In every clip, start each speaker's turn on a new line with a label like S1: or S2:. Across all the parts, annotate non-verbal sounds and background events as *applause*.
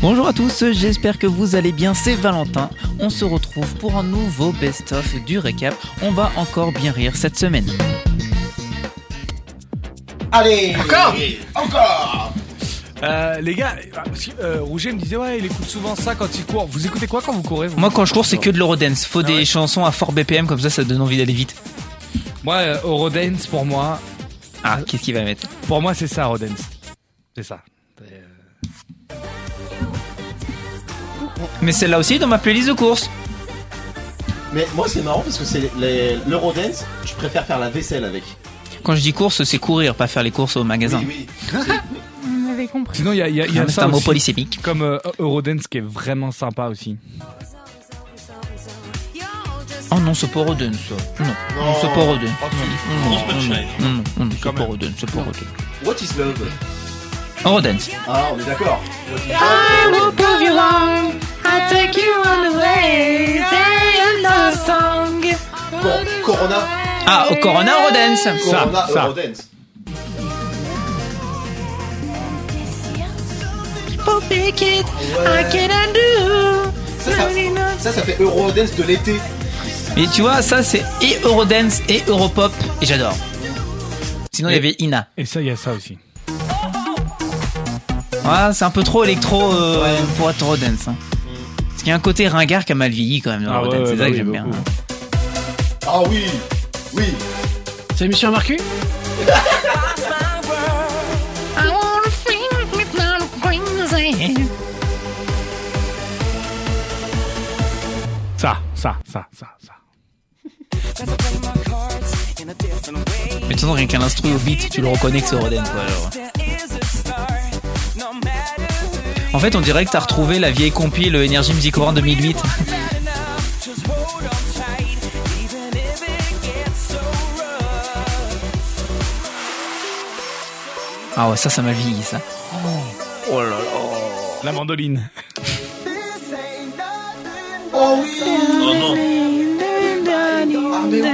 S1: Bonjour à tous, j'espère que vous allez bien, c'est Valentin. On se retrouve pour un nouveau best-of du récap. On va encore bien rire cette semaine.
S2: Allez
S3: Encore
S2: Encore
S3: Euh, les gars, parce que, euh, Rouget me disait ouais, il écoute souvent ça quand il court. Vous écoutez quoi quand vous courez vous
S1: Moi quand je cours c'est que de l'eurodance, faut des
S3: ouais.
S1: chansons à fort BPM comme ça ça donne envie d'aller vite.
S3: Moi, euh, Eurodance pour moi,
S1: Ah, qu'est-ce qu'il va mettre
S3: pour moi c'est ça Eurodance. C'est ça. Euh,
S1: Mais celle-là aussi est dans ma playlist de course.
S2: Mais moi c'est marrant parce que c'est les- l'Eurodance, je préfère faire la vaisselle
S3: *laughs*
S2: avec.
S1: Quand je dis course, c'est courir, pas faire les courses au magasin.
S2: Oui, oui.
S4: Vous avez compris.
S3: Sinon, il y a, il y a- il y a
S1: Ah, C'est
S3: ça
S1: un mot
S3: aussi,
S1: polysémique.
S3: comme euh, Eurodance qui est vraiment sympa aussi.
S1: Oh non, c'est pas Rodon, ça. Non, non c'est pas Rodon. Non, non, non, non, non, non, c'est
S3: Quand
S1: pas
S3: même.
S1: Rodon, c'est pas Rodon.
S2: What is love
S1: Eurodance.
S2: Ah, on est d'accord. What is Cor- Corona,
S1: Ah, au Corona Eurodance.
S2: Corona,
S3: ça.
S2: Eurodance. Ouais. Ça, ça, ça, ça fait Eurodance de l'été.
S1: Et tu vois, ça c'est et Eurodance et Europop et j'adore. Sinon il y avait Ina.
S3: Et ça, il y a ça aussi.
S1: Ah, c'est un peu trop électro euh, pour être Eurodance. hein. Parce qu'il y a un côté ringard qui a mal vieilli quand même dans
S3: Ah
S1: Eurodance,
S3: ouais,
S1: c'est ça
S3: ouais, bah
S1: que
S3: oui,
S1: j'aime bien.
S3: beaucoup.
S2: Ah oui Oui
S5: Ça me suis remarqué
S3: Ça, ça, ça, ça, ça.
S1: Mais de toute façon, rien qu'un instru au beat, tu le reconnais que c'est Eurodance. quoi, alors. En fait, on dirait que t'as retrouvé la vieille compile Energy Music Awards 2008. Ah ouais, ça, ça m'a vieilli, ça.
S3: Oh La mandoline.
S2: Oh oui Ah mais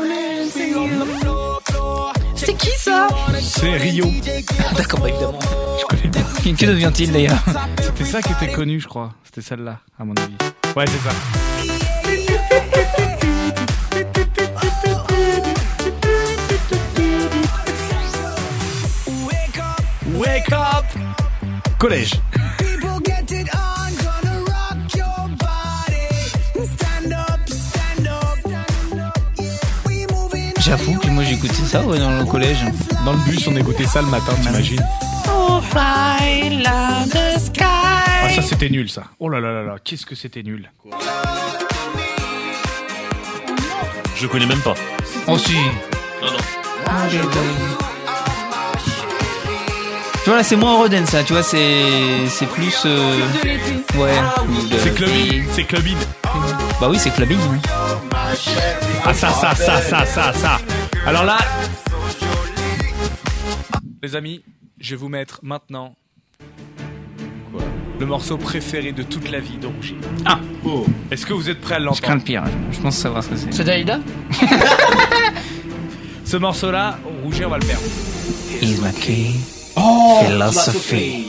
S2: oui
S3: C'est Rio.
S1: D'accord, bah évidemment. Que devient-il d'ailleurs
S3: C'était ça qui était connu, je crois. C'était celle-là, à mon avis. Ouais, c'est ça. Wake up Collège.
S1: J'avoue que moi j'écoutais ça ouais, dans le collège.
S3: Dans le bus, on écoutait ça le matin, t'imagines
S4: Oh,
S3: Ah, ça c'était nul, ça. Oh là là là là, qu'est-ce que c'était nul.
S6: Je connais même pas.
S1: Oh si. Tu vois là c'est moins Roden ça, tu vois c'est c'est plus euh, ouais. de-
S3: C'est clubbing, c'est clubbing.
S1: Bah oui c'est clubbing. hein.
S3: Ah ça, ça, ça, ça, ça, ça. Alors là... Ah. Les amis, je vais vous mettre maintenant le morceau préféré de toute la vie de Rouget.
S1: Ah.
S3: Est-ce que vous êtes prêts à
S1: Je crains
S3: l'entendre
S1: le pire. Je pense savoir ce que c'est.
S5: C'est Dalida
S3: Ce morceau-là, Rouget, on va le perdre.
S1: Is my key,
S2: Oh
S1: philosophy.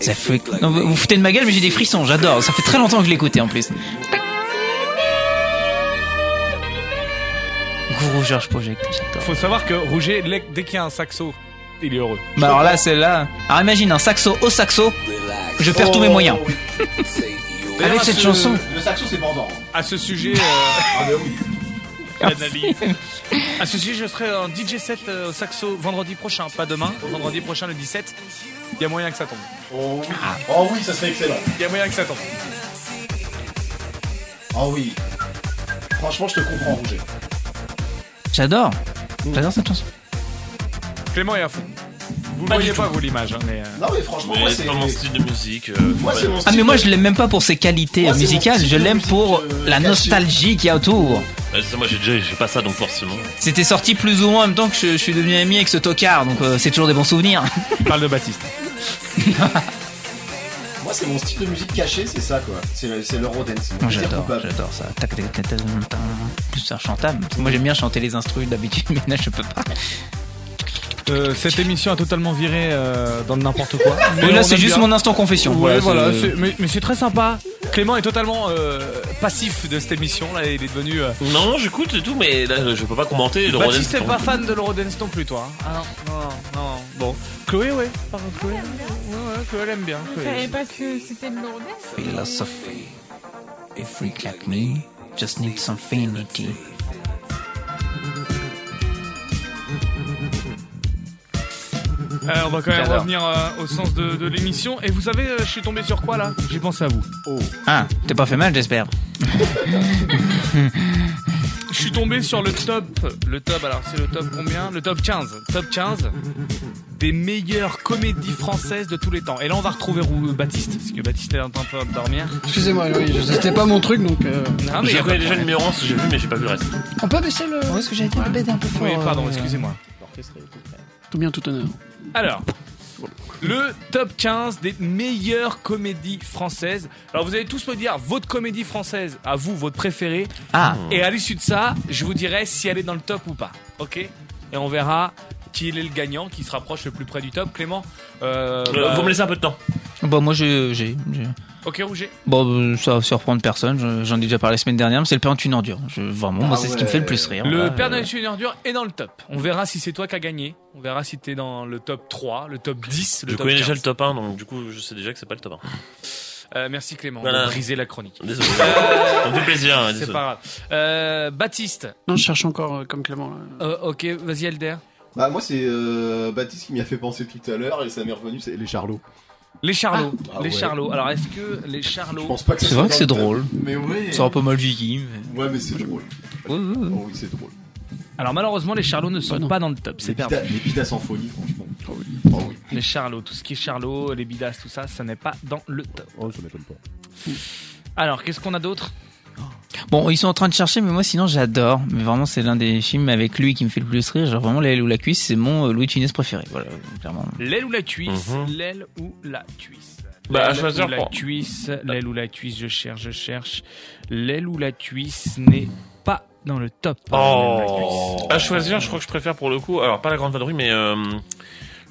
S1: the freak- Non, vous, vous foutez de ma gueule mais j'ai des frissons, j'adore. Ça fait très longtemps que je l'écoutais en plus. Guru George Project, j'adore.
S3: Faut savoir que Rouget, dès dès qu'il y a un saxo, il est heureux.
S1: Bah alors là, celle-là. Alors imagine un saxo au saxo. Je perds tous mes moyens. *laughs* Avec
S3: D'ailleurs,
S1: Oh. cette
S3: ce-
S1: chanson.
S2: Le saxo c'est mordant. Ah,
S3: À ce sujet, euh, Annalie. à ce sujet, je serai en DJ set euh, au saxo vendredi prochain, pas demain, vendredi prochain le 17. Il y a moyen que ça tombe.
S2: Oh oui. oh oui, ça serait excellent.
S3: Il y a moyen que ça tombe.
S2: Oh oui. Franchement, je te comprends, Roger.
S1: J'adore. J'adore cette chanson.
S3: Clément est à fond. Vous ne
S6: Pas
S3: voyez
S6: du
S3: pas vous l'image, hein, mais. euh,
S2: Non mais franchement, moi
S6: Mais
S2: c'est
S6: c'est pas mon style de musique. euh,
S2: moi,
S6: ouais.
S2: c'est mon
S1: Ah mais
S2: style.
S1: moi je l'aime même pas pour ses qualités
S2: Moi, c'est
S1: musicales,
S2: mon
S1: je
S2: style de
S1: l'aime
S2: musique,
S1: pour
S2: euh,
S1: la
S2: cachée.
S1: nostalgie qu'il y a autour.
S6: Ouais, c'est ça, moi j'ai déjà j'ai pas ça donc forcément.
S1: C'était sorti plus ou moins en même temps que je, je suis devenu ami avec ce tocard, donc euh, c'est toujours des bons souvenirs.
S3: Je parle de Baptiste.
S2: Moi, c'est mon style de musique caché, c'est ça quoi. C'est le- c'est l'eurodance.
S1: *laughs* Moi,
S2: Plaisir
S1: J'adore,
S2: coupable.
S1: j'adore ça. Tac, tac, tac, tac, tac, *laughs* Plus ça chantable. Parce que Moi j'aime bien chanter les instrus d'habitude, mais là je peux pas.
S3: Euh, cette émission a totalement viré euh, dans le n'importe quoi.
S1: Mais Euh, là,
S3: on
S1: c'est
S3: aime
S1: juste
S3: bien.
S1: mon instant confession. Voilà,
S3: Ouais, voilà,
S1: c'est-
S3: c'est- mais, mais c'est très sympa. Clément est totalement euh, passif de cette émission. Là, il est devenu. euh,
S6: Non, j'écoute et tout, mais là, je peux pas commenter. Le Rodin,
S3: Baptiste
S6: c'est
S3: n'est Bah, pas fan de l'Eurodance non plus, toi. hein. Ah non, non, non. Bon, Chloé, ouais. Par contre, Chloé, ouais, ouais, Chloé, elle aime bien.
S4: Je
S3: Chloé.
S4: savais pas que c'était de l'Eurodance.
S1: Philosophy. A freak like me just needs some finity.
S3: Euh, on va quand même
S1: J'adore.
S3: revenir euh, au sens de, de l'émission. Et vous savez, euh, je suis tombé sur quoi là Oh. J'ai pensé à vous.
S1: Ah, t'es pas fait mal, j'espère.
S3: Je suis tombé sur le top. Le top, alors c'est le top combien Le top 15. Top 15 des meilleures comédies françaises de tous les temps. Et là, on va retrouver Rou- Baptiste, parce que Baptiste est en train de dormir.
S5: Excusez-moi, oui, je- c'était pas mon truc donc. euh,
S3: Non,
S6: Je
S3: y a pas
S6: connais
S3: de
S6: déjà le numéro 1, j'ai vu, mais j'ai pas vu le reste.
S5: On peut baisser le.
S1: est-ce que j'ai été bête un peu fort euh.
S3: problème. Oui, pardon, excusez-moi.
S5: Tout bien, Euh, tout honneur.
S3: Alors, le top 15 des meilleures comédies françaises. Alors, vous allez tous me dire votre comédie française, à vous, votre préférée.
S1: Ah,
S3: Et à l'issue de ça, je vous dirai si elle est dans le top ou pas. Ok Et on verra qui est le gagnant, qui se rapproche le plus près du top. Clément, euh,
S6: Euh,
S3: bah,
S6: Vous me laissez un peu de temps.
S1: bon, Bah, moi, je- j'ai. j'ai-
S3: Ok, Rouget.
S1: Bon, euh, ça va surprendre personne, je- j'en ai déjà parlé la semaine dernière, mais c'est le père une ordure. Je, vraiment, moi,
S2: Ah
S1: c'est ce qui me fait le plus rire.
S3: Le
S1: Là,
S3: Père
S1: euh,
S3: Noël sur une ordure est dans le top. On verra si c'est toi qui as gagné. On verra si t'es dans le top 3, le top 10, le
S6: Je
S3: top
S6: connais déjà
S3: 15.
S6: le top 1, donc du coup, je sais déjà que c'est pas le top
S3: Euh, merci Clément
S6: Voilà.
S3: de briser la chronique.
S6: 1. Désolé.
S3: Euh,
S6: Ça me fait plaisir, hein,
S3: c'est
S6: désolé.
S3: pas grave. Euh, Baptiste,
S5: Non, je cherche encore euh, comme Clément là.
S3: Euh, ok, vas-y Elder.
S2: Bah, moi, c'est euh, Baptiste qui m'y a fait penser tout à l'heure et ça m'est revenu, c'est les Charlots.
S3: Les Charlots.
S2: Ah
S3: les
S2: ouais.
S3: Charlots. Alors, est-ce que les
S2: Je
S3: Charlots.
S2: pense pas que ça
S1: C'est
S2: soit
S1: vrai que
S2: dans
S1: c'est
S2: le top.
S1: drôle.
S2: Mais ouais.
S1: Ça aura pas mal vieilli. mais-
S2: Ouais, mais c'est drôle.
S1: Ouais, ouais, ouais.
S2: Oh oui, c'est drôle.
S3: Alors, malheureusement, les Charlots ne sont
S1: Ah
S5: non.
S3: pas dans le top.
S2: Les
S3: C'est perdu.
S2: Pita- les Pita Symphonie, franchement. Oh oui.
S3: Les Charlots, tout ce qui est Charlots, les Bidas, tout ça, ça n'est pas dans le top.
S2: Oh, ça m'étonne pas.
S3: Alors, qu'est-ce qu'on a d'autre
S1: Bon, ils sont en train de chercher, mais moi, sinon, j'adore. Mais vraiment, c'est l'un des films avec lui qui me fait le plus rire. Genre, vraiment, l'aile ou la cuisse, c'est mon euh, Louis de Funès préféré. Voilà, clairement.
S3: L'aile ou la cuisse
S6: Mhm.
S3: L'aile ou la cuisse
S6: Bah, à
S3: L'aile
S6: choisir
S3: ou la
S6: pour-
S3: cuisse, l'aile ou la cuisse, je cherche, je cherche. L'aile ou la cuisse n'est pas dans le top. hein, L'aile ou la cuisse.
S6: Oh. À choisir, je crois que je préfère pour le coup, alors pas la grande vadrouille, mais euh,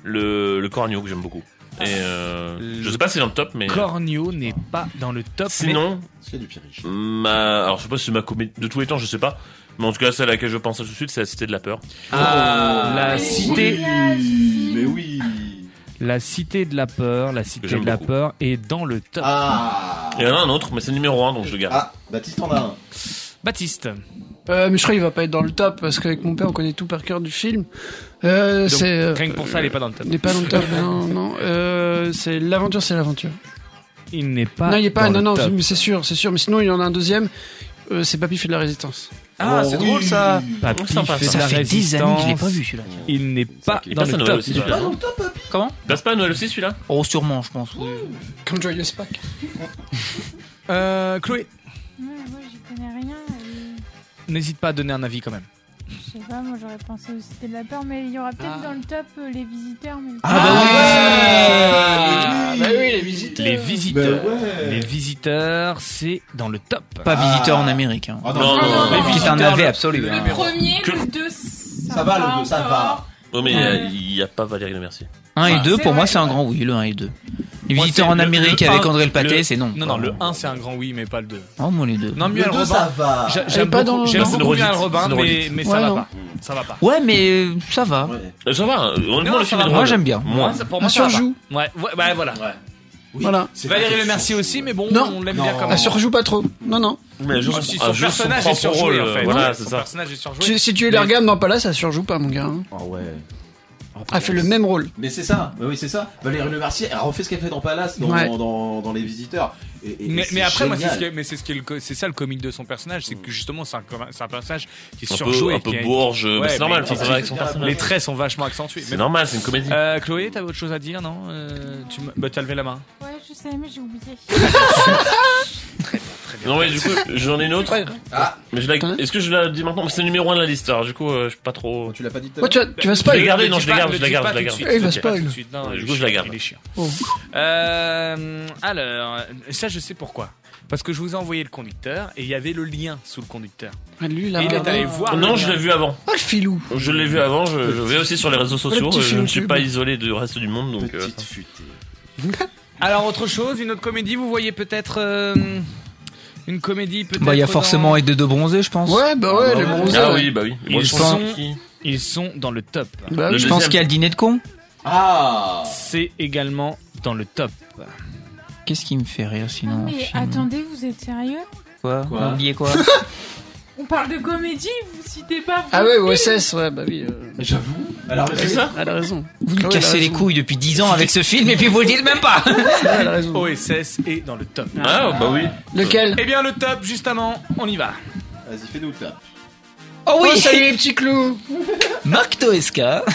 S6: le, le corneau que j'aime beaucoup. Et euh, je sais pas si c'est dans le top, mais
S3: Cornio n'est pas dans le top.
S6: sinon,
S2: Est-ce qu'il y a du pirige
S6: ma, alors je sais pas si c'est ma comédie de tous les temps, je sais pas, mais en tout cas celle à laquelle je pense tout de suite, c'est la Cité de la peur.
S3: mais- Ah, la
S4: Mais
S3: cité
S4: oui.
S2: Mais oui
S3: La cité de la peur, la cité
S6: J'aime
S3: de la
S6: beaucoup.
S3: peur est dans le top.
S2: Ah
S6: Il y en a un autre, mais c'est le numéro 1, donc je le garde.
S2: Ah, Baptiste en a un.
S3: Baptiste,
S5: Euh, mais je crois qu'il va pas être dans le top parce qu'avec mon père on connaît tout par cœur du film. Euh,
S3: Donc,
S5: c'est. euh,
S3: rien que pour ça, il n'est pas dans le top.
S5: Il n'est pas dans le top, non, non. Euh, c'est l'aventure, c'est l'aventure.
S3: Il n'est pas.
S5: non, il est pas,
S3: dans
S5: non,
S3: le
S5: non,
S3: top.
S5: mais c'est sûr, c'est sûr. Mais sinon, il y en a un deuxième. Euh, c'est Papy fait de la résistance.
S1: Ah, c'est drôle, ça.
S3: Papy
S6: Sympa,
S3: fait
S6: ça.
S3: de la
S1: Ça fait 10
S3: résistance.
S1: années que je l'ai pas vu, celui-là.
S3: Il n'est pas
S6: Il
S3: dans
S6: passe à
S3: le
S6: Noël
S3: top.
S6: aussi celui-là. non
S1: Comment
S6: Il passe pas à Noël aussi celui-là
S1: Oh, sûrement, je pense. oui.
S5: Comme Joyous Pack.
S3: Euh, Chloé,
S4: Ouais, moi, j'y connais rien. et
S3: n'hésite pas à donner un avis quand même.
S4: Je sais pas, moi, j'aurais pensé aussi c'était de la peur, mais il y aura peut-être dans le top euh, les visiteurs. Mais...
S1: Ah, bah
S3: Euh,
S5: Ah, bah oui, les visiteurs.
S3: Les visiteurs.
S2: Bah ouais.
S3: Les visiteurs, c'est dans le top.
S1: Pas
S2: Ah.
S1: visiteur en Amérique. Hein.
S2: Ah,
S6: Non, non, non.
S1: Mais
S6: non.
S1: qui est un
S3: Visiteur,
S1: avé
S3: le-
S1: absolu.
S3: le
S1: hein.
S3: numéro-
S4: Premier,
S6: Que-
S4: le 2, ça,
S2: Ça va, le 2, ça
S4: encore.
S2: va.
S6: Non, Oh, mais
S4: Ouais.
S6: il n'y a, pas Valérie Le Mercier.
S1: 1 et
S3: Bah,
S6: Ah.
S1: 2,
S4: C'est
S1: pour moi,
S4: vrai.
S1: c'est un grand oui, le 1 et 2. Les
S3: Moi,
S1: visiteurs
S3: c'est
S1: en
S3: le-
S1: Amérique
S3: le
S1: avec
S3: un-
S1: André le Pâté,
S3: le-
S1: c'est non.
S3: Non, non, le 1 c'est un grand oui, mais pas le 2.
S1: Oh, moi, les deux.
S3: Non,
S2: Le
S3: Muriel
S2: 2,
S3: Robin.
S2: ça va.
S3: j'a-
S1: Eh,
S5: Elle est
S3: J'aime
S5: pas dans
S3: beaucoup,
S5: le-
S3: j'aime
S5: Non,
S6: c'est
S3: beaucoup
S6: une
S3: Muriel
S6: redite,
S3: Robin,
S6: c'est une
S3: mais,
S6: redite.
S3: mais ça
S5: Ouais,
S3: va
S5: non.
S3: pas. Ça va pas.
S1: Ouais, mais euh, ça va.
S2: Ouais.
S6: Euh, Ça va, honnêtement,
S3: Non,
S6: le
S3: ça
S6: film
S3: va.
S6: est drôle.
S1: Moi, j'aime bien.
S6: Moi,
S3: ça- pour
S5: Un surjoue.
S3: va. Ouais, ouais, bah, voilà.
S2: Oui,
S5: Voilà.
S2: c'est pas
S3: Valérie
S2: quelque
S3: Le Mercier
S2: chose.
S3: aussi, mais bon,
S5: Non.
S3: on l'aime
S2: Non.
S3: bien quand
S5: Ah,
S3: même.
S2: Ah,
S5: surjoue pas trop. Non, non.
S6: mais juste,
S3: Si
S6: ah,
S3: son
S6: juste
S3: personnage est
S6: propre
S3: surjoué
S6: rôle,
S3: en fait.
S6: euh, Voilà, c'est
S3: son
S6: ça.
S3: personnage est surjoué.
S5: Si, si tu les
S3: Mais-
S5: regardes dans Palace, ça surjoue pas, mon gars. hein.
S2: Ah ouais. Ah,
S5: Elle fait le même rôle.
S2: Mais c'est ça, mais oui, c'est ça. Valérie Le Mercier, elle refait ce qu'elle fait dans Palace, dans,
S5: Ouais.
S2: dans, dans Les Visiteurs. Et, et- et
S3: Mais, mais après, moi, c'est
S2: génial.
S3: ce qui est- mais c'est ce qui est le co- c'est ça le comique de son personnage, c'est que justement, c'est un, com- c'est un personnage qui est
S6: Mm. Un peu,
S3: surjoué.
S6: un
S3: qui
S6: peu
S3: a-
S6: bourge, mais
S3: Ouais,
S6: c'est normal,
S3: mais-
S6: enfin, ça va avec son
S3: les
S6: personnage.
S3: traits sont vachement accentués.
S6: C'est
S3: Mais-
S6: normal, c'est une comédie.
S3: Euh, Chloé, t'avais autre chose à dire, non Euh, tu me- Bah, t'as levé la main.
S4: Ouais, je sais, mais
S3: *laughs*
S4: j'ai oublié.
S6: Non, mais du coup, j'en ai une autre.
S2: Ah.
S6: Mais je la-
S5: Attends.
S6: Est-ce que je la dis maintenant C'est le numéro 1 de la liste, alors du coup, euh, je suis pas trop.
S2: Oh, Tu l'as pas dit tout à
S5: Ouais,
S2: l'heure
S5: tu, vas, tu vas
S6: Je l'ai
S5: spoil.
S6: gardée,
S3: Le
S6: non,
S3: dis
S6: je la
S3: pas-
S6: garde,
S3: le
S6: je la
S3: dis
S6: garde,
S3: pas
S6: je la
S3: tout de
S6: garde.
S3: suite,
S5: Eh, il va
S6: Ok.
S5: se spoil.
S3: tout de suite,
S6: Du
S3: non, il est
S1: Oh.
S6: coup, je la
S3: chiant,
S6: garde.
S3: Il est chiant.
S5: Oh.
S3: Euh, alors, ça, je sais pourquoi. Parce que je vous ai envoyé le conducteur et il y avait le lien sous le conducteur.
S5: Lui, là.
S3: Et il est allé
S5: ah,
S3: voir. le
S6: Non, je
S3: lien.
S6: l'ai vu avant.
S5: Ah, filou.
S6: Je l'ai vu avant, je, je vais aussi sur les réseaux sociaux,
S5: petit
S6: je ne
S5: film
S6: suis
S5: YouTube.
S6: pas isolé du reste du monde, donc... euh,
S2: Petite futée.
S3: Alors autre chose, une autre comédie, vous voyez peut-être euh, une comédie peut-être.
S1: Bah, il y a
S3: dans-
S1: forcément et de deux bronzés, je pense.
S5: Ouais, bah ouais,
S2: Ah,
S5: les
S2: ouais.
S5: bronzés.
S6: Ah
S5: ouais.
S6: oui, bah oui.
S3: Ils
S6: Moi, je pense
S3: sont-
S6: qu'il-
S3: Ils sont dans le top.
S5: Bah
S6: Le
S5: oui.
S1: Je pense
S6: deuxième.
S1: qu'il y a le dîner de con.
S2: Ah
S3: C'est également dans le top.
S1: Qu'est-ce qui me fait rire
S4: Non,
S1: sinon
S4: mais
S1: film
S4: attendez, vous êtes sérieux
S1: Quoi,
S2: Quoi
S1: On a oublié quoi
S4: On parle de comédie, vous citez pas vous
S5: Ah ouais, OSS, ouais, bah oui. euh,
S2: J'avoue. Alors,
S5: oui, Elle a raison.
S1: Vous
S5: Ah
S1: nous
S5: ouais,
S1: cassez
S5: elle a
S1: les
S5: raison.
S1: couilles depuis 10 ans avec ce film et puis vous le dites même *laughs* pas
S5: Ouais, Elle a raison.
S3: OSS est dans le top.
S6: Ah, bah oui.
S5: Lequel
S3: Eh bien le top, juste avant, on y va.
S2: vas-y, fais-nous le tap.
S1: Oh oui
S5: Oh, salut les petits clous
S1: *laughs* Marc Toesca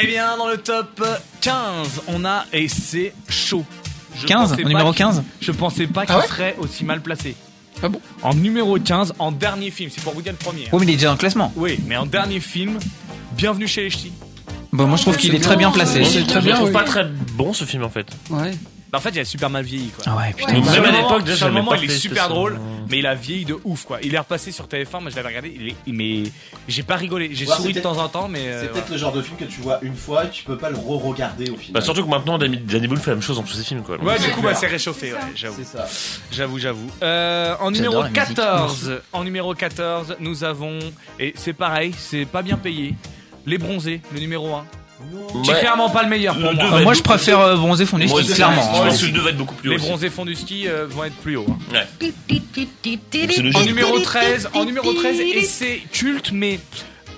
S3: Eh bien dans le top 15, on a et c'est chaud. Je
S1: 15
S3: pensais
S1: au
S3: pas
S1: numéro
S3: qu'il-
S1: 15
S3: Je pensais pas qu'il
S5: Ah ouais
S3: serait aussi mal placé.
S5: Ah bon
S3: En numéro 15, en dernier film, c'est pour vous dire le premier. hein.
S1: Oui mais il est déjà dans le classement
S3: Oui, mais en dernier film, Bienvenue chez les Ch'tis.
S1: Bon Bah, moi je trouve qu'il est très bien placé
S5: C'est
S6: Je
S5: très
S6: le
S5: bien,
S6: trouve
S5: oui.
S6: pas très bon, ce film, en fait.
S5: Ouais.
S3: Bah, en fait, il a super mal vieilli quoi.
S1: Ah ouais putain
S6: Donc,
S4: Ouais.
S6: même
S3: Sur
S6: à
S3: le moment-
S6: l'époque, déjà,
S3: sur le
S6: j'avais
S3: moment,
S6: pas
S3: il est
S6: fait ce
S3: super
S6: son.
S3: drôle, mais il a vieilli de ouf quoi. Il est repassé sur TF1, moi je l'avais regardé, il est- il- mais j'ai pas rigolé. J'ai
S2: Ouais,
S3: souri de
S2: c'était-
S3: temps en temps, mais. euh,
S2: C'est
S3: voilà.
S2: peut-être le genre de film que tu vois une fois et tu peux pas le re-regarder au final.
S6: Bah, surtout que maintenant, Danny Danny Boone fait la même chose dans tous ses films, quoi. Donc,
S3: Ouais,
S2: c'est
S3: du coup, bah,
S2: clair.
S3: c'est réchauffé, ouais, j'avoue.
S2: C'est ça.
S3: J'avoue, j'avoue. Euh, en numéro
S1: la musique.
S3: 14, en numéro 14, nous avons, et c'est pareil, c'est pas bien payé, Les Bronzés, le numéro 1. C'est
S6: Ouais.
S3: clairement pas le meilleur
S6: Le
S3: pour
S6: deux
S3: moi.
S1: Enfin,
S6: va
S1: Moi
S6: être
S1: je préfère euh, bronzer fond du
S6: Moi,
S1: ski
S6: c'est-
S1: clairement
S6: Moi,
S2: Ouais.
S6: je pense que le 2 va être beaucoup plus haut.
S3: Les
S6: aussi.
S3: Bronzés fond du ski euh, vont être plus haut. hein.
S6: C'est
S3: En
S6: logique.
S3: numéro 13, en numéro 13, et c'est culte, mais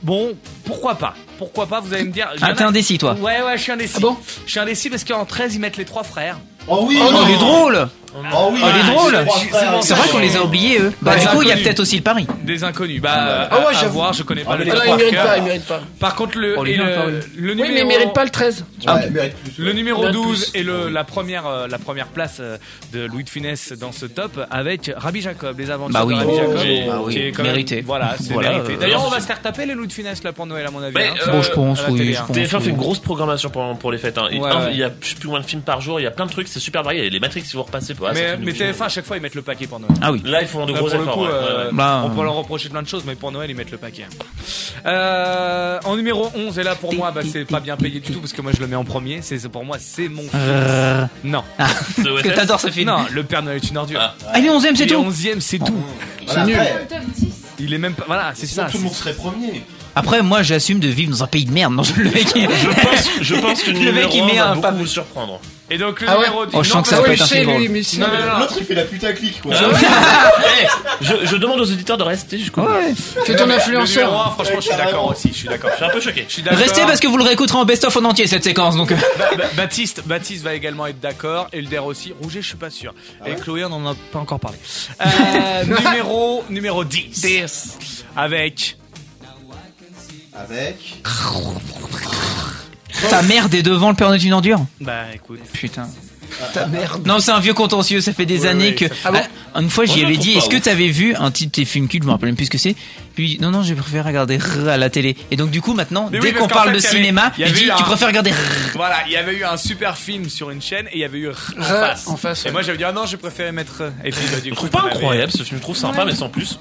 S3: bon, pourquoi pas Pourquoi pas, vous allez me dire.
S1: Ah t'es indécis toi
S3: Ouais, ouais, je suis indécis.
S5: Ah bon
S3: je suis indécis parce qu'en 13, ils mettent les trois frères.
S2: Oh oui
S1: Oh il est drôle
S2: Oh oui
S1: Oh, il est drôle. C'est vrai
S3: Ouais.
S1: qu'on les a oubliés eux Bah
S3: Ouais.
S1: du coup il y a
S3: Inconnus.
S1: peut-être aussi le pari
S3: Des inconnus. Bah,
S5: Ah ouais,
S3: à- à
S5: j'avoue.
S3: voir, je connais pas
S2: Ah,
S3: le
S2: mais
S5: Ah
S3: top
S5: non, il
S2: les
S3: par
S5: mérite
S3: cœur.
S5: pas, il mérite pas.
S3: Par contre, le,
S1: Oh, les
S3: et
S1: liens,
S3: le-
S1: pardon.
S3: le
S5: Oui,
S3: numéro,
S5: mais il mérite pas le 13.
S1: Ah,
S3: le numéro
S5: Bien
S3: 12
S5: plus.
S3: et le, la, première, euh, la première place euh, de Louis de Funès dans ce top avec Rabbi Jacob, les aventures
S1: Bah oui.
S3: de Rabbi
S1: Oh,
S3: Jacob.
S6: j'ai-
S1: bah oui.
S3: qui est quand
S1: Mérité.
S3: voilà, c'est
S1: Voilà,
S3: mérité.
S1: euh,
S3: D'ailleurs, on va se faire taper les Louis de Funès là pour Noël, à mon avis.
S6: Mais,
S3: hein.
S6: euh, Bon, je
S1: pense,
S3: à la
S1: oui,
S3: télé,
S1: je
S3: hein.
S1: pense.
S6: TF1 fait une grosse programmation pour, pour les fêtes. hein. Il,
S3: Ouais,
S6: un,
S3: ouais.
S6: il y a je sais plus moins de films par jour, il y a plein de trucs, c'est super varié. Il y a les Matrix qui vont repasser. Pour, ah, ça fait
S3: Mais,
S6: une
S3: mais
S6: nouvelle.
S3: TF1, à chaque fois, ils mettent le paquet pour Noël.
S1: Ah oui
S6: Là, ils font de
S3: Là,
S6: gros
S3: pour le
S6: efforts.
S3: coup,
S6: ouais,
S3: euh,
S6: ouais, ouais.
S1: Bah,
S3: on peut
S1: euh,
S3: leur reprocher plein de choses, mais pour Noël, ils mettent le paquet. Euh, en numéro 11, et là pour moi, bah, c'est pas bien payé du tout parce que moi je le mets en premier. C'est c'est- Pour moi, c'est mon film.
S1: Euh,
S3: Non,
S6: *laughs* The
S1: Que
S6: OSS.
S1: t'adores ce film
S3: non, le Père Noël est une ordure.
S6: Ah.
S1: Ah il est 11ème c'est
S3: Il est
S1: tout
S3: 11ème, c'est tout.
S2: Voilà,
S5: nul.
S4: Dans
S2: après,
S4: le top 10.
S3: Il est même pas. Voilà, c'est
S2: Sinon,
S3: ça.
S2: tout le monde serait premier.
S1: Après moi j'assume de vivre dans un pays de merde Non je le
S3: *laughs*
S1: mec il-
S6: Je pense,
S1: *laughs*
S6: je pense que
S1: Le
S6: le
S1: mec,
S6: numéro
S1: il
S6: 1
S1: met
S6: va
S1: un
S6: beaucoup
S1: pavé.
S6: vous surprendre.
S3: Et donc le
S5: Ah ouais
S3: numéro 10.
S1: Oh, je
S3: non,
S1: sens que ça
S3: parce-
S1: peut
S5: ouais,
S1: être un
S5: je sais,
S1: film
S5: lui,
S1: drôle.
S5: mais si.
S3: Non, non, non, non.
S2: L'autre, il fait la putaclic, quoi.
S6: *laughs* Eh, je, je demande aux auditeurs de rester jusqu'au bout.
S1: Ouais.
S5: Fais ton
S3: Le numéro
S5: influenceur.
S3: un, franchement, je suis d'accord aussi. Je suis d'accord.
S6: Je suis un peu choqué.
S3: Je suis d'accord.
S1: Restez parce que vous le réécouterez en best-of en entier cette séquence donc.
S3: Ba- Ba- Baptiste, Baptiste va également être d'accord. Elder aussi. Rouget, je suis pas sûr.
S2: Ah
S3: Et
S2: ouais
S3: Chloé, on en a pas
S2: *laughs*
S3: encore parlé. Euh, numéro, numéro 10. Avec.
S2: Avec.
S1: Ta merde est devant le Père Noël est une ordure
S3: Bah écoute.
S1: Putain.
S5: Ta merde.
S1: Non, c'est un vieux contentieux, ça fait des
S3: Ouais,
S1: années
S3: ouais,
S1: que.
S3: ça
S5: Ah bon
S1: Ah, une fois, j'y
S6: Moi, je
S1: avais
S6: trouve
S1: dit
S6: pas,
S1: Est-ce que
S6: ouais.
S1: t'avais vu un titre de tes films cultes Je me rappelle même plus ce que c'est. Puis, non, non, j'ai préféré regarder Rrr à la télé. Et donc, du coup, maintenant,
S3: Mais oui,
S1: dès
S3: parce
S1: qu'on
S3: qu'en
S1: parle
S3: fait,
S1: de
S3: il y avait-
S1: cinéma,
S3: il y
S1: je
S3: avait
S1: dis
S3: eu
S1: Tu
S3: un-
S1: préfères regarder Rrr.
S3: Voilà, il y avait eu un super film sur une chaîne et il y avait eu en face.
S5: en face,
S3: Et
S5: ouais.
S3: moi j'avais dit ah non, j'ai préféré mettre. euh, Et puis bah, du
S6: Je
S3: coup,
S6: trouve pas
S3: on avait-
S6: incroyable ce film, je trouve sympa, mais sans plus.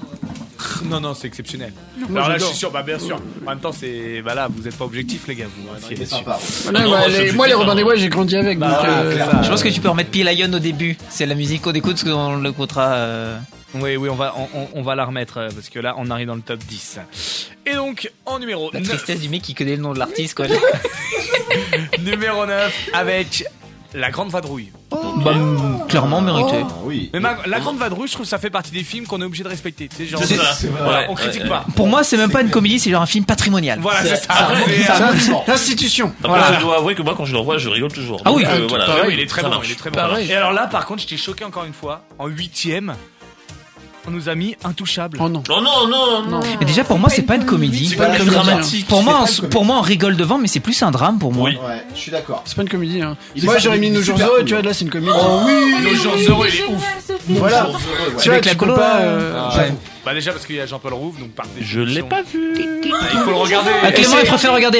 S3: Non non, c'est exceptionnel.
S5: Moi,
S3: Alors là, je
S5: j'adore.
S3: suis sûr, bah bien sûr. En même temps, c'est bah là, vous êtes pas objectif les gars, vous. hein, si-
S2: C'est
S3: si-
S2: sympa.
S5: Voilà,
S6: Ah non,
S5: ouais,
S6: moi,
S5: les-
S6: je suis
S5: moi, les
S6: fan,
S5: Robin des
S6: hein.
S5: Bois, j'ai grandi avec.
S3: Bah,
S5: donc,
S3: voilà,
S5: euh,
S2: clairement.
S1: Je pense que tu peux remettre Peel Lion au début. C'est la musique qu'on écoute, parce qu'on l'écoutera. euh,
S3: Oui, oui, on va, on, on- on va la remettre euh, parce que là, on arrive dans le top 10. Et donc, en numéro
S1: La
S3: 9,
S1: tristesse du mec qui connaît le nom de l'artiste, quoi.
S3: *laughs* numéro 9 avec la Grande Vadrouille.
S1: Bah, clairement mérité.
S3: Oh.
S2: Ah oui.
S3: Mais ma- la Grande Vadrouille, je trouve que ça fait partie des films qu'on est obligé de respecter. Tu sais, genre,
S6: C'est ça.
S2: c'est vrai.
S3: voilà,
S6: Ouais,
S3: on
S6: ouais,
S3: critique
S6: ouais.
S3: pas.
S1: Pour moi, c'est même pas une comédie, c'est genre un film patrimonial.
S3: Voilà, c'est ça. C'est-
S5: ça,
S2: Absolument.
S5: L'institution.
S6: Après,
S3: Voilà.
S6: je dois avouer que moi, quand je le revois, je rigole toujours.
S1: Ah oui,
S6: Donc,
S5: euh,
S6: voilà.
S5: tout
S3: Ah oui,
S5: pareil.
S6: oui,
S3: il est très
S6: ça
S3: bon,
S6: marche.
S3: il est très bon.
S5: Pareil.
S3: Et alors là, par contre, j'étais choqué encore une fois. En huitième, on nous a mis Intouchable.
S5: Oh non.
S6: Oh non, non, non.
S1: Mais déjà, pour moi, c'est pas une comédie.
S2: C'est pas
S1: Comme
S2: une
S1: drama-
S6: comédie.
S1: Pour
S2: C'est
S1: moi,
S2: pas
S1: on-
S2: une comédie.
S1: pour moi, on rigole devant, mais c'est plus un drame pour moi.
S6: Oui.
S2: Ouais, je suis d'accord.
S5: C'est pas une comédie. Hein.
S2: Il est
S5: Moi,
S2: super-
S5: j'aurais mis
S2: il est
S5: Nos jours
S2: super
S5: heureux,
S2: cool.
S5: tu vois, là, c'est
S3: Oh
S5: une comédie.
S2: oui
S3: Nos jours
S4: il est
S3: heureux, il est
S4: génial,
S3: ouf.
S4: ce film.
S5: Voilà.
S2: Nos jours heureux, ouais.
S5: Tu vois,
S1: Avec la
S5: tu peux
S1: colo,
S5: pas.
S1: euh,
S5: euh,
S1: Ouais.
S2: J'avoue.
S3: Bah déjà parce qu'il y a Jean-Paul Rouve, donc par
S6: Je
S3: définition-
S6: l'ai pas vu.
S3: Ah, Il faut le regarder.
S1: Ah, Clément,
S5: c'est-
S1: il préfère regarder.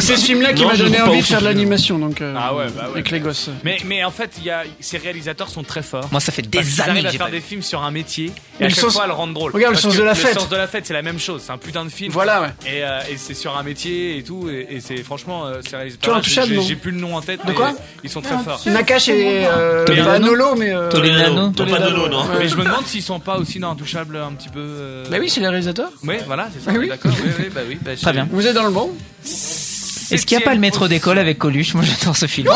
S5: C'est ce film-là qui
S6: Non,
S5: m'a
S6: je
S5: donné
S6: joue pas
S5: envie
S6: au
S5: de faire de
S6: foot.
S5: l'animation, donc. euh,
S3: Ah ouais, bah ouais.
S5: Avec les gosses.
S3: Mais, mais en fait, il y a, ces réalisateurs sont très forts.
S1: Moi, ça fait
S3: Parce
S1: des
S3: qu'ils
S1: années
S3: arrivent
S1: que
S3: à
S1: j'ai
S3: faire
S1: pas
S3: des
S1: vu.
S3: films sur un métier et
S5: Mais
S3: à
S5: le
S3: chaque
S5: sens-
S3: fois le rendre drôle.
S5: Regarde, le
S3: Parce
S5: sens
S3: que
S5: de la fête.
S3: Le sens de la fête, c'est la même chose. C'est un putain de film.
S5: Voilà, ouais.
S3: Et, euh, et c'est sur un métier et tout. Et, et c'est franchement, euh, c'est réalisé.
S5: Tu vois, Intouchable,
S3: J'ai
S5: non
S3: j'ai plus le nom en tête. mais
S5: quoi
S3: Ils sont très
S4: Non,
S3: forts.
S4: tu-
S5: Nakash et. euh,
S1: Toledano.
S5: Pas Nolo, mais. euh,
S1: Toledano.
S6: Non, pas Dodo, non.
S5: Ouais.
S3: Mais je me demande s'ils sont pas aussi dans Intouchable un petit peu. euh,
S5: Bah oui, c'est les réalisateurs.
S3: Oui, voilà, c'est ça.
S5: Ah oui.
S3: D'accord. Oui, oui, bah oui. bah, j'ai-
S1: Très bien.
S5: Vous êtes dans le bon
S1: Est-ce qu'il n'y a pas le maître d'école avec Coluche Moi, j'adore ce film.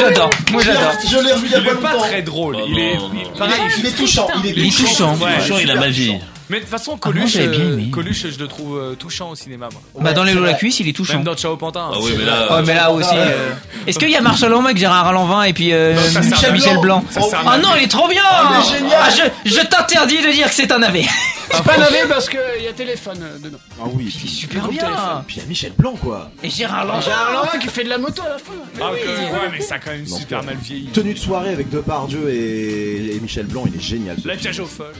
S1: J'adore. Moi, j'adore.
S2: Ah Je l'ai revu il y a
S3: Il
S2: pas
S3: est pas
S2: longtemps.
S3: très drôle.
S6: Oh
S3: il est.
S6: non, non.
S3: il-
S2: Il
S3: Pareil.
S2: est- Il est touchant.
S1: Il est touchant.
S3: Ouais.
S6: Franchement, il a ma vie.
S3: Mais de toute façon,
S2: Ah,
S1: moi,
S3: Coluche,
S1: j'avais bien
S3: euh,
S1: aimé.
S3: Coluche, je le trouve euh, touchant au cinéma. Moi.
S1: Bah, dans les lots la
S2: la
S1: cuisse, il est touchant.
S3: Même dans Ciao Pantin. hein. Ah,
S6: Ah oui, mais là.
S2: Oh,
S1: Ouais, mais là *laughs* aussi. euh, Est-ce qu'il y a Marshall Orme avec Gérard Lanvin et puis euh,
S3: Non, ça, c'est
S2: un
S1: Michel
S2: avion.
S1: Blanc
S2: Ça, c'est un
S1: Ah non, il est trop bien
S2: Ah, il est génial.
S1: Ah, je, je t'interdis de dire que c'est un AV.
S5: C'est pas navet parce qu'il y a téléphone euh, dedans.
S2: Ah oui.
S1: Super
S2: Et
S1: bien
S2: puis il y a Michel Blanc, quoi.
S1: Et Gérard Lanvin
S5: Gérard Lanvin qui fait de la moto à la fin.
S3: Ah, que- ouais, mais ça a quand même super mal vieilli.
S2: Tenue de soirée avec Depardieu et, et Michel Blanc, il est génial. ce
S3: La
S2: film.
S3: piège au folle.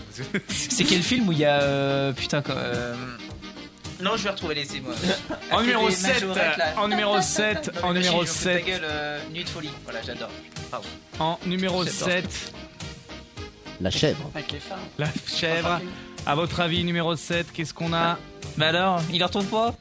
S1: C'est quel film où il y a. euh, putain, quoi. euh, Non, je vais retrouver les moi.
S3: *laughs* En numéro 7,
S1: *laughs*
S3: en numéro 7, en numéro 7,
S1: euh, Nuit de folie. Voilà, j'adore.
S3: en numéro
S1: J'adore.
S3: 7,
S2: La chèvre.
S5: Avec les femmes.
S3: la chèvre. À votre avis, numéro 7, qu'est-ce qu'on a
S1: Ah. Mais alors, il le retrouve pas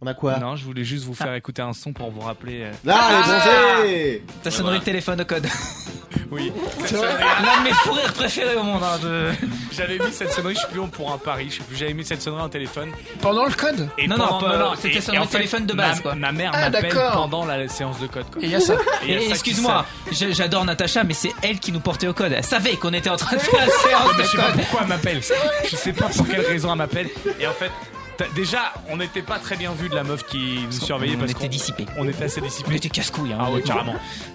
S2: On a quoi
S3: Non, je voulais juste vous faire écouter un son pour vous rappeler. euh,
S2: Là,
S1: Ah
S2: les Français
S1: Ta sonnerie de téléphone au code.
S3: *laughs* Oui,
S1: L'un de mes fous rires préférés au monde. hein, de-
S3: j'avais mis cette sonnerie, je suis plus bon pour un pari, je suis plus, j'avais mis cette sonnerie en téléphone.
S5: Pendant le code
S3: Et
S1: Non, non,
S3: pendant-
S1: pas- c'était
S3: et- et
S1: sonnerie
S3: en fait,
S1: téléphone de
S3: ma- *laughs*
S1: base, quoi.
S3: Ma mère
S5: Ah,
S3: m'appelle
S5: d'accord.
S3: pendant la séance de code, quoi.
S5: Et il y a ça.
S3: *laughs* Et il y a ça
S1: Et
S3: qui
S1: Excuse-moi, je- j'adore Natacha, mais c'est elle qui nous portait au code. Elle savait qu'on était en train
S3: *laughs*
S1: de faire la séance
S3: Mais je sais
S1: de
S3: pas
S1: code.
S3: pourquoi elle m'appelle. Je sais pas pour quelle raison elle m'appelle. Et en fait, t'as- déjà, on n'était pas très bien vu de la meuf qui nous surveillait
S1: on
S3: parce
S1: était
S3: qu'on
S1: dissipés.
S3: On était assez dissipés.
S1: On était casse-couilles, hein.
S3: Ah ouais, carrément.
S1: *laughs*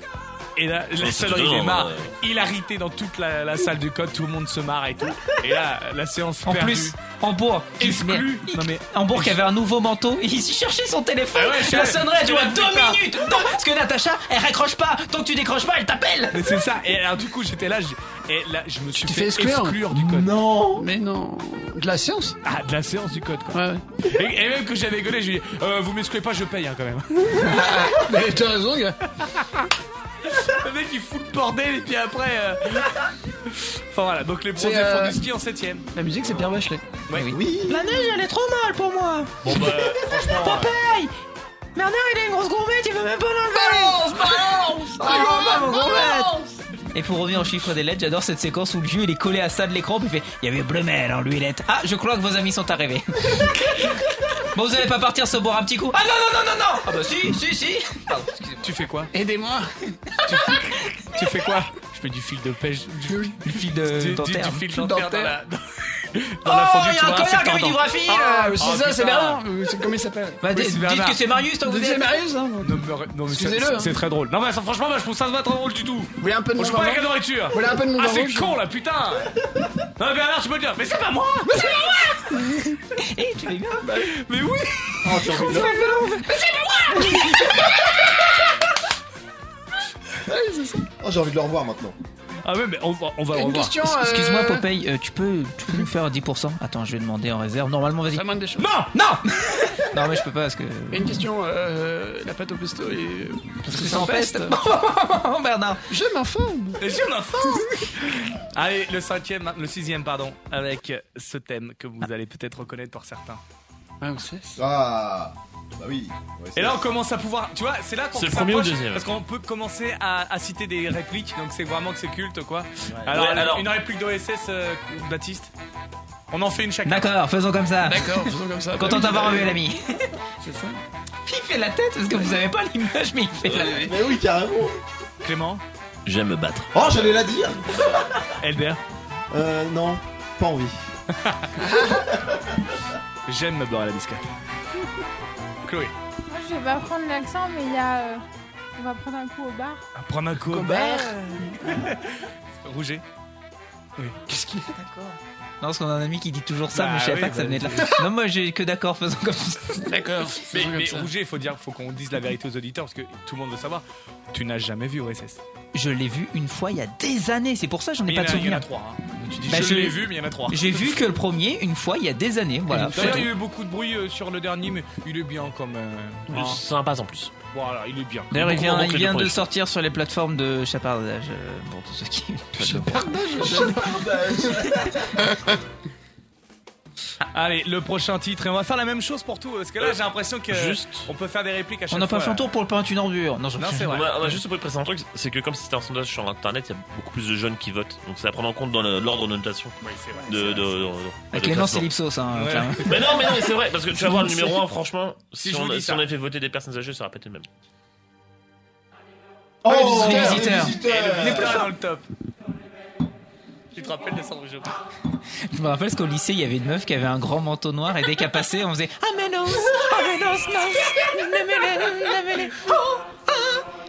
S3: Et là, la
S6: c'est
S3: sonnerie
S6: dedans,
S3: démarre.
S6: ouais.
S3: Hilarité dans toute la, la salle du code, tout le monde se marre et tout. Et là, la séance
S1: En
S3: perdue.
S1: plus, Hambourg, qui se met-
S3: exclue. Non mais.
S1: Hambourg qui avait un nouveau manteau, et il cherchait son téléphone.
S3: Ah ouais, je
S1: la
S3: savais.
S1: sonnerie, tu vois,
S3: Je
S1: deux
S3: l'avais pas.
S1: minutes. Non, parce que Natacha, elle raccroche pas. Tant que tu décroches pas, elle t'appelle.
S3: mais C'est ça, et alors du coup j'étais là, j'ai- et là je me suis
S5: t'es
S3: fait
S5: fait exclure
S3: du code.
S2: Non
S5: Mais non. De la science
S3: Ah, de la séance du code quoi.
S5: Ouais, ouais.
S3: Et, et même que j'avais gueulé, j'ai dit, euh, vous m'excluez pas, je paye hein, quand même.
S5: *laughs* Mais t'as raison, gars.
S3: Le mec il fout le bordel et puis après. euh, Enfin voilà, donc les bronzés
S5: C'est, euh,
S3: font du ski en 7ème.
S5: La musique, c'est Pierre Bachelet.
S2: Oui
S1: La neige, elle est trop mal pour moi.
S6: Bon, bah, franchement.
S1: Popeye Bernard, il a une grosse gourmette, il veut même pas l'enlever. Ah, Balance, Et pour revenir au chiffre des lettres, j'adore cette séquence où le vieux il est collé à ça de l'écran, puis il fait Il y avait Blumel en lui lettre. Ah, je crois que vos amis sont
S3: *laughs*
S1: arrivés. bon, vous allez pas partir se boire un petit coup Ah non, non, non, non, non Ah bah si, si, si Pardon, excusez-moi.
S3: Tu fais quoi
S5: Aidez-moi.
S3: *laughs* Tu fais quoi Je fais du fil de pêche. Du,
S1: Le fil
S3: du- du-
S1: de
S3: du
S1: dentaire.
S3: fil
S5: Fil
S3: dentaire dans
S5: dentaire.
S3: la, dans
S1: Oh,
S3: la fondue.
S1: il y
S3: tu
S1: a un
S3: vois, c'est
S1: connard qui a mis
S3: tordant.
S1: du graphie
S5: Ah,
S1: là.
S5: c'est
S3: oh,
S5: ça, c'est
S3: putain.
S5: Bernard. Euh, c'est- Comment il s'appelle
S1: Bah,
S3: oui,
S1: d-
S3: c'est
S1: dites
S3: Bernard.
S1: que c'est Marius tant que vous
S5: Deuxième
S1: êtes.
S5: Marius, hein. Vous
S3: Non, mais, arrête- non, mais c'est-
S5: Excusez-le, hein.
S3: c'est très drôle. Non mais ça, franchement, moi je trouve ça pas très drôle du tout.
S5: voulez un peu de
S3: On
S5: mon
S3: joue pas avec la
S5: barbare
S3: nourriture.
S5: Vous voulez un peu de mon
S3: Ah
S5: barbare
S3: c'est con là, putain. Non mais Bernard, tu peux le dire. Mais
S5: *laughs*
S3: c'est pas moi.
S1: *laughs* Eh, tu vas bien
S3: Mais oui.
S2: Oh, j'ai envie de le revoir maintenant.
S3: Ah ouais, mais on va, on va le
S5: Une
S3: revoir.
S5: question. euh,
S1: Excuse-moi, Popeye, euh, tu, peux, tu peux nous faire 10% Attends, je vais demander en réserve. Normalement, vas-y.
S5: Ça manque des choses.
S3: Non, non.
S1: Non, mais je peux pas parce que.
S5: Et Une question, euh, la pâte au pesto et...
S1: Parce
S5: que c'est en peste.
S1: Oh, *laughs* Bernard
S5: Je m'informe
S3: Et si on a faim Allez, le cinquième, le sixième, pardon, avec ce thème que vous allez peut-être reconnaître par certains.
S5: Ah, on sait.
S2: Ah Bah oui Ouais, c'est-
S3: Et là, on commence à pouvoir. Tu vois, c'est là qu'on
S6: C'est le
S3: s'approche,
S6: premier ou le deuxième
S3: Parce qu'on peut commencer à, à citer des répliques, donc c'est vraiment que c'est culte, quoi. Alors,
S6: Ouais, alors-
S3: une réplique d'OSS, euh, Baptiste On en fait une chacun.
S1: D'accord, faisons comme ça.
S5: D'accord, faisons comme ça.
S1: Content d'avoir
S5: vu
S3: Euh,
S1: revu l'ami.
S5: C'est ça.
S1: Il fait la tête parce que vous avez pas l'image, mais il fait la tête.
S2: Mais oui, carrément
S3: Clément
S6: J'aime me battre.
S2: Oh, j'allais la dire
S3: Elder
S2: Euh, non, pas envie.
S3: *laughs* J'aime me beurrer la biscotte. Chloé
S4: Moi, je vais pas prendre l'accent, mais il y a. euh, on va prendre un coup au bar.
S3: Prends un coup. Rouget
S5: Qu'est-ce qu'il
S1: Non, parce qu'on a un ami qui dit toujours ça,
S3: Bah
S1: mais je savais
S3: oui,
S1: pas que ça
S3: bah
S1: venait de là. Non, moi
S3: *laughs*
S1: j'ai que d'accord, faisons comme ça. *laughs*
S5: D'accord.
S3: Mais, mais
S5: ça.
S3: Rouget, il faut dire, faut qu'on dise la vérité aux auditeurs parce que tout le monde veut savoir. Tu n'as jamais vu OSS.
S1: je l'ai vu une fois il y a des années. C'est pour ça que j'en ai
S3: Mais
S1: pas de
S3: Il y en
S1: souvenir.
S3: a trois. hein. Tu dis,
S1: Bah,
S3: je
S1: je-
S3: l'ai vu, mais il y en a trois.
S1: J'ai vu que le premier une fois il y a des années. Voilà.
S3: D'ailleurs, il y a eu beaucoup de bruit euh, sur le dernier, mais il est bien comme. euh,
S6: Plus
S3: hein.
S6: sympa en plus.
S3: Voilà, il est bien.
S1: D'ailleurs, il
S6: Beaucoup
S1: vient,
S6: moins
S1: il
S6: que les
S1: vient
S6: deux
S1: de
S6: premiers.
S1: sortir sur les plateformes de chapardage. euh, Pour tous ceux qui. *laughs*
S3: *laughs* Allez, le prochain titre, et on va faire la même chose pour tout, parce que là, j'ai l'impression que.
S6: Juste.
S3: On peut faire des répliques à chaque
S1: On n'a
S3: fois.
S1: pas fait un tour pour le pain une ordure. Non, je- *laughs*
S3: Non, c'est
S6: On
S3: vrai.
S6: a, on a Ah, bah, juste pour préciser un truc, c'est que comme c'était un sondage sur internet, il y a beaucoup plus de jeunes qui votent. Donc c'est à prendre en compte dans le- l'ordre de notation.
S3: Oui, c'est vrai.
S6: De, de, de- de
S1: Avec les mains, c'est
S6: classement.
S1: l'Ipsos. Hein,
S3: Ouais.
S1: clairement.
S6: Mais non, mais non, mais c'est vrai, parce que tu vas voir le numéro
S1: *laughs*
S6: 1, franchement,
S3: Si
S6: si,
S3: je vous
S6: on,
S3: dis
S6: si
S3: ça.
S6: on avait fait voter des personnes âgées, ça aurait pas été le même.
S2: Oh,
S1: les visiteurs.
S3: Il est pas dans le top. Tu te rappelles de Sandro Job
S1: Je me rappelle parce qu'au lycée, il y avait une meuf qui avait un grand manteau noir et dès qu'elle passait, on faisait *laughs* Ah, Amenos, Amenos, nos, nemele, nemele, oh, ah,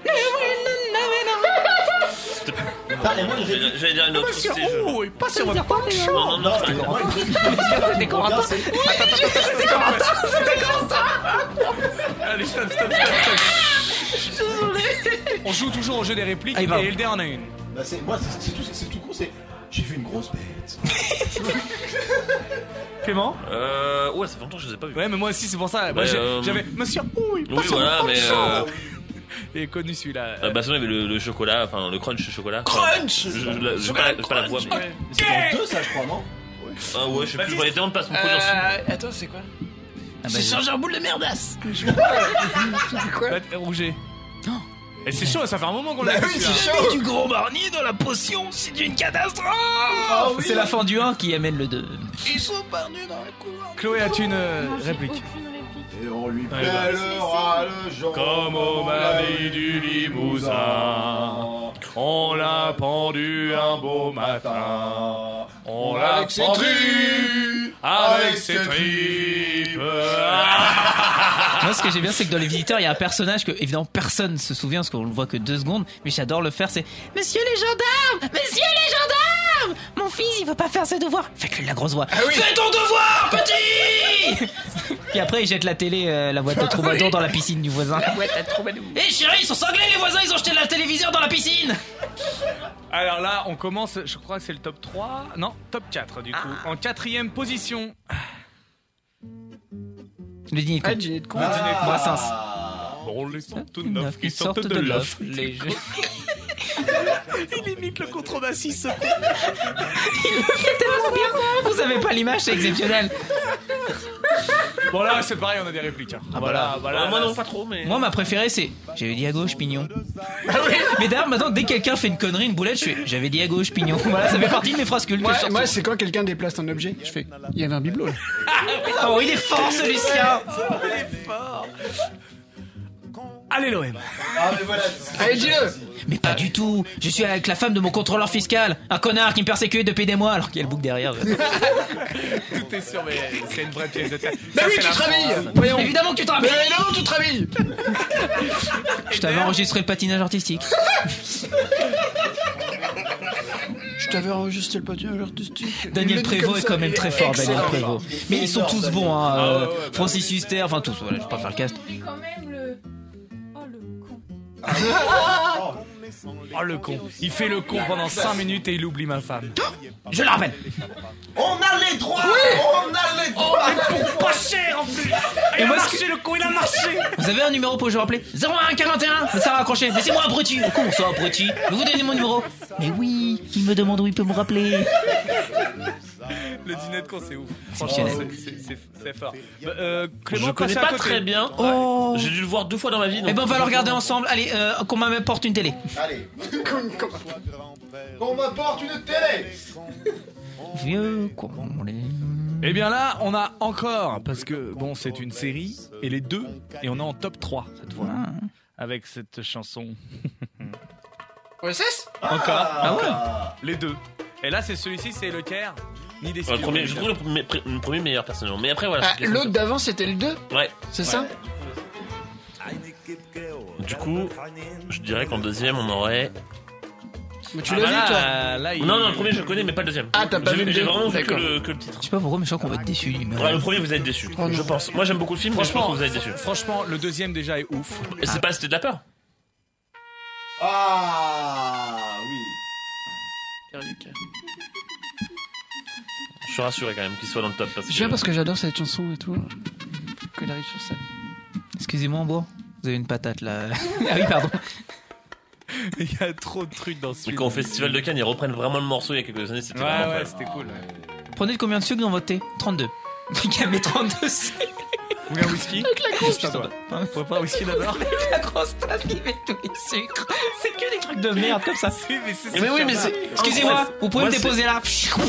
S1: nemele, nemele.
S2: Putain, et moi, j'ai-
S6: J'allais dire une autre, c'était je-
S1: Oh, et pas sur votre pantalon.
S6: Non, non, non,
S2: c'était
S6: non.
S2: comment
S1: C'était comment
S2: Regarde, c'est-
S3: Allez, stop, stop, stop, stop. Désolé. On joue toujours au jeu des répliques,
S1: Ah, il va.
S3: et Elder en a une.
S2: Bah, c'est- Moi, c'est- c'est tout- c'est tout court, c'est. J'ai vu une grosse bête.
S3: Clément
S6: Euh. Ouais, ça fait longtemps que je les ai pas vus.
S3: Ouais, mais moi aussi, c'est pour ça. Moi,
S6: Mais,
S3: j'ai-
S6: euh,
S3: j'avais. Monsieur, oui,
S6: Oui, voilà, mais. Euh,
S3: *laughs* Il est connu celui-là.
S6: euh, bah, sinon, il y avait le, le chocolat, enfin, le crunch chocolat. Crunch J'ai pas, j'ai pas la voix, mais.
S2: C'est dans deux, ça, je crois, non
S6: Ah ouais, je sais plus,
S3: Baptiste.
S6: j'en ai tellement de passe mon produit en
S5: Euh, attends, c'est quoi
S1: Ah, bah,
S5: J'ai changé un boule de merdasse
S3: Bah, euh, Rouget. Et c'est chaud, ça fait un moment qu'on
S2: Bah
S3: l'a vu.
S2: oui,
S3: celui-là.
S1: du gros marnier dans la potion, c'est une
S2: Ah
S1: catastrophe Oh, C'est la fin du 1 qui amène le 2.
S3: Chloé, as-tu une euh,
S4: Non, j'ai
S3: réplique
S4: Aucune réplique.
S2: Et on lui
S3: Ouais, bah.
S2: pèlera le genre.
S3: du on pendu un beau On l'a
S2: Avec ses Ah, tripes, avec ses
S3: tripes.
S6: Ah.
S1: Moi, ce que j'aime bien, c'est que dans les visiteurs, il y a un personnage que, évidemment, personne se souvient parce qu'on le voit que deux secondes, mais j'adore le faire. C'est Monsieur les gendarmes Monsieur les gendarmes Mon fils, il veut pas faire ses devoirs. Fais-le de la grosse voix. Fais ton devoir, petit Puis après, il jette la télé, euh, la boîte de troubadour dans la piscine du voisin. La boîte Eh chérie, ils sont cinglés, les voisins, ils ont jeté la téléviseur dans la piscine
S3: Alors là, on commence, je crois que c'est le top 3. Non, top 4 du coup. En quatrième position.
S1: Le dîner de con.
S5: Ah, dîner de con.
S1: Brassens.
S3: Bon, les sont tout
S1: neufs qui sortent de l'œuf. Les jeux.
S3: *laughs* Il imite le
S1: *laughs*
S3: contrebassiste.
S1: tellement bien. Ah, Vous avez pas l'image, c'est exceptionnel.
S3: Bon là, c'est pareil, on a des répliques. hein. voilà, voilà.
S6: Ah, moi
S3: là,
S6: non, pas trop, mais.
S1: Moi, ma préférée, c'est J'avais dit à gauche, pignon. Mais d'ailleurs, maintenant, dès que quelqu'un fait une connerie, une boulette, je fais J'avais dit à gauche, pignon. *laughs* Voilà, ça fait partie de mes phrases cultes.
S5: Moi,
S1: que je sors
S5: moi
S1: souvent.
S5: c'est quand quelqu'un déplace un objet, je fais. Il y avait un bibelot là.
S1: oh, il est fort, hein. ce Lucien.
S3: Allez l'OM.
S2: Ah, mais voilà.
S5: Allez, dis-le
S1: Mais pas du tout. Je suis avec la femme de mon contrôleur fiscal. Un connard qui me persécute depuis des mois alors qu'il y a le bouc derrière.
S3: Tout est sûr, mais c'est une vraie pièce de théâtre.
S5: Bah
S3: Ça,
S5: oui,
S3: c'est
S5: tu
S3: la
S5: te
S3: France.
S1: Ah,
S5: rhabilles Voyons
S1: Évidemment que tu te
S5: Mais
S1: rappelles.
S5: non, tu te rhabilles
S1: Je t'avais enregistré le patinage artistique.
S5: Je t'avais enregistré le patinage artistique. Il
S1: Daniel
S5: le dit comme
S1: Prévost est
S5: ça,
S1: quand même
S5: il
S1: très
S5: est
S1: fort, Daniel
S5: excellent.
S1: Prévost. Mais ils sont tous bons, hein. euh, Francis Huster, enfin tous. Voilà, je vais pas faire le cast.
S4: J'ai quand même le. Oh le con.
S2: Ah.
S3: Oh le con. Il fait le con pendant 5 minutes et il oublie ma femme.
S1: Je le rappelle.
S2: On a les droits On a les
S1: Oh,
S2: droits
S3: Pas cher en plus. Il a marché le con, il a marché.
S1: Vous avez un numéro pour que je vous rappelle 01 41 Mais ça raccroché Laissez-moi abruti Au con, ça abruti Je vous donner mon numéro Mais oui Il me demande où il peut me rappeler
S3: Le dîner de con, c'est ouf. Franchement,
S1: Exceptionnel.
S3: c'est- c'est- c'est c'est fort. Bah, euh, Clément,
S6: Je connais
S3: passez à
S6: pas
S3: côté.
S6: très bien.
S1: Oh
S6: J'ai dû le voir deux fois dans ma vie. donc-
S1: Eh ben on va le regarder ensemble Allez, euh, qu'on m'apporte une télé
S2: Allez On m'apporte une télé
S1: Vieux con les...
S3: Eh bien là, on a encore, parce que bon, c'est une série, et les deux, et on est en top 3 cette fois.
S6: Ah.
S3: Avec cette chanson.
S5: OSS
S3: Encore
S1: Ah ouais
S3: Les deux. Et là, c'est celui-ci, c'est le Caire, ni des
S6: Ouais, le premier, je trouve le premier, pr- le premier meilleur personnellement. Mais après, voilà.
S5: Ah,
S6: c'est-
S5: L'autre d'avant, c'était le 2,
S6: Ouais.
S5: c'est ça
S6: Du coup, je dirais qu'en deuxième, on aurait.
S5: Mais tu l'as vu, toi
S3: là, là, il-
S6: Non, non, le premier, je le connais, mais pas le deuxième.
S5: Ah, t'as pas
S6: J'ai-
S5: vu le
S6: J'ai
S5: deux.
S6: vraiment vu que
S5: D'accord.
S6: le, que le titre.
S1: Je sais pas pourquoi mais je sens qu'on va être déçus du numéro.
S6: Ouais, le premier, vous êtes déçus.
S5: Oh, non.
S6: je pense. Moi, j'aime beaucoup le film, mais je pense que vous êtes déçus.
S3: Franchement, le deuxième déjà est ouf.
S6: C'est pas, c'était de la peur.
S2: Ah oui.
S5: Pierre Lucas.
S6: Je suis rassuré quand même qu'il soit dans le top. Parce
S5: Je viens
S6: que...
S5: parce que j'adore cette chanson et tout. Qu'il arrive sur scène.
S1: Excusez-moi, bon, vous avez une patate là. *laughs* ah oui, pardon.
S3: *laughs* Il y a trop de trucs dans ce
S6: Oui,
S3: film.
S6: quand au Festival de Cannes, ils reprennent vraiment le morceau il y a quelques années, c'était
S3: Ouais,
S6: vraiment
S3: ouais,
S6: fun.
S3: c'était cool.
S1: Prenez de combien de sucre dans votre thé *laughs* 32. Le gars met 32 sucres.
S3: Ou un whisky
S1: Putain, hein,
S3: Pourquoi pas un whisky d'abord
S1: La grosse tasse qui met tous les sucres. C'est que des trucs de merde
S6: *laughs*
S1: comme ça. Eh
S3: Mais c'est-
S6: Mais, oui, mais c'est.
S1: Excusez-moi, vous pouvez
S6: Moi,
S1: me
S6: c'est-
S1: déposer là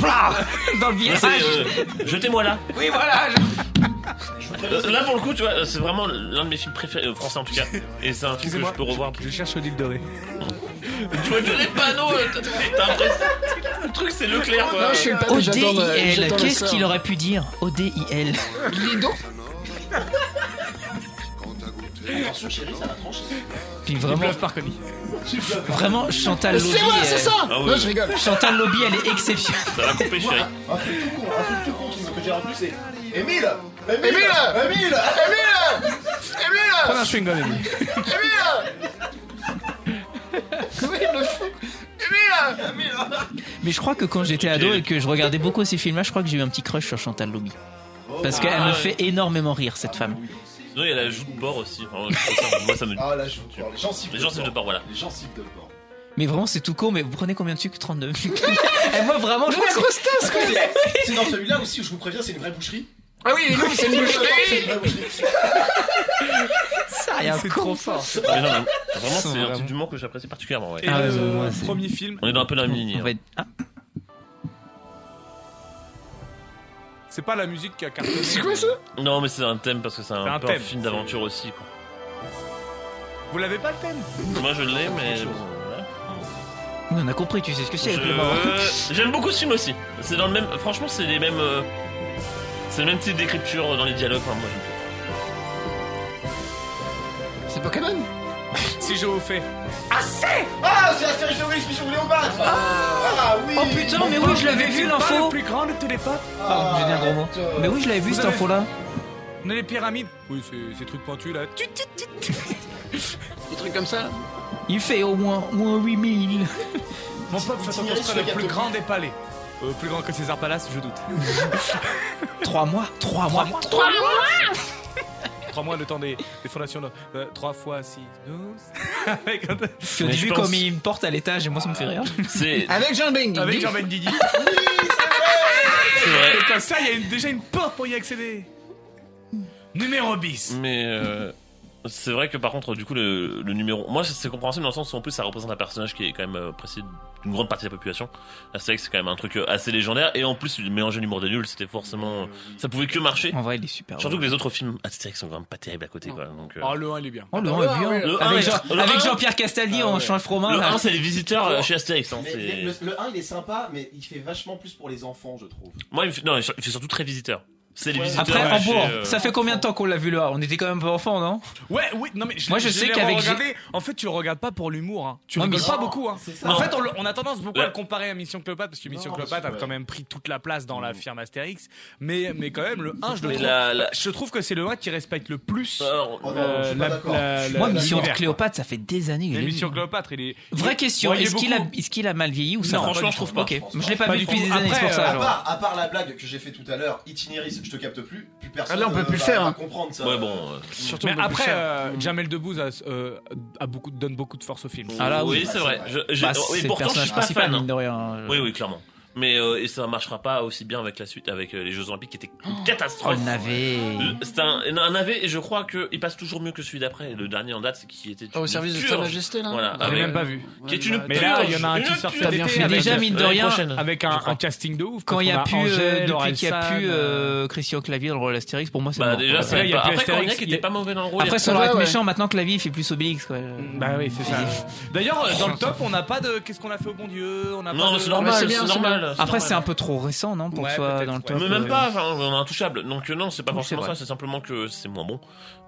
S1: Ah, Dans le
S6: Moi,
S1: virage
S6: c'est, euh, Jetez-moi là.
S1: Oui, voilà je-
S6: Euh, Là, pour le coup, tu vois, c'est vraiment l'un de mes films préférés, euh, français en tout cas. Et c'est un film que
S3: Excusez-moi.
S6: je peux revoir.
S3: Je cherche Odile Doré.
S6: Tu vois, tu les panneaux, euh, t'as- t'as l'impression. Le truc, c'est Leclerc, quoi.
S5: Non, je suis le père, mais j'adore, euh,
S1: ODIL,
S5: j'adore le
S1: qu'est-ce
S5: sort.
S1: qu'il aurait pu dire ODIL
S2: Attention chérie, ça va trancher.
S1: Puis
S3: Il
S1: vraiment,
S3: pleuve par Connie.
S1: vraiment Chantal Lobby.
S5: C'est moi, c'est
S1: euh,
S5: ça
S6: Ah oui,
S5: Non,
S6: oui.
S5: je rigole.
S1: Chantal Lobby, elle est exceptionnelle.
S6: Ça l'a coupé, chérie.
S2: Un truc tout con, un truc tout con qui me- que j'ai retenu, c'est Émile Émile
S5: Émile
S2: Émile
S3: Prends un chewing-gum, Émile.
S5: Comment il le fout
S1: Mais je crois que quand j'étais ado et que je regardais beaucoup ces films-là, je crois que j'ai eu un petit crush sur Chantal Lobby. Parce qu'elle
S6: Ah,
S1: me
S6: ouais.
S1: fait énormément rire, cette femme.
S6: Sinon, il y a la joue de bord aussi. Enfin, je trouve ça- Moi, ça me.
S2: Ah là, je vous parle, les gencives
S6: Les gens, c'est de bord, voilà.
S2: Les gencives de porc.
S1: Mais vraiment, c'est tout con, mais vous prenez combien de sucre
S6: *laughs*
S1: 32. et Eh, moi, vraiment, je pense que-
S2: C'est dans celui-là aussi où je vous préviens, c'est une vraie boucherie.
S5: Ah oui, non, c'est une
S2: *laughs* C'est
S5: boucherie
S2: une vraie boucherie.
S1: ça, Ah, il y a un
S3: C'est
S1: con.
S3: trop fort.
S6: Mais non, mais Vraiment, c'est un
S3: Vraiment.
S6: type d'humour que j'apprécie particulièrement, ouais.
S3: Et
S1: Ah, ouais, ouais,
S3: le
S1: ouais, c'est-
S3: premier film,
S6: On est dans un peu dans la même lignée, hein.
S1: On va être- Ah,
S3: c'est pas la musique qui a cartonné.
S5: C'est quoi ça
S6: hein. Non, mais c'est un thème parce que c'est un,
S3: C'est un
S6: peu un
S3: thème.
S6: film d'aventure aussi, quoi.
S3: Vous l'avez pas le thème
S6: Moi, je l'ai, mais. voilà.
S1: oui, on a compris, tu sais ce que c'est avec le moment.
S6: Je- J'aime beaucoup ce film aussi. C'est dans le même. Franchement, c'est les mêmes. euh, C'est le même type d'écriture dans les dialogues. Enfin, moi, j'aime tout.
S5: C'est Pokémon
S3: Si je vous fais.
S2: Ah, c'est la série Fabulous Pigeon Léopard Ah oui
S1: Oh putain, mais oui, je l'avais vu
S3: Pas le
S1: l'info
S3: plus grand de tous les potes
S1: Pardon, j'ai dit un gros mot.
S2: arrête, euh,
S1: Ah, Mais oui, je l'avais vu
S3: Ah, Vous
S1: cette
S3: avez-
S1: info-là.
S3: On a les pyramides. Oui, c'est- ces trucs pointus là. Tut, tut, tut.
S5: Des trucs comme ça
S1: Il fait au moins, moins 8000.
S3: Mon peuple façon
S2: Itinéraire sur
S3: construire
S2: le
S3: le plus
S2: gâteau.
S3: grand des palais. Euh, plus grand que César Palace, je
S1: *laughs*
S3: doute.
S1: 3 mois 3 mois
S3: Trois mois le temps des, des fondations. de- euh, trois fois six, douze. Avec,
S1: Puis au
S6: Mais je
S1: début,
S6: pense-
S1: comme il me porte à l'étage, et moi ça me fait rire.
S6: C'est
S5: Avec Jean Bing
S3: avec Jean Ben Guigui.
S6: c'est vrai.
S3: Et comme ça, il y a une- déjà une porte pour y accéder. Numéro 10.
S6: Mais euh, c'est vrai que par contre, du coup, le, le numéro. Moi, c'est- c'est compréhensible dans le sens où en plus ça représente un personnage qui est quand même euh, apprécié d'une grande partie de la population. Là, C'est vrai que c'est quand même un truc euh, assez légendaire. Et en plus, mélanger l'humour de nul, c'était forcément. Ça pouvait que marcher.
S1: En vrai, il est super.
S6: Surtout
S1: ouais.
S6: que les autres films Astérix sont quand même pas terribles à côté, quoi. Donc, euh,
S3: Oh, le 1, il est bien.
S1: Oh, le
S5: Ah,
S1: 1
S5: ouais,
S1: est bien.
S5: ouais,
S6: le un est-
S1: Avec, Jean-
S6: le
S1: avec
S6: un-
S1: Jean-Pierre Castaldi,
S3: Ah,
S1: on
S3: ouais.
S1: change fromain.
S6: Le
S1: là.
S6: 1, c'est les visiteurs euh, chez Astérix. Hein,
S2: Mais-
S6: c'est-
S2: mais le, le 1 il est sympa, mais il fait vachement plus pour les enfants, je trouve.
S6: Moi, il me fait, non, il fait surtout très visiteur. C'est les
S2: Ouais.
S6: visiteurs.
S1: Après,
S6: euh,
S1: en
S6: chez,
S1: bourre,
S6: euh,
S1: ça fait combien de temps qu'on l'a vu là On était quand même pas enfant, non
S3: Ouais, oui, non mais je,
S1: Moi, je sais
S3: l'ai
S1: qu'avec
S3: regardé. En fait, tu le regardes pas pour l'humour. Hein. Tu
S1: Non,
S3: rigoles
S1: mais-
S3: pas
S2: Non,
S3: beaucoup. Hein.
S2: c'est ça.
S3: En
S6: Non.
S3: fait, on, le- on a tendance beaucoup à
S6: Ouais.
S3: le comparer à Mission Cléopâtre parce que Mission
S2: Non,
S3: Cléopâtre a
S2: c'est-
S3: quand même pris toute la place dans la firme Astérix. Mais, mais quand même, le 1, je le
S6: Mm. Mais
S3: trouve.
S6: la- Ah, la-
S3: Je trouve que c'est le 1 qui respecte le plus.
S6: alors,
S2: Oh non,
S3: euh,
S2: je suis pas
S3: la-
S2: d'accord.
S3: la- la-
S1: Moi,
S3: la-
S1: Mission
S3: l'univers,
S1: Cléopâtre, ça fait des années que je
S3: quoi. Mais
S1: l'ai vu.
S3: Mission Cléopâtre, il est.
S1: Vraie
S3: il-
S1: question,
S3: bon, il est
S1: est-ce qu'il a,
S3: beaucoup-
S1: est-ce qu'il a mal vieilli ou ça
S3: Non,
S1: va
S6: franchement, je trouve pas.
S1: Ok,
S2: pense
S1: je l'ai pas
S3: pas
S1: vu
S3: du
S1: depuis
S3: tout.
S1: des années, c'est
S3: Après,
S1: pour
S3: euh,
S1: ça.
S2: À
S1: genre.
S2: part, à part la blague que j'ai fait tout à l'heure, itinéris, je te capte plus, plus personne.
S5: Ah là, on peut
S2: euh,
S5: plus le
S2: va-
S5: faire,
S2: va
S5: hein.
S2: comprendre ça.
S6: Ouais, bon. euh,
S5: Surtout
S3: Mais
S5: le Mmh.
S3: après,
S5: boucher.
S2: Mm.
S3: euh, Jamel Debbouze a, euh, a beaucoup, donne beaucoup de force au film.
S1: Ah là,
S6: oui,
S1: oui.
S6: c'est vrai. Je, j'ai-
S1: Bah,
S6: oui,
S1: c'est le
S6: pourtant, je
S1: personnage
S6: suis pas
S1: principal,
S6: fan. hein.
S1: mine de rien, hein.
S6: Oui, oui, clairement. Mais euh, et ça marchera pas aussi bien avec la suite, avec euh, les Jeux Olympiques qui étaient une
S1: Oh,
S6: euh, catastrophe.
S1: le navet.
S6: C'est un, un AV et je crois qu'il passe toujours mieux que celui d'après. Le dernier en date, c'est qui était
S5: Ah, au service de
S6: purge,
S5: Sa Majesté là
S6: Voilà,
S5: Ah,
S3: J'ai
S6: avec-
S5: ouais.
S3: même pas vu. bah,
S6: Qui est une
S5: Ouais,
S3: Mais là,
S6: purge,
S3: il y en a un
S6: une
S3: qui sort
S6: purge
S3: cet
S6: d'été
S3: été
S1: Mais
S6: avec,
S1: déjà,
S6: euh,
S1: mine de
S6: l'année
S1: rien,
S6: prochaine.
S3: Avec
S6: Je
S3: un,
S6: crois.
S3: un casting de ouf.
S1: Quand il y
S3: y
S1: a plus, euh, depuis qu'il y a plus euh, Christian Clavier dans le rôle Astérix, pour moi c'est
S6: Bah
S1: mort.
S6: déjà,
S3: Là, il
S6: c'est
S3: y a
S6: pas...
S3: plus
S6: après
S3: Astérix,
S6: Cornillac
S3: il y
S6: était
S3: a-
S6: pas mauvais dans le rôle.
S1: Après,
S5: ça
S1: ça aurait
S5: va,
S1: été
S5: ouais.
S1: méchant. Maintenant, Clavier, il fait plus Obélix, quoi.
S3: Bah oui,
S1: *laughs*
S3: c'est ça. D'ailleurs, euh,
S6: *laughs*
S3: dans le top, on n'a pas de. Qu'est-ce qu'on a fait au bon Dieu On n'a pas
S6: Non,
S3: de-
S6: c'est
S5: Ah,
S6: normal,
S5: c'est
S6: c'est
S5: bien,
S6: c'est
S5: c'est
S6: normal.
S1: Après,
S6: normal.
S1: c'est un peu trop récent, non, pour
S3: Ouais,
S1: que soit
S3: peut-être,
S1: dans le
S3: ouais.
S1: top.
S6: Mais
S1: euh,
S6: même pas, enfin, on est intouchable. Donc euh, non, c'est pas
S1: Oui,
S6: forcément
S1: c'est
S6: ça,
S1: vrai.
S6: c'est simplement que c'est moins bon.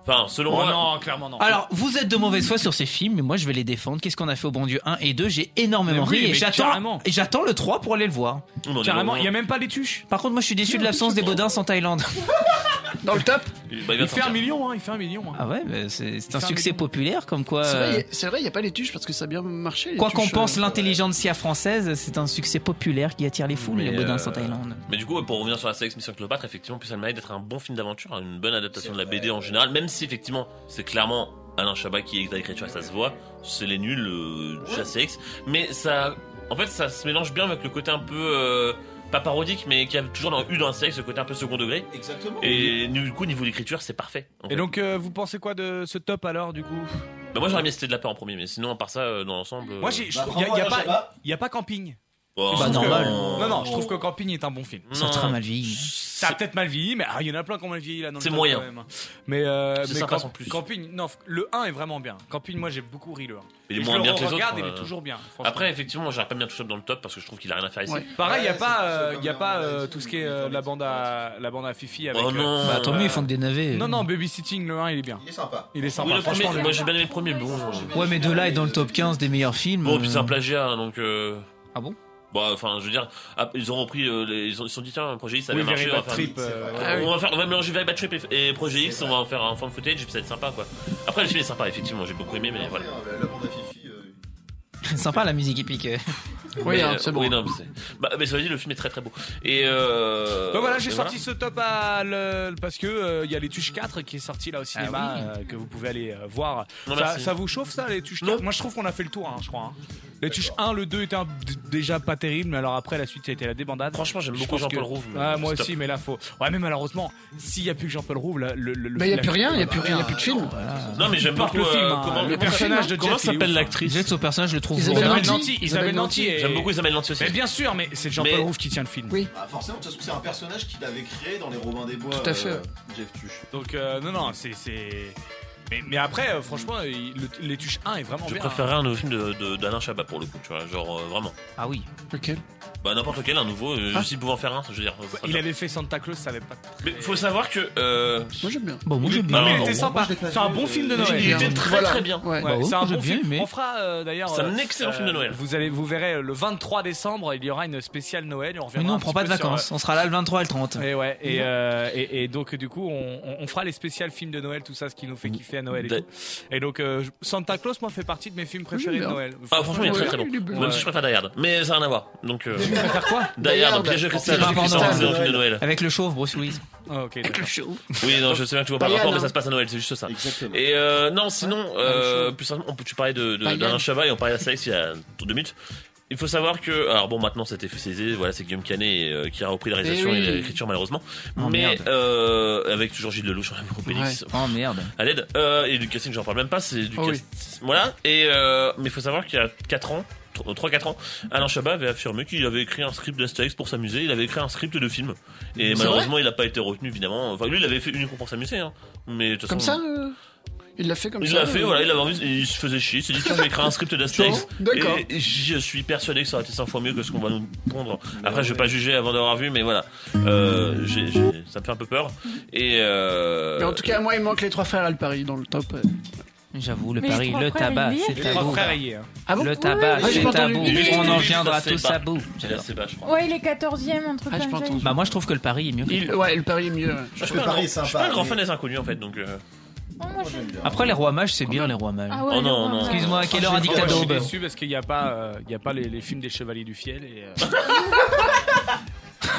S6: Enfin, selon
S3: Oh
S6: moi...
S3: non, clairement non.
S1: Alors, vous êtes de mauvaise foi sur ces films, mais moi je vais les défendre. Qu'est-ce qu'on a fait au bon Dieu 1 et 2 J'ai énormément
S3: Mais oui,
S1: ri et
S3: mais
S1: j'attends,
S3: carrément.
S1: et j'attends le 3 pour aller le voir.
S6: on est
S3: Carrément,
S6: loin.
S3: il n'y a même pas les tuches.
S1: Par contre, moi je suis déçu de l'absence des Baudins en Thaïlande.
S5: Dans le top
S6: Il, bah, il va
S3: Il fait
S6: sortir.
S3: un million, hein, il fait un million. hein.
S1: Ah ouais, mais c'est c'est un
S3: Fermez-le.
S1: succès populaire, comme quoi.
S5: C'est
S1: euh,
S5: vrai, C'est vrai, il n'y a pas les tuches parce que ça a bien marché. les
S1: Quoi qu'on
S5: tuches,
S1: pense,
S5: euh,
S1: l'intelligentsia française, c'est un succès populaire qui attire les foules,
S6: Mais,
S1: les Baudins en
S6: euh,
S1: Thaïlande.
S6: Mais du coup, pour revenir sur la sélection Mission Cléopâtre, effectivement, plus ça le mérite d'être un bon film d'aventure, une bonne adaptation de la BD en général, même si effectivement, c'est clairement Alain Chabat qui est à l'écriture et ça se voit, c'est les nuls, euh, du ACX, mais ça, en fait, ça se mélange bien avec le côté un peu, euh, pas parodique, mais qui a toujours dans, eu dans la série ce côté un peu second degré,
S2: Exactement.
S6: et du coup, niveau d'écriture, c'est parfait. en
S3: Et
S6: fait.
S3: donc, euh, vous pensez quoi de ce top alors, du coup
S6: Bah, moi, j'aurais mis C'était de la peur en premier, mais sinon, à part ça, euh, dans l'ensemble. euh,
S3: Moi, j'ai- je
S2: Bah,
S3: trouve- il y a-
S2: bravo,
S3: il y a
S2: Alain
S3: pas-
S2: Chabat.
S3: il n'y a pas Camping.
S6: Oh,
S3: Je trouve
S1: bah,
S3: que-
S1: normal.
S3: Non, non, je trouve que Camping est un bon film.
S1: Ça sera mal vieilli.
S3: Ça a peut-être mal vieilli, mais ah, il y en a plein qui ont mal vieilli là dans le
S6: C'est
S3: top,
S6: moyen.
S3: quand même. Mais, euh,
S6: C'est
S3: mais
S6: sympa,
S3: Camp-
S6: sans plus.
S3: Camping, non, le 1 est vraiment bien. Camping, moi j'ai beaucoup ri le 1.
S6: Il est
S3: Et je
S6: moins
S3: le
S6: bien que les autres.
S3: regarde, il
S6: euh.
S3: est toujours bien. franchement.
S6: Après, effectivement, j'aurais pas mis un touch-up dans le top parce que je trouve qu'il a rien à faire ici.
S5: Ouais.
S3: Pareil, il n'y a
S2: Ouais,
S3: pas,
S2: c'est-
S3: euh,
S2: c'est
S3: y a
S2: comme
S3: pas
S2: un-
S3: euh,
S2: c'est
S3: tout ce
S2: une
S3: qui est euh,
S2: comédie
S3: la bande à la bande à Fifi avec.
S6: Oh
S3: euh,
S6: non.
S1: Bah, tant mieux, ils font que des navets.
S3: non, non, Babysitting le 1 il est bien.
S2: Il est sympa.
S3: Il est
S6: Oui,
S3: sympa.
S6: le
S3: franchement,
S6: premier,
S3: le-
S6: moi j'ai bien aimé le premier, mais bon. je-
S1: Ouais, mais de là est dans le top 15 des meilleurs films.
S6: Bon, puis c'est un
S1: euh,
S6: plagiat, hein, donc. euh,
S1: Ah bon
S6: Bah, enfin, je veux dire, ah, ils ont repris, euh, les- ils ont- ils se sont dit, tiens, un Projet X, ça
S3: Oui,
S6: avait marché.
S3: Very
S6: On va,
S3: Bad
S6: faire,
S3: Trip.
S2: c'est
S3: euh,
S2: vrai.
S6: on
S5: Ah oui.
S6: va faire- on va mélanger Very Bad Trip et, et Projet X, on va en faire un fan footage, et puis ça va être sympa, quoi. Après, le film est sympa, effectivement, j'ai beaucoup aimé, mais voilà.
S2: La bande à Fifi. euh,
S1: *laughs* Sympa la musique épique. euh.
S5: Oui,
S6: Mais,
S5: hein,
S6: euh,
S5: c'est bon.
S6: Oui, non, mais c'est- bah, mais ça veut dire, le film est très très beau. Et euh.
S3: Donc voilà, j'ai
S6: et
S3: sorti ce top à le- parce que euh, il y a les Tuches 4 qui est sorti là au cinéma
S1: Ah
S3: euh, que vous pouvez aller euh, voir.
S6: Non,
S3: ça,
S6: merci.
S3: ça vous chauffe ça les Tuches 4 Moi je trouve qu'on a fait le tour hein, je crois. hein. Les Tuches 1, le 2 était un- d- déjà pas terrible, mais alors après la suite ça a été la débandade.
S6: Franchement, j'aime
S3: Je
S6: beaucoup
S3: pense
S6: Jean-Paul
S3: que-
S6: Rouve. mais
S3: Ah, moi
S6: stop.
S3: aussi, mais là faut. Ouais, mais malheureusement, s'il n'y a plus que Jean-Paul Rouve, là, le. le- le-
S5: Mais il n'y a
S3: la-
S5: plus rien, il n'y a plus
S2: bah,
S5: rien, y a
S2: rien,
S5: plus de film.
S6: Non, mais j'aime
S3: porte
S6: beaucoup
S3: le film,
S6: euh,
S3: hein,
S6: comment-
S3: le
S6: comment-
S3: personnage de
S6: Comment
S3: Jeff, il est
S6: s'appelle
S3: ouf, hein.
S6: l'actrice
S1: Jette au personnage, je le trouve
S5: Isabelle
S1: vraiment-
S3: Isabelle
S5: Nanty.
S3: Nanty, Isabelle
S5: Isabelle
S3: Nanty.
S5: Nanty.
S3: est-
S6: J'aime beaucoup Isabelle Nanty aussi.
S3: Mais bien sûr, mais c'est Jean-Paul
S6: Mais-
S3: Rouve qui tient le film.
S5: Oui.
S2: Bah, forcément, de toute façon, c'est un personnage qu'il avait créé dans les Robins des Bois.
S5: Tout à fait,
S2: euh, Jeff Tuche.
S3: Donc euh, non, non, c'est. c'est- Mais, mais après, euh, franchement, il- le- les Tuches 1 est vraiment
S6: Je
S3: bien. hein.
S6: préférerais un nouveau film de- de- d'Alain Chabat pour le coup, tu vois, genre euh, vraiment.
S1: Ah oui.
S5: Lequel
S6: Bah n'importe lequel, un nouveau, euh,
S5: Ah.
S6: juste s'il pouvait en faire un, je veux dire. ça serait
S3: Il
S6: bien.
S3: avait fait Santa Claus, ça avait pas.
S6: Mais faut savoir que euh,
S5: Moi j'aime bien.
S1: Bon, moi j'aime bien.
S6: Non,
S3: mais il
S6: non,
S3: était
S6: bon,
S3: sympa.
S2: moi, je l'ai pas
S3: C'est un
S2: vu,
S3: bon
S2: euh,
S3: film de
S2: j'ai-
S3: Noël.
S6: il
S5: bien.
S6: était très
S5: Voilà.
S6: très bien.
S5: Ouais.
S1: Bah oui,
S3: c'est un
S1: j'ai
S3: bon
S1: bien
S3: film.
S1: aimé.
S3: On fera euh, d'ailleurs.
S6: C'est un
S3: euh,
S6: excellent film de Noël.
S3: Vous allez, vous verrez euh, le 23 décembre, il y aura une spéciale Noël. Et on
S1: Mais
S3: reviendra.
S1: nous
S3: un
S1: on prend
S3: petit
S1: pas de
S3: peu sur,
S1: vacances, on sera là le 23 et le 30.
S3: euh, Et ouais, et, euh, et, et donc du coup, on, on- on fera les spéciales films de Noël, tout ça, ce qui nous fait kiffer à Noël et
S6: D'a-
S3: tout. Et donc euh, je- Santa Claus, moi, fait partie de mes films préférés de
S5: bien.
S3: Noël.
S6: Ah franchement il est très très bon.
S5: Ouais, il est bon.
S6: Même si je préfère Die Hard. Mais ça n'a rien à voir. Donc euh,
S3: Tu préfères quoi
S6: Die Hard, piège de
S5: Die
S6: cristal,
S1: Hard,
S6: c'est un
S1: Cristal.
S6: excellent film de Noël.
S1: Avec le chauve, Bruce Willis.
S3: Ah, Ok. d'accord.
S6: Oui non je sais bien que tu vois pas le
S5: Die
S6: rapport
S5: Hard,
S6: mais ça
S5: hein.
S6: se passe à Noël, c'est juste ça.
S2: Exactement.
S6: Et euh, non sinon euh,
S5: même chose.
S6: plus simplement, on peut tu parlais de, de
S5: Pas
S6: d'Alain
S5: mal.
S6: Chabat et on parlait de la série il y a deux minutes. Il faut savoir que alors bon maintenant c'était officialisé voilà c'est Guillaume Canet euh, qui a repris la réalisation
S5: Eh
S6: et
S5: oui.
S6: l'écriture malheureusement
S1: Oh,
S6: mais
S1: merde.
S6: euh, avec toujours Gilles Lelouch en Pélix
S1: Oh merde.
S6: à l'aide. Euh, et du casting, j'en parle même pas, c'est du
S5: Oh
S6: casting. Voilà, et euh, mais il faut savoir qu'il y a 4 ans, 3-4 ans, Alain Chabat avait affirmé qu'il avait écrit un script d'Astérix pour s'amuser, il avait écrit un script de film. Et
S5: C'est
S6: malheureusement, il a pas été retenu, évidemment. Enfin, lui, il avait fait uniquement pour s'amuser, hein. Mais de toute
S5: Comme ça
S6: façon,
S5: euh, Il l'a fait comme
S6: il
S5: ça
S6: l'a fait,
S5: euh,
S6: voilà, il avait envie, il se faisait chier, il s'est dit, tiens, je vais écrire un script d'Astérix.
S5: Bon, *laughs* D'accord.
S6: Et je suis persuadé que ça aurait été 100 fois mieux que ce qu'on va nous pondre. Après, je vais pas juger avant d'avoir vu, mais voilà. Euh, j'ai- j'ai- ça me fait un peu peur. Et euh,
S5: Mais en tout cas, moi il manque les trois frères Alpari dans le top. euh.
S1: J'avoue, le
S4: Mais les
S1: pari,
S4: trois
S1: le
S4: frères,
S1: tabac,
S4: ils
S1: c'est
S3: Les trois
S1: tabou.
S3: frères ayés.
S5: Ah bon
S1: Le tabac,
S5: oui, oui,
S1: c'est
S5: j'ai
S1: tabou.
S5: entendu.
S1: On en
S6: Oui,
S1: viendra
S6: ça, c'est
S1: tous
S6: pas-
S1: à bout.
S6: c'est assez bas, je crois.
S4: Ouais, il est 14ème, un truc
S5: Ah, j'ai pas
S4: comme ça.
S5: entendu.
S1: Bah moi je trouve que le pari est mieux. que le
S5: Il- Ouais, le pari est mieux. ouais.
S6: Je suis
S2: Le
S6: pas un
S2: pari
S6: grand-
S2: est
S6: je suis
S2: sympa,
S6: pas un grand
S2: mais-
S6: fan des inconnus en fait, donc. euh,
S4: Oh, moi, je-
S1: Après les rois mages, c'est bien les rois mages.
S4: Ah ouais,
S6: Oh non, Ah, non.
S1: Excuse-moi, à quelle heure a dit que t'as
S3: Moi, je suis
S1: daube
S3: déçu parce qu'il n'y a pas, euh, il y a pas les, les films des Chevaliers du Fiel. Et, euh,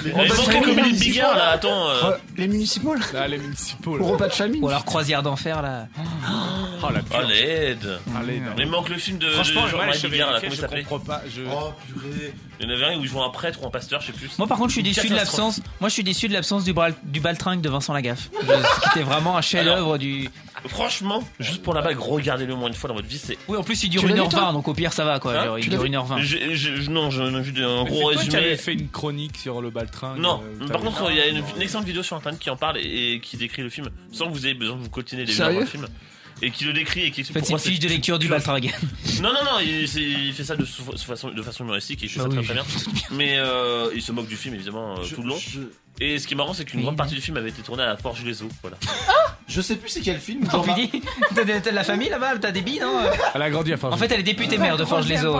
S6: Mais ils
S5: bah,
S6: manquent
S5: c'est
S6: les
S5: bien,
S6: comédies de
S5: c'est
S6: Bigard
S5: bien.
S6: là, attends. euh,
S5: Euh, Les municipaux là
S3: là, les municipaux. là.
S5: Au repas de famille
S1: Ou alors croisière d'enfer là.
S3: Oh la
S6: Oh
S3: pure.
S6: l'aide
S3: Allez, non.
S6: Mais manque le film de.
S3: Franchement,
S6: de
S3: ouais,
S6: Jean-Marie
S3: les Chevaliers
S6: Bigard là,
S3: du Fiel,
S6: comment il
S3: je
S6: s'appelait
S3: comprends pas. Je...
S2: Oh purée.
S6: Il y en avait un où ils jouaient un prêtre ou un pasteur, je sais plus.
S1: Moi par contre je suis
S6: Une
S1: déçu de
S6: catastrophe.
S1: l'absence. Moi je suis déçu de l'absence du, bral- du baltringue de Vincent Lagaffe. Je- C'était vraiment un chef-d'œuvre du.
S6: Franchement, juste pour la bague, regardez-le au moins une fois dans votre vie, c'est.
S1: Oui en plus il
S5: Tu
S1: dure
S5: l'as vu,
S1: 1h20
S5: toi
S1: donc au pire ça va quoi.
S6: Hein
S1: Genre, il
S5: Tu l'as
S1: dure
S5: vu
S1: 1h20.
S6: Je- je- Non, je- j'ai vu un gros
S3: Mais c'est toi qui avais
S6: résumé.
S3: fait une chronique sur le baltringue.
S6: Non,
S3: euh,
S6: mais
S3: t'as
S6: par
S3: vu.
S6: contre, il y a une, une excellente vidéo sur internet qui en parle et, et qui décrit le film sans que vous ayez besoin de vous cotiner des vidéos
S5: Sérieux
S6: dans le film. Et qui le décrit et qui
S1: En
S6: explique
S1: fait c'est
S6: pourquoi
S1: une fiche de
S6: c'est-
S1: lecture du
S6: tu vois,
S1: baltringue.
S6: Non, non, non, il, c'est- il fait ça de, sou- de façon, de façon humoristique et je fais
S1: Bah
S6: ça
S1: oui,
S6: très, très bien. Mais euh, il se moque du film évidemment euh,
S2: Je-
S6: tout le long.
S2: Je,
S6: Et ce qui est marrant, c'est qu'une
S1: Oui,
S6: grande
S1: oui.
S6: partie du film avait été tournée à Forge les Eaux. Voilà.
S5: Ah
S2: je
S1: *laughs*
S2: sais plus c'est quel film.
S1: Oh,
S2: Jean-Marc-
S1: puis dis, T'as de t'as de la famille là-bas, t'as des billes non euh
S3: Elle a Ah, grandi à faire.
S1: En fait elle est députée maire de hein. Forge les Eaux.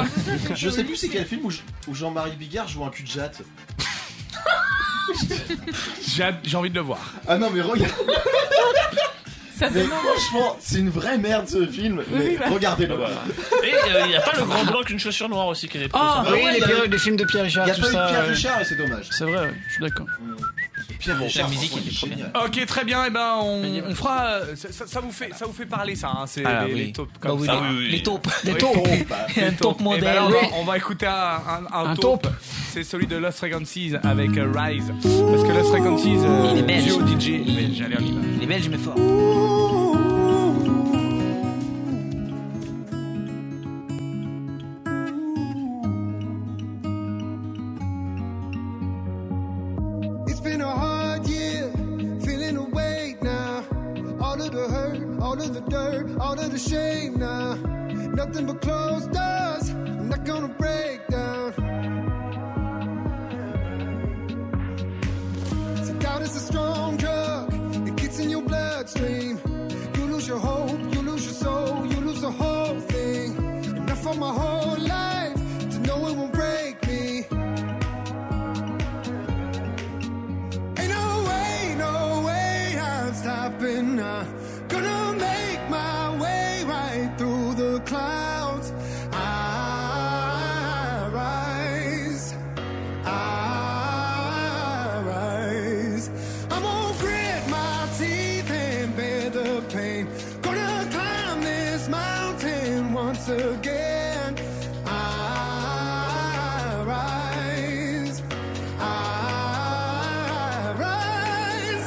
S2: Je sais plus c'est quel film où, je- où Jean-Marie Bigard joue un cul de jatte.
S3: J'ai hâte- j'ai envie de le voir.
S2: Ah non, mais regarde.
S4: Ça
S2: Mais
S4: donne envie.
S2: franchement, c'est une vraie merde ce film. mais
S4: oui, bah.
S2: regardez-le.
S6: Et euh, il n'y a pas le grand blanc qu'une chaussure noire aussi qui est déposée.
S5: Ah,
S2: Ah
S5: oui,
S2: ouais,
S5: les,
S2: il y a
S5: Pierre- les films de Pierre
S2: Il
S5: Richard,
S2: n'y a
S5: tout
S2: pas eu
S5: ça.
S2: Pierre
S5: ouais.
S2: Richard et c'est dommage.
S5: C'est vrai, ouais, je suis d'accord.
S2: Pierre Richard,
S1: musique
S2: franchement,
S1: était
S2: il est
S1: géniale.
S2: génial.
S3: Ok, très bien. Et ben, on, on fera. euh, Ça, ça- ça vous fait, ça vous fait parler, ça. hein, c'est
S1: Ah
S3: les,
S1: oui.
S3: les taupes
S1: Bah
S3: comme
S1: oui,
S3: ça.
S6: Ah oui, oui.
S1: Les taupes.
S5: Des
S3: Oui.
S5: taupes.
S2: Bon, bah,
S1: Un taupe
S3: Et
S1: modèle.
S3: ben là, on, va, on va écouter un, un, un
S5: Un
S3: taupe.
S5: taupe.
S3: C'est celui de Lost Frequencies avec euh, Rise. Parce que Lost Frequencies, euh,
S1: Il est belge.
S3: duo DJ, mais j'allais en image.
S1: Les Belges, mais fort.
S7: It's been a hard year, feeling awake now. All of the hurt, all of the dirt, all of the shame now. Nothing but closed doors, I'm not gonna break down. So doubt is a strong drug, it gets in your bloodstream. You lose your hope, you lose your soul, you lose the whole thing. Enough for my whole life to know it won't break me. Ain't no way, no way I'm stopping. I'm gonna make my way right through the clouds. I rise, I rise. I'm gonna grit my teeth and bear the pain. Gonna climb this mountain once again. I rise. I rise.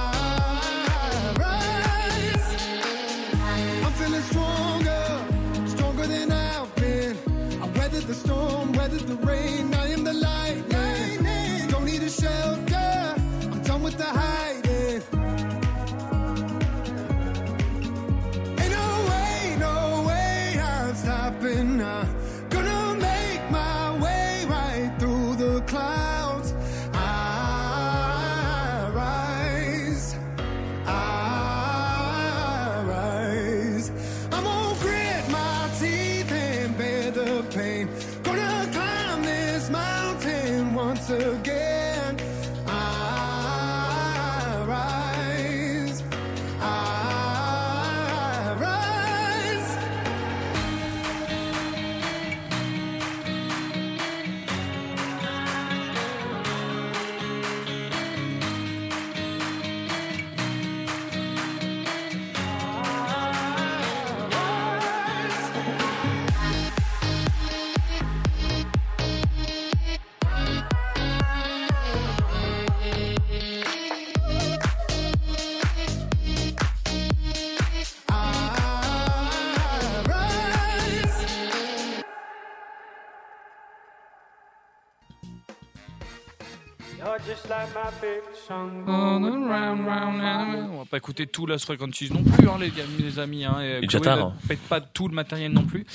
S7: I rise. I'm feeling stronger, stronger than I've been. I weathered the storm, weathered the rain. I am the lightning. Don't need a shelter. I'm done with the hiding. Ain't no way, no way I'm stopping. I'm gonna make my way right through the clouds. I rise, I rise. I'm gonna grit my teeth and bear the pain. Gonna climb this mountain once again. I rise. I rise. I rise.
S8: You're just like my favorite song.
S3: On va pas écouter tout Lost Frequencies non plus, hein, les, gam- les amis. Hein, et
S6: Et
S3: Chloé
S6: Jatar,
S3: ne
S6: hein.
S3: pète pas tout le matériel non plus.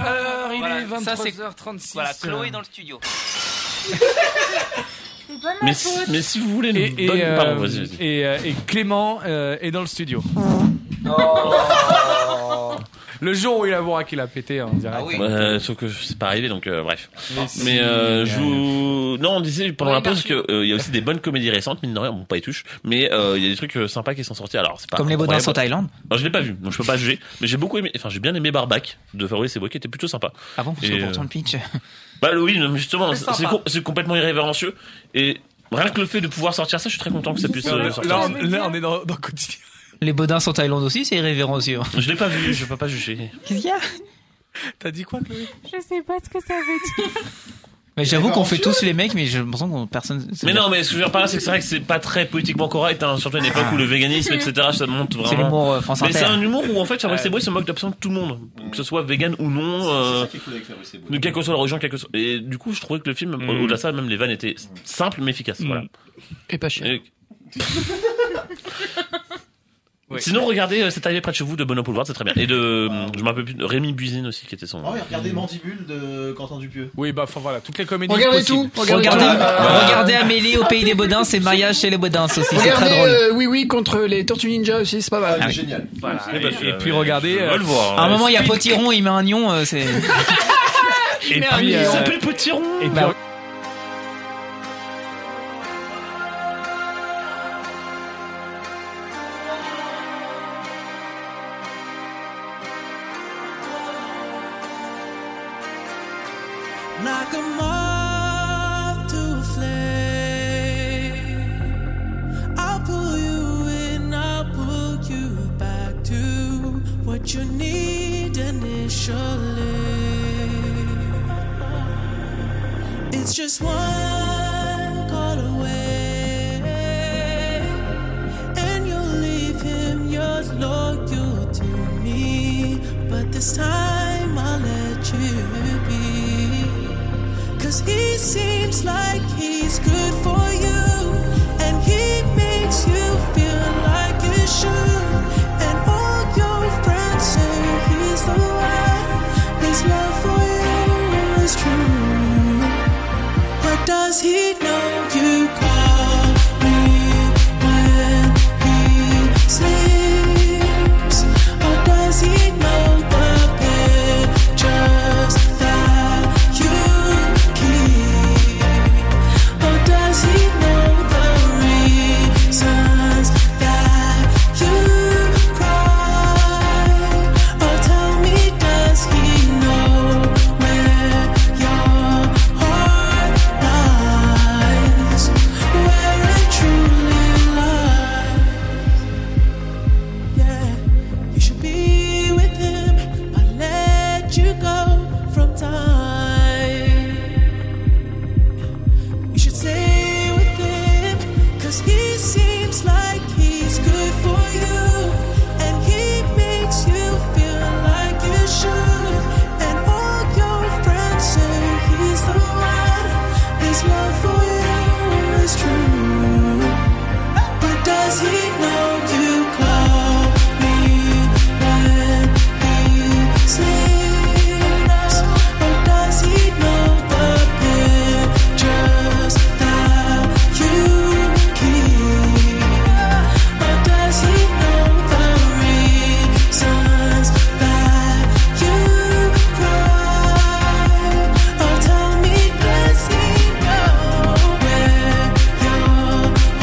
S3: Alors, il
S1: Voilà,
S3: est
S1: ça, c'est-
S3: 23h36.
S1: Voilà, Chloé dans le studio.
S4: C'est pas
S6: Mais,
S4: ma
S6: si,
S4: faute.
S6: mais si vous voulez une
S3: Et, et,
S6: bonne.
S3: euh,
S6: Pardon, vas-y, vas-y.
S3: et, euh, et Clément euh, est dans le studio. Le jour où il avouera qu'il a pété, on dirait.
S1: Oh. Ah oui.
S6: Euh, sauf que c'est pas arrivé donc euh, bref.
S3: Mais,
S6: Mais euh, je vous non on disait pendant
S4: Ouais,
S6: la pause que
S4: merci.
S6: euh, il y a aussi des bonnes comédies récentes mine de rien bon pas les touche mais euh, il y a des trucs euh, sympas qui sont sortis alors c'est pas
S1: Comme les beaux danses en
S6: incroyable.
S1: Thaïlande.
S6: Alors, je l'ai pas vu donc je peux pas juger mais j'ai beaucoup aimé enfin j'ai bien aimé Barbac de Faroé Sebois qui était plutôt sympa.
S1: Ah bon, parce
S6: Et,
S1: que
S6: euh,
S1: pourtant le pitch.
S6: Bah oui non, mais justement
S3: C'est sympa.
S6: c'est com- c'est complètement irrévérencieux et rien que le fait de pouvoir sortir ça je suis très content que ça puisse
S3: Là,
S6: euh, sortir.
S3: on, là, on
S6: *laughs*
S3: est dans,
S6: Bah,
S3: dans quotidien.
S1: Les Bodins sont en Thaïlande aussi, hein. c'est irrévérencieux.
S6: Je l'ai pas vu je peux pas juger.
S1: Qu'est-ce qu'il y a
S3: T'as dit quoi, Chloé
S4: Je sais pas ce que ça veut dire.
S1: Mais j'avoue qu'on fait tous les mecs, mais je me sens que personne.
S6: Mais non, mais ce que je veux dire par là, c'est que c'est vrai que c'est pas très politiquement correct, hein, surtout à une époque où le véganisme, etc., ça monte
S1: C'est
S6: vraiment.
S1: l'humour euh, France
S6: Mais c'est
S1: Inter.
S6: un humour où en fait, Fabrice Eboué se moque d'absolument tout le monde, que ce soit vegan ou non, euh,
S2: qui est cool avec Fabrice Eboué.
S6: de quelle que soit la religion, quelle que soit. Et du coup, je trouvais que le film,
S3: Mm.
S6: au-delà de ça, même les vannes étaient simples mais efficaces. Voilà.
S5: Et pas cher.
S6: Et-
S3: Oui.
S6: Sinon, regardez euh, C'est arrivé près de chez vous de Benoît Poulvard, c'est très bien. Et de, euh, je m'en rappelle plus, de Rémi Buzine aussi, qui était son.
S2: Oh, et regardez Mandibule de Quentin Dupieux.
S3: Oui, bah enfin, voilà, toutes les comédies.
S5: Regardez
S3: possibles.
S5: tout, regardez,
S1: Regardez,
S5: tout.
S1: regardez Amélie au pays des Baudins, c'est mariage chez les Baudins aussi, c'est
S5: Regardez,
S1: très
S6: Ah
S1: drôle.
S5: euh, oui oui contre les Tortues Ninja aussi, c'est pas mal.
S2: Ah, Génial.
S6: Voilà.
S3: Et-
S6: bah, je-
S3: et puis regardez,
S6: Je
S3: euh,
S6: veux le voir.
S1: À un
S6: hein.
S1: moment, il y a Potiron, il met un nion, euh, c'est.
S3: Et
S5: Merde,
S3: puis,
S5: il
S3: euh,
S6: Il s'appelle Potiron.
S3: et puis,
S1: Bah,
S9: knock 'em off to a flame. I'll pull you in, I'll pull you back to what you need initially. It's just one call away, and you'll leave him. You're loyal to me, but this time I'll let you be. Cause he seems like he's good for you, and he makes you feel like you should. And all your friends say he's the one. His love for you is true. But does he know you call me when he sleeps? Or does he know the pictures that you keep? Or does he know the reasons that you cry? Or tell me, does he know where your heart lies? Where it truly lies? Yeah, you should be with him. I let you go from time. You should stay with him, cause he seems like he's good for you. And he makes you feel like you should. And all your friends say he's the one. His love for you is true. But does he know you call me when he sleeps? Or does he know the pictures that you keep? Or does he know the reasons that you cry? Or Oh, tell me, does he know where your heart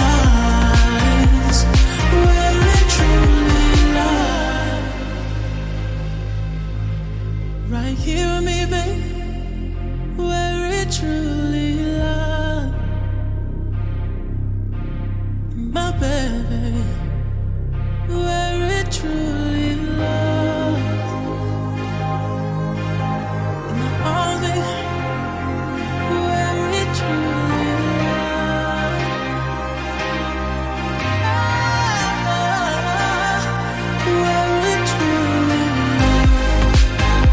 S9: lies? Where it truly lies? Right here with me, babe. Where it truly lies, my baby. Where it truly lies. In the army. Where it truly lies, where it truly lies.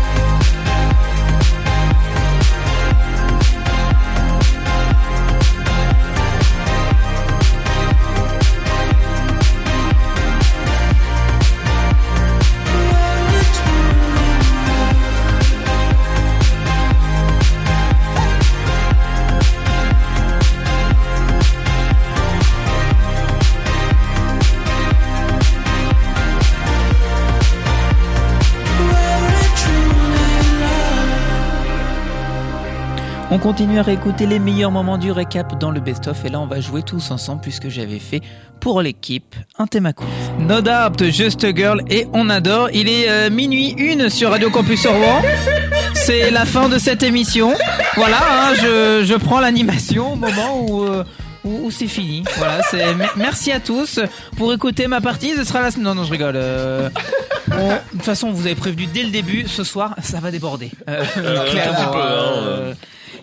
S9: Where it truly lies.
S1: On continue à réécouter les meilleurs moments du récap dans le best-of et là on va jouer tous ensemble puisque j'avais fait pour l'équipe un thème à court. No Doubt, Just a Girl et On Adore. Il est euh, minuit une sur Radio Campus Rouen. C'est la fin de cette émission. Voilà, hein, je, je prends l'animation au moment où... euh, où, où c'est fini. Voilà, c'est. me- Merci à tous pour écouter ma partie. Ce sera la. s- Non, non, je rigole. euh, Euh, De toute façon, vous avez prévenu dès le début, ce soir, ça va déborder. Euh,
S6: Euh, un petit peu, hein, euh,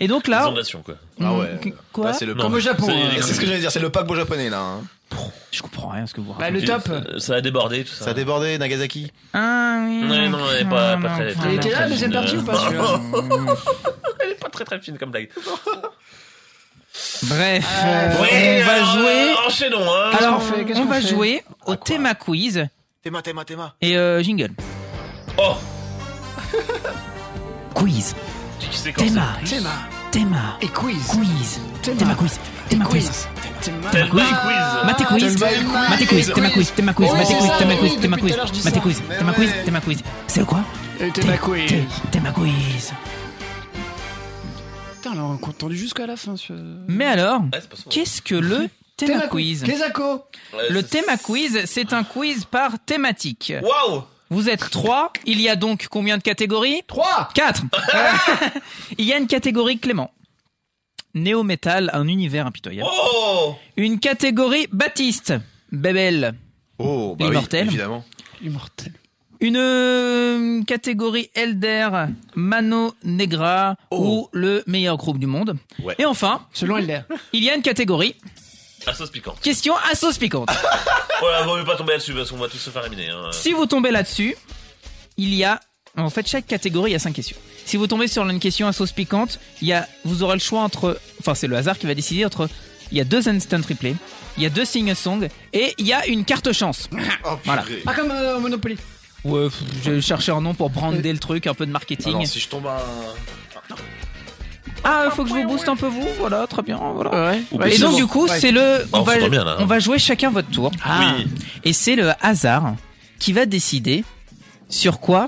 S1: Et donc là,
S6: Inondation, quoi.
S10: Ah
S1: Mm,
S10: ouais.
S1: qu- quoi
S10: Là, c'est le
S6: Non,
S10: paquebot-
S5: Comme au Japon.
S6: ça y est,
S5: hein.
S6: les gars.
S10: C'est ce que j'allais dire, c'est le paquebot japonais là. hein.
S1: Je comprends rien à ce que vous
S5: Bah,
S1: racontez.
S5: le top.
S6: Ça- Ça a débordé, tout ça.
S10: Ça a débordé, Nagasaki.
S1: Ah, oui.
S6: Ouais, non, elle est pas, pas très,
S5: Il
S6: très,
S5: était là, la
S6: très
S5: deuxième
S6: fine,
S5: partie
S6: euh,
S5: ou pas celui-là
S6: *laughs* Elle est pas très très fine comme blague.
S1: Bref, euh,
S6: Ouais,
S1: on va
S6: alors,
S1: jouer.
S6: euh, Enchaînons, hein.
S1: Alors,
S5: qu'on fait Qu'est-ce
S1: on
S5: qu'on
S1: va
S5: fait
S1: jouer au Théma Quiz
S10: Théma, théma, théma.
S1: et euh, jingle.
S6: Oh,
S1: *laughs* Quiz,
S6: tu sais quand
S1: Théma,
S5: Théma
S1: Théma,
S5: et quiz.
S1: Quiz,
S5: Théma.
S1: Théma Quiz, Théma Quiz,
S5: Quiz.
S6: c'est
S1: Théma
S6: le
S1: Quiz.
S6: quiz.
S1: Maté Quiz,
S10: Théma et quiz.
S1: Maté Quiz, Théma Quiz, Théma Quiz,
S5: Oh,
S1: Maté
S5: c'est
S1: Quiz,
S5: ça,
S1: Théma
S5: oui,
S1: Quiz,
S5: depuis
S1: Théma
S5: tout à
S1: Quiz,
S5: l'heure, je dis
S1: Maté
S5: ça.
S1: Quiz,
S10: Mais
S1: Théma Quiz,
S10: ouais.
S1: Théma Quiz. C'est le quoi
S5: Et Théma
S1: Thé-
S5: quiz.
S1: Théma Quiz.
S5: Putain, là, on compte tendu jusqu'à la fin. Ce...
S1: Mais alors,
S6: Ouais, c'est pas ça.
S1: qu'est-ce que le *laughs* Théma Quiz
S5: Kesako.
S6: Ouais,
S1: Le
S6: c'est-
S1: Théma Quiz, c'est un quiz par thématique.
S6: Waouh
S1: Vous êtes trois. Il y a donc combien de catégories
S5: 3
S6: *laughs*
S1: Quatre. *laughs* Il y a une catégorie Clément. Néo-métal, un univers impitoyable.
S6: Oh
S1: Une catégorie Baptiste. Bébel.
S10: Oh, bah oui,
S1: Immortel.
S10: évidemment.
S5: Immortel.
S1: Une euh, catégorie Elder, Mano Negra ou le meilleur groupe du monde.
S10: Oh. Ouais.
S1: Et enfin,
S5: Selon Elder.
S1: il y a une catégorie
S6: La sauce piquante. *laughs*
S1: question à sauce piquante.
S6: Oh là, vaut mieux pas tomber là-dessus parce qu'on va tous se faire éliminer. Hein.
S1: Si vous tombez là-dessus, il y a. En fait, chaque catégorie, il y a cinq questions. Si vous tombez sur une question à sauce piquante, il y a, vous aurez le choix entre. Enfin, c'est le hasard qui va décider entre. Il y a deux instant replay, il y a deux sing-a-song et il y a une carte chance.
S10: Oh,
S1: Voilà.
S10: purée.
S5: Ah, comme euh, Monopoly.
S1: Ouais, pff, je cherchais un nom pour brander le truc, un peu de
S10: Ah non,
S1: marketing.
S10: si je tombe à un.
S1: Ah, faut que je vous booste un peu vous, voilà, très bien, voilà.
S5: Ouais.
S6: Ouais,
S1: Bah, Et
S6: c'est
S1: donc,
S6: bon.
S1: du coup,
S5: Ouais.
S1: c'est le.
S6: Oh,
S1: On va,
S6: c'est pas bien, là. Ah.
S1: on va jouer chacun votre tour.
S6: Oui.
S1: Et c'est le hasard qui va décider sur quoi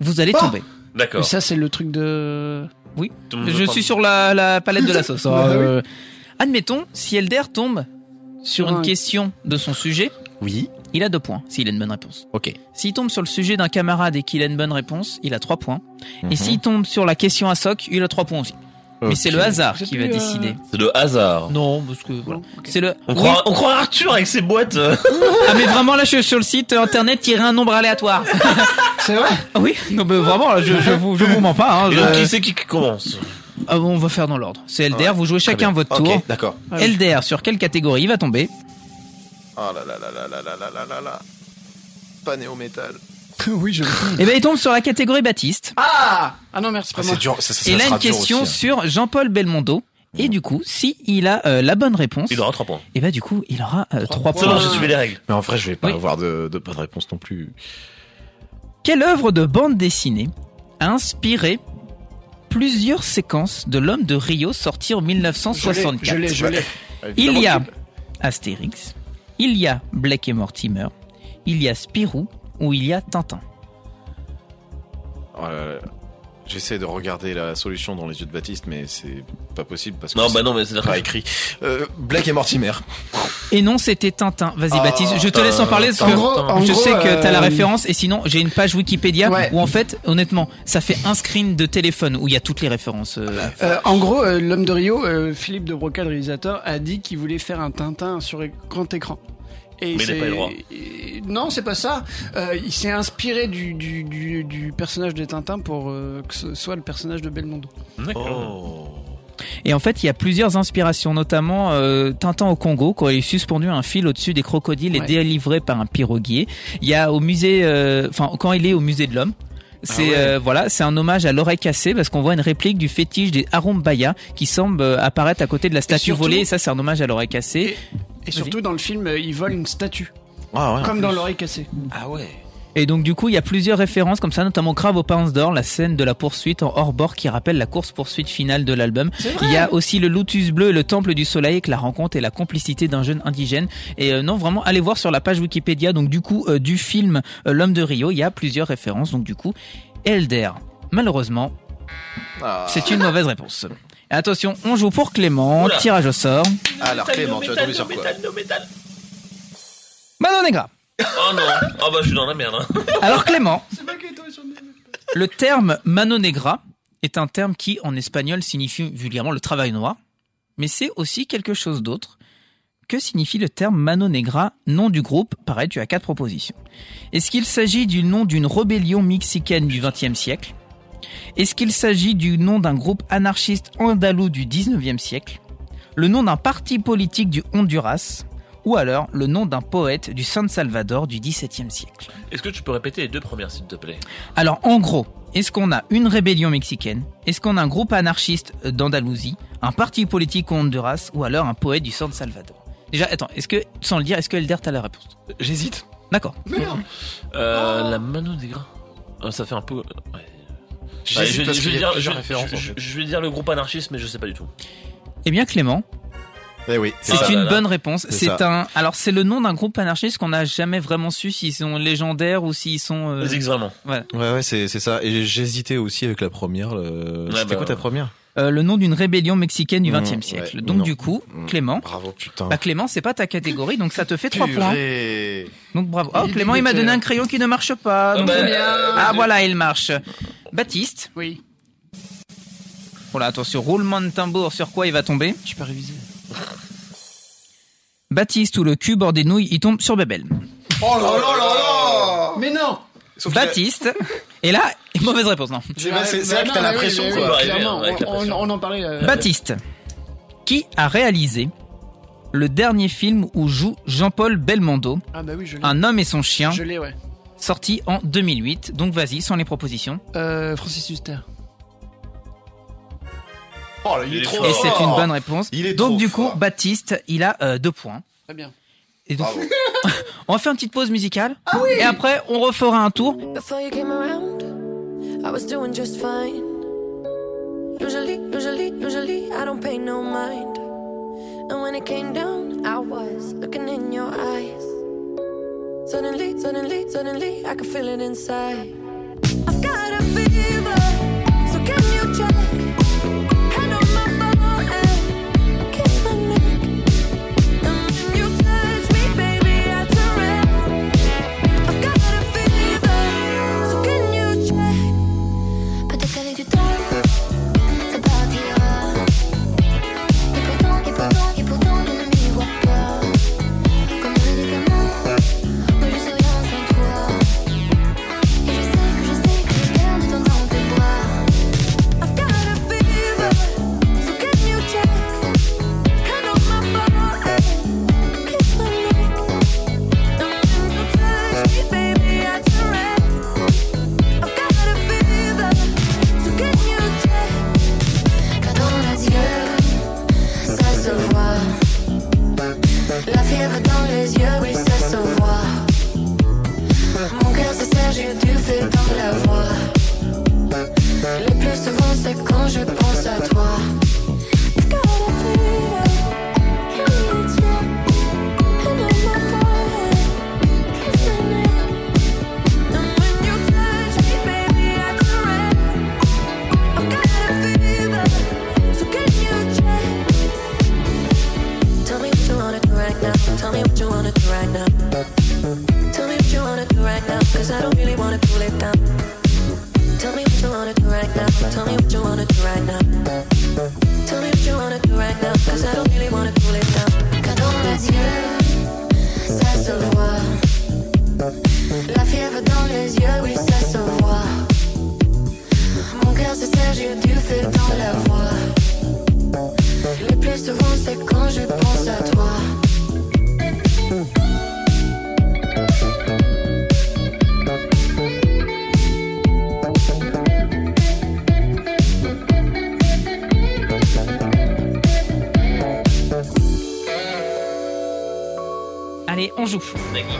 S1: vous allez
S5: Oh.
S1: tomber.
S5: Mais
S6: Ah, D'accord.
S5: ça, c'est le truc de.
S6: Tout le monde
S1: Je
S6: va
S1: suis
S6: prendre-
S1: sur la, la palette de la sauce. hein.
S5: *laughs* Bah oui.
S1: Euh, Admettons, si Elder tombe sur une
S5: Ouais.
S1: question de son sujet,
S10: Oui.
S1: il a deux points s'il a une bonne réponse.
S10: Ok.
S1: S'il tombe sur le sujet d'un camarade et qu'il a une bonne réponse, il a trois points.
S6: Mhm.
S1: Et s'il tombe sur la question à soc, il a trois points aussi. Mais c'est le hasard
S5: J'ai
S1: qui
S5: plus,
S1: va
S5: euh,
S1: décider.
S6: C'est le hasard.
S1: Non, parce que voilà. C'est le.
S6: On croit, on croit Arthur avec ses boîtes. euh. *laughs*
S1: Ah mais vraiment là, je suis sur le site euh, internet tirer un nombre aléatoire.
S5: *laughs* C'est vrai
S1: Ah oui. Non mais vraiment, là, je, je vous je vous mens pas. hein,
S6: Et
S1: je-
S6: donc, qui c'est qui commence
S1: Ah, bon, on va faire dans l'ordre. C'est Elder. Vous jouez chacun votre
S10: Ok,
S1: tour.
S10: d'accord.
S5: Ah oui.
S1: Elder sur quelle catégorie il va tomber
S10: Oh là là là là là là là là là là. Pas néo-métal.
S5: *laughs* Oui, je.
S1: Eh ben il tombe sur la catégorie Baptiste.
S5: Ah Ah non, merci, c'est pas
S10: Ah,
S5: moi.
S10: c'est dur, ça, ça, ça
S1: Et là,
S10: sera
S1: une
S10: dur
S1: question
S10: aussi, hein.
S1: sur Jean-Paul Belmondo. Et du coup, si il a euh, la bonne réponse,
S6: Il aura 3 points.
S1: et ben du coup, il aura 3
S6: C'est
S1: points.
S6: bon, j'ai suivi les règles.
S10: Mais en vrai, je vais pas
S1: Oui.
S10: avoir de, de bonne réponse non plus.
S1: Quelle œuvre de bande dessinée a inspiré plusieurs séquences de l'homme de Rio sorti en
S5: Je l'ai,
S1: 1964
S5: Je l'ai, je l'ai.
S1: Il y a Astérix, il y a Blake et Mortimer, il y a Spirou ou il y a Tintin.
S10: Oh là là. J'essaie de regarder la solution dans les yeux de Baptiste, mais c'est pas possible parce que
S6: Non,
S10: c'est
S6: bah non, mais c'est
S10: pas
S6: d'accord.
S10: écrit. Euh, Black et Mortimer.
S1: Et non, c'était Tintin. Vas-y,
S10: Ah,
S1: Baptiste, je te laisse en parler parce
S5: en
S1: que
S5: gros- en
S1: je
S5: gros,
S1: sais que t'as la
S5: euh,
S1: référence. Et sinon, j'ai une page Wikipédia
S5: Ouais.
S1: où en fait, honnêtement, ça fait un screen de téléphone où il y a toutes les références. euh.
S5: Euh, en gros, euh, l'homme de Rio, euh, Philippe de Broca, le réalisateur, a dit qu'il voulait faire un Tintin sur é- grand écran. Et
S6: Mais il n'a
S5: c'est-
S6: pas eu le droit.
S5: et- Non, c'est pas ça. Euh, il s'est inspiré du, du, du, du personnage de Tintin pour euh, que ce soit le personnage de Belmondo.
S6: D'accord.
S1: Et en fait, il y a plusieurs inspirations, notamment euh, Tintin au Congo quand il est suspendu à un fil au-dessus des crocodiles et
S5: Ouais.
S1: délivré par un piroguier. Il y a au musée, euh, enfin quand il est au musée de l'homme.
S5: Ah
S1: C'est euh, voilà, c'est un hommage à l'oreille cassée parce qu'on voit une réplique du fétiche des Arumbaya qui semble euh, apparaître à côté de la statue
S5: surtout-
S1: volée. Et ça, c'est un hommage à l'oreille cassée.
S5: Et surtout, dans le film, euh, il vole une statue,
S10: Ah ouais.
S5: comme dans l'oreille cassée.
S10: Ah ouais.
S1: Et donc du coup, il y a plusieurs références comme ça, notamment Crave aux pinces d'or, la scène de la poursuite en hors-bord qui rappelle la course-poursuite finale de l'album. Il y a aussi le Lotus bleu et le Temple du Soleil avec la rencontre et la complicité d'un jeune indigène. Et euh, non, vraiment, allez voir sur la page Wikipédia, donc du coup, euh, du film euh, L'homme de Rio, il y a plusieurs références, donc du coup, Elder. Malheureusement,
S10: Ah.
S1: c'est une mauvaise réponse. Et attention, on joue pour Clément,
S6: Oula.
S1: tirage au sort.
S10: Alors Clément, tu vas tomber sur quoi
S1: Manon Negra
S6: Oh non. Oh bah, je suis dans la merde. hein.
S1: Alors Clément, le terme mano negra est un terme qui en espagnol signifie vulgairement le travail noir, mais c'est aussi quelque chose d'autre Que signifie le terme Mano Negra, nom du groupe Pareil, tu as quatre propositions. Est-ce qu'il s'agit du nom d'une rébellion mexicaine du XXe siècle Est-ce qu'il s'agit du nom d'un groupe anarchiste andalou du XIXe siècle Le nom d'un parti politique du Honduras Ou alors le nom d'un poète du San Salvador du XVIIe siècle
S6: Est-ce que tu peux répéter les deux premières, s'il te plaît
S1: alors en gros, est-ce qu'on a une rébellion mexicaine Est-ce qu'on a un groupe anarchiste euh, d'Andalousie Un parti politique au Honduras Ou alors un poète du San Salvador Déjà, attends, est-ce que, sans le dire, est-ce que Elder t'as la réponse
S6: J'hésite.
S1: D'accord.
S6: Euh, La Mano Negra. Ah, Ça fait un peu. ouais. Allez,
S10: J'hésite
S6: Bah, je-
S10: parce
S6: je
S10: qu'il
S6: vais
S10: y a
S6: dire-
S10: plusieurs
S6: je-
S10: références, en
S6: je- Je vais dire le groupe anarchiste, mais je sais pas du tout.
S1: Eh bien Clément,
S10: Eh oui.
S1: c'est
S6: Ah
S1: une
S6: là là.
S1: bonne réponse.
S10: C'est
S1: C'est
S10: ça.
S1: un, alors c'est le nom d'un groupe anarchiste qu'on n'a jamais vraiment su s'ils sont légendaires ou s'ils sont. euh,
S6: Les X vraiment.
S10: Ouais, ouais, c'est c'est ça. Et j'hésitais aussi avec la première. le-
S6: Ouais,
S10: C'était
S6: bah,
S10: quoi ta première
S1: euh, le nom d'une rébellion mexicaine du
S10: Mmh,
S1: XXe siècle.
S10: ouais,
S1: donc
S10: non.
S1: du coup,
S10: Mmh.
S1: Clément.
S10: Bravo, putain.
S1: Bah Clément, c'est pas ta catégorie, donc ça te fait trois points.
S10: Purée.
S1: Donc bravo. Oh,
S5: Il
S1: Clément, il m'a donné un crayon qui ne marche pas.
S6: Ah
S1: donc-
S6: bah, euh,
S1: Ah voilà, il marche. Baptiste,
S5: Oui,
S1: voilà, attention, roulement de tambour, sur quoi il va tomber
S5: je peux réviser.
S1: Baptiste ou le cul bord des nouilles, il tombe sur Bebel.
S10: Oh là là là là
S5: Mais non
S10: Sauf que-
S1: Baptiste, et là, *laughs* mauvaise réponse, non.
S10: C'est vrai, c'est- c'est là que
S5: Bah non,
S10: t'as
S5: mais
S10: la
S5: oui,
S10: pression,
S5: mais
S10: quoi.
S5: oui,
S6: Ouais,
S5: clairement,
S6: avec la
S5: on-
S6: pression.
S5: on, on en parlait. euh,
S1: Baptiste, qui a réalisé le dernier film où joue Jean-Paul Belmondo,
S5: Ah bah oui, je l'ai.
S1: Un homme et son chien,
S5: Je l'ai, ouais.
S1: sorti en 2008 Donc vas-y, sans les propositions.
S5: Euh, Francis Huster.
S10: Oh là, il est trop
S1: Et
S10: fort.
S1: c'est une bonne réponse.
S10: Il est trop
S1: Donc du coup,
S10: fort.
S1: Baptiste, il a euh, deux points.
S5: Très bien.
S1: Et donc,
S10: Bravo.
S1: *laughs* on fait une petite pause musicale.
S5: Ah
S1: et après, on refera un tour.
S9: Before you came around, I was doing just fine. Usually, usually, usually, I don't pay no mind. And when it came down, I was looking in your eyes. Suddenly, suddenly, suddenly, I could feel it inside. I've got a fever, so can you check? Hand on my forehead, kiss my neck. And when you touch me, baby, I turn red. I've got a fever, so can you check? Peut-être du temps, c'est partira. Et pourtant, et pourtant, et pourtant, je ne m'y vois pas. Comme un médicament, ne je sais rien sans toi. Et je sais que je sais que je perds de temps dans tes bras. I've got a fever, so can you check? Hand on my forehead, kiss my neck. And when you touch me, baby, I turn red. I've got a fever, so can you check? Car dans les yeux, ça se voit. La fièvre dans les yeux, oui, ça se voit. Mon cœur se serre, j'ai du feu dans la voix. Le plus souvent, c'est quand je pense à toi. I've got a fever, can you check? Hand on my forehead, kiss my neck. And when you touch me, baby, I turn red. I've got a fever, so can you check? Tell me what you wanna do right now. Tell me what you wanna do right now. Tell me what you wanna do right now, 'cause I don't really wanna cool it down. Tell me what you wanna do right now. Tell me what you wanna do right now. Tell me what you wanna do right now, 'cause I don't really wanna cool it down. Car dans mes yeux, ça se voit. La fièvre dans les yeux, oui, ça se voit. Mon cœur se serre, j'ai du feu dans la voix. Le plus souvent, c'est quand je pense à toi.
S1: Allez, on joue.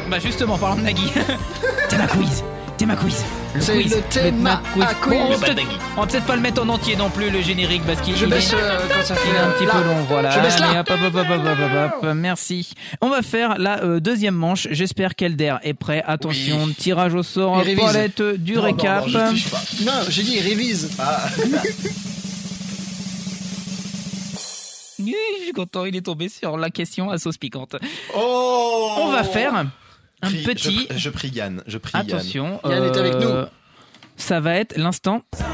S1: Bah justement, parlons de Nagui. *laughs* T'es ma quiz. T'es ma quiz.
S5: C'est
S1: quiz.
S5: le thème
S1: ma
S5: à quiz.
S1: On va peut-être- on va peut-être pas le mettre en entier non plus, le générique, parce qu'il
S5: Je
S1: il
S5: baisse
S1: est...
S5: euh, quand ça
S1: il
S5: fait
S1: est un
S5: euh,
S1: petit
S5: là.
S1: peu long, voilà.
S5: Je baisse là.
S1: Allez, hop, hop, hop, hop, hop, hop, hop. Merci. On va faire la euh, deuxième manche. J'espère qu'Elder est prêt. Attention, tirage au sort,
S5: Il révise.
S1: palette du
S2: Non, non,
S1: récap.
S2: non, je triche pas.
S5: Non, j'ai dit révise.
S10: Ah.
S5: *laughs*
S1: Oui, Je suis content, il est tombé sur la question à sauce piquante.
S2: Oh
S1: On va faire un
S2: Prie-
S1: petit...
S2: Je, je prie Yann. Je prie
S1: Attention.
S5: Yann est avec
S1: euh,
S5: nous.
S1: Ça va être l'instant.
S2: Yann.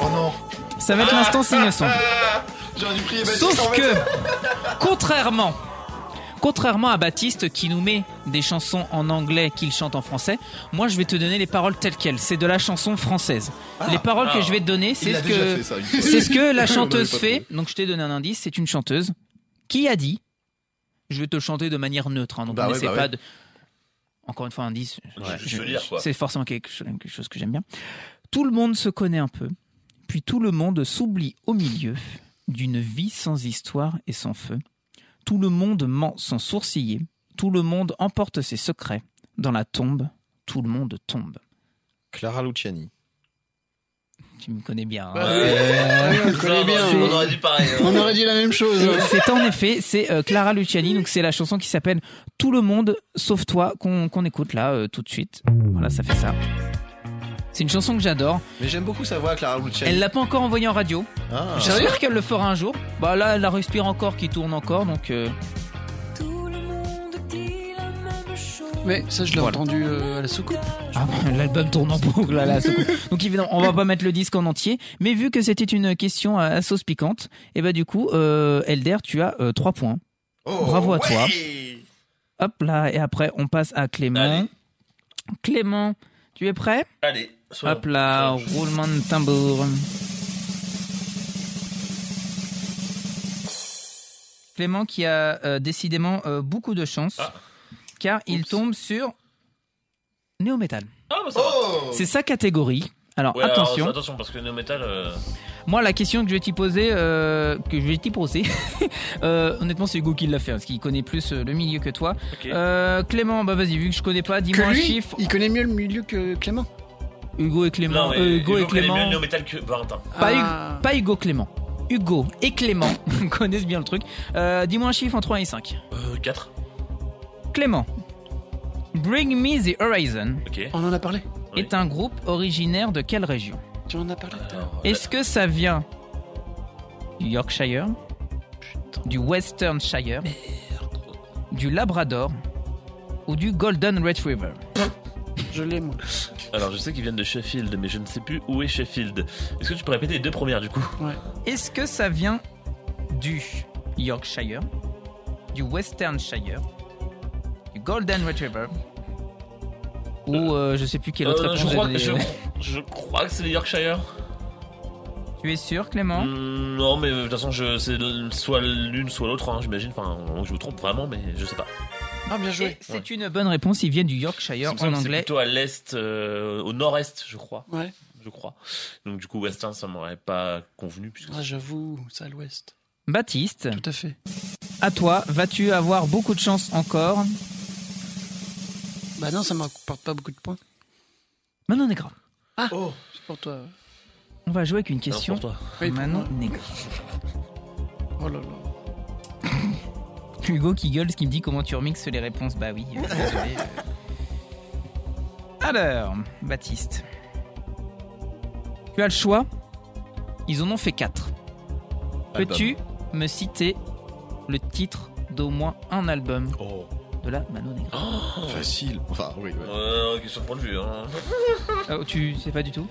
S2: Oh non.
S1: Ça va être
S10: Ah,
S2: ah
S1: l'instant signe son.
S2: J'aurais dû prier Baptiste, en
S1: Sauf
S2: fait.
S1: que, contrairement, Contrairement à Baptiste qui nous met des chansons en anglais qu'il chante en français, moi je vais te donner les paroles telles quelles. C'est de la chanson française.
S11: Ah.
S1: les paroles
S11: Ah.
S1: que je vais te donner,
S11: Il
S1: c'est
S11: l'a
S1: ce
S11: déjà
S1: que
S11: fait, ça, une fois.
S1: c'est ce que la
S11: *laughs* On
S1: chanteuse
S11: avait pas
S1: fait. Donc je t'ai donné un indice, c'est une chanteuse qui a dit je vais te le chanter de manière neutre hein, donc
S11: Bah ouais,
S1: n'essaie
S11: bah
S1: pas
S11: ouais.
S1: de encore une fois indice.
S11: Ouais, je veux dire, quoi.
S1: C'est forcément quelque chose, quelque chose que j'aime bien. Tout le monde se connaît un peu, puis tout le monde s'oublie au milieu d'une vie sans histoire et sans feu. Tout le monde ment sans sourciller, tout le monde emporte ses secrets. Dans la tombe, tout le monde tombe.
S10: Clara Luciani.
S1: Tu me connais bien. hein.
S5: Bah oui. Ouais, on le connaît Non, bien, on hein. aurait dit pareil, hein. On
S1: euh.
S5: aurait dit la même chose. hein.
S1: Et C'est en effet, c'est euh, Clara Luciani, donc c'est la chanson qui s'appelle Tout le monde sauf toi qu'on qu'on écoute là euh, tout de suite. Voilà, ça fait ça. C'est une chanson que j'adore.
S10: Mais j'aime beaucoup sa voix, Clara Luciani.
S1: Elle l'a pas encore envoyée en radio.
S10: Ah.
S1: J'espère qu'elle le fera un jour. Bah là, elle la respire encore, qui tourne encore, donc. euh,
S5: Mais ça, je l'ai
S1: Voilà.
S5: entendu euh, à la soucoupe.
S1: Ah, L'album tourne en boucle
S5: *laughs*
S1: là, là, c'est cool. Donc évidemment, on va pas mettre le disque en entier, mais vu que c'était une question à, à sauce piquante, et bah du coup, euh, Elder, tu as 3 points.
S6: Oh,
S1: Bravo à toi. Hop là, et après on passe à Clément. Clément, tu es prêt
S6: Allez, sois-
S1: Hop là, roulement de tambour. Clément qui a euh, décidément euh, beaucoup de chance,
S6: Ah.
S1: car il tombe sur néo métal.
S6: Ah, bah, ça va.
S1: Oh. C'est sa catégorie. Alors
S6: Ouais,
S1: attention.
S6: attention, parce que Neo Metal. euh,
S1: Moi, la question que je vais t'y poser, euh, que je vais t'y poser, *laughs* euh, honnêtement, c'est Hugo qui l'a fait, hein, parce qu'il connaît plus euh, le milieu que toi. Euh, Clément, bah vas-y, vu que je connais pas, dis-moi
S5: Que
S1: un
S5: lui,
S1: chiffre.
S5: il connaît mieux le milieu que Clément.
S1: Hugo et Clément.
S6: Non, mais
S1: euh, Hugo, et
S6: connaît mieux
S1: Clément.
S6: le Neo Metal que Valentin.
S1: Pas,
S5: Ah.
S1: Hugo, pas Hugo Clément. Hugo et Clément *laughs* connaissent bien le truc. Euh, dis-moi un chiffre en 3 et 5.
S6: Euh, 4.
S1: Clément. Bring Me the Horizon.
S5: On en a parlé.
S1: Est un groupe originaire de quelle région
S5: Tu en as parlé.
S6: Oh
S1: Est-ce que ça vient du Yorkshire, du Western Shire, du Labrador ou du Golden Retriever
S5: Je l'ai, moi.
S6: *laughs* Alors, je sais qu'ils viennent de Sheffield, mais je ne sais plus où est Sheffield. Est-ce que tu peux répéter les deux premières du coup
S1: Est-ce que ça vient du Yorkshire, du Western Shire, du Golden Retriever ou euh, je sais plus quelle
S6: Euh,
S1: autre
S6: non,
S1: réponse
S6: je,
S1: j'ai
S6: crois,
S1: donnée.
S6: je, je crois que c'est les Yorkshire.
S1: Tu es sûr, Clément
S6: Mm, Non, mais de toute façon, je, c'est le- soit l'une, soit l'autre, hein, j'imagine. Enfin, je me trompe vraiment, mais je sais pas.
S5: Ah, bien joué.
S1: C'est une bonne réponse, ils viennent du Yorkshire
S6: Il me
S1: en
S6: semble que C'est
S1: anglais.
S6: plutôt à l'est, euh, au nord-est, je crois.
S5: Ouais.
S6: Je crois. Donc, du coup, Western, ça m'aurait pas convenu. Puisque...
S5: Ah, j'avoue, c'est à l'ouest.
S1: Baptiste.
S5: Tout à fait.
S1: À toi, vas-tu avoir beaucoup de chance encore
S5: Bah non, ça m'apporte pas beaucoup de points.
S1: Manon Negro.
S5: Ah, c'est pour toi.
S1: On va jouer avec une
S5: Alors,
S1: question.
S5: pour toi. Oui, pour
S1: Manon
S5: moi.
S1: Negro.
S5: Oh là là.
S1: Hugo qui gueule, ce qui me dit comment tu remixes les réponses. Bah oui, euh, désolé. euh. Alors, Baptiste. Tu as le choix. Ils en ont fait 4. Peux-tu me citer le titre d'au moins un album de la Manon Negro
S10: Oh. Facile. Enfin, oui. ouais.
S6: Euh, question de point de vue. *laughs* Hein.
S1: Oh, Tu sais pas du tout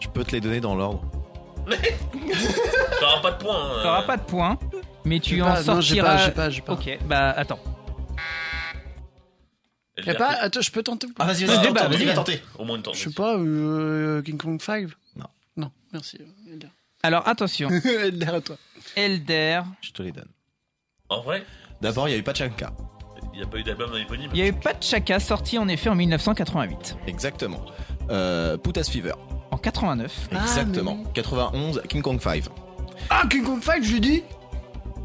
S10: Je peux te les donner dans l'ordre.
S6: Ah, T'auras pas de points. hein.
S1: T'auras pas de points, mais tu
S5: J'ai
S1: en
S5: pas, non, j'ai
S1: sortiras.
S5: pas, j'ai pas, j'ai pas.
S1: Ok, bah attends.
S5: Y a pas, attends, je peux tenter ou pas
S2: Ah, vas-y,
S1: vas-y, bah.
S2: débat, vas-y, tenter.
S6: Au moins une temps.
S5: Je sais pas, euh, King Kong 5 Non. Non, merci. euh, *laughs*
S1: Alors attention.
S5: *laughs* Elder à toi.
S1: Elder.
S10: Je te les donne.
S6: En vrai,
S10: D'abord, il y a eu Pachanka.
S6: il n'y a pas eu d'album éponyme.
S1: Il y a eu Pachaka sorti en effet en 1988.
S10: Exactement. Euh, Putas Fever.
S1: En 89.
S10: Exactement. 91, King Kong 5.
S5: Ah, King Kong 5, je l'ai dit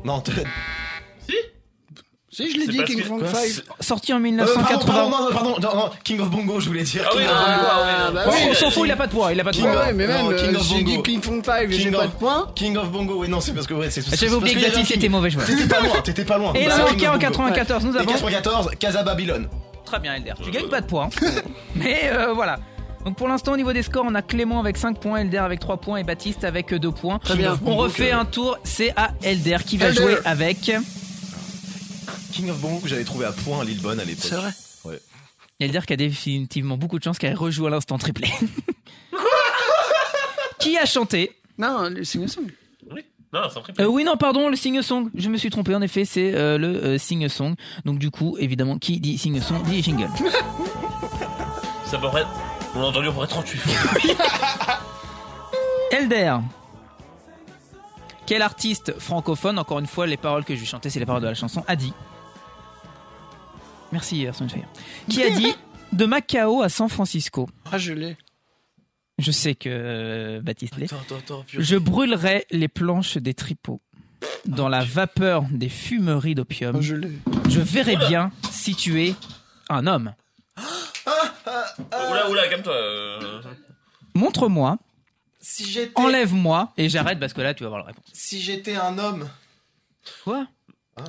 S10: Non, *laughs* t'as-
S5: Si, je l'ai
S10: C'est
S5: dit,
S10: parce
S5: King
S10: que-
S5: Kong
S10: Quoi
S5: 5.
S1: Sorti en
S10: Euh, pardon,
S1: 1980.
S10: pardon, non, pardon, non, non, King of Bongo, je voulais dire.
S5: Ah oui,
S10: King of
S5: non,
S10: Bongo.
S5: ah, bah oui,
S1: on s'en fout, il a pas de poids, il a pas de
S10: King
S1: poids.
S10: of-
S5: Ouais, mais même,
S10: non,
S5: euh,
S10: King of
S5: j'ai dit
S10: Bongo.
S5: King Kong 5 et j'ai
S10: King
S5: pas
S10: of-
S5: de points.
S10: King of Bongo, oui, non, c'est parce que ouais, c'est. c'est-
S1: J'avais
S10: c'est parce qu'il
S1: oublié
S10: y
S1: que
S10: avait un
S1: Baptiste
S10: film.
S1: était mauvais joueur.
S10: T'étais pas loin, t'étais pas loin.
S1: Et
S10: Bah,
S1: là,
S10: King
S1: manqué
S10: of
S1: en
S10: Bongo.
S1: 94, nous
S10: Et
S1: avons-
S10: 94, Casa Babylone.
S1: Très bien, Elder. Tu gagnes *laughs* pas de points. Mais euh, voilà. Donc pour l'instant, au niveau des scores, on a Clément avec 5 points, Elder avec 3 points et Baptiste avec 2 points.
S5: Très bien. euh,
S1: On refait un tour, c'est à Elder qui va
S10: Elder.
S1: jouer avec.
S10: King of Bongo, que j'avais trouvé à point à Lillebonne à l'époque.
S1: C'est vrai
S10: Ouais.
S1: Elder qui a définitivement beaucoup de chance qu'elle rejoue à
S5: *laughs*
S1: l'instant triplé. qui a chanté
S5: Non, le Sing Song.
S6: Non, c'est un vrai
S1: Euh, oui, non, pardon, le sing-song. Je me suis trompé, en effet, c'est euh, le euh, sing-song. Donc, du coup, évidemment, qui dit sing-song dit jingle.
S6: *laughs* Ça peut être. On l'a entendu à peu près 38
S5: *laughs*
S6: fois.
S1: Elder. Quel artiste francophone, encore une fois, les paroles que je vais chanter, c'est les paroles de la chanson, a dit Merci, Erson Fire. Qui a dit De Macao à San Francisco
S5: Ah, je l'ai.
S1: Je sais que euh, Baptiste l'est.
S5: attends, attends, purée.
S1: Je brûlerai les planches des tripots dans
S5: Ah,
S1: la vapeur des fumeries d'opium.
S5: Je
S1: Je verrai bien si tu es un homme.
S5: Ah,
S6: oula, oula, calme-toi. euh.
S1: Montre-moi,
S2: Si j'étais.
S1: enlève-moi et j'arrête parce que là, tu vas avoir la réponse.
S2: Si j'étais un homme.
S1: Quoi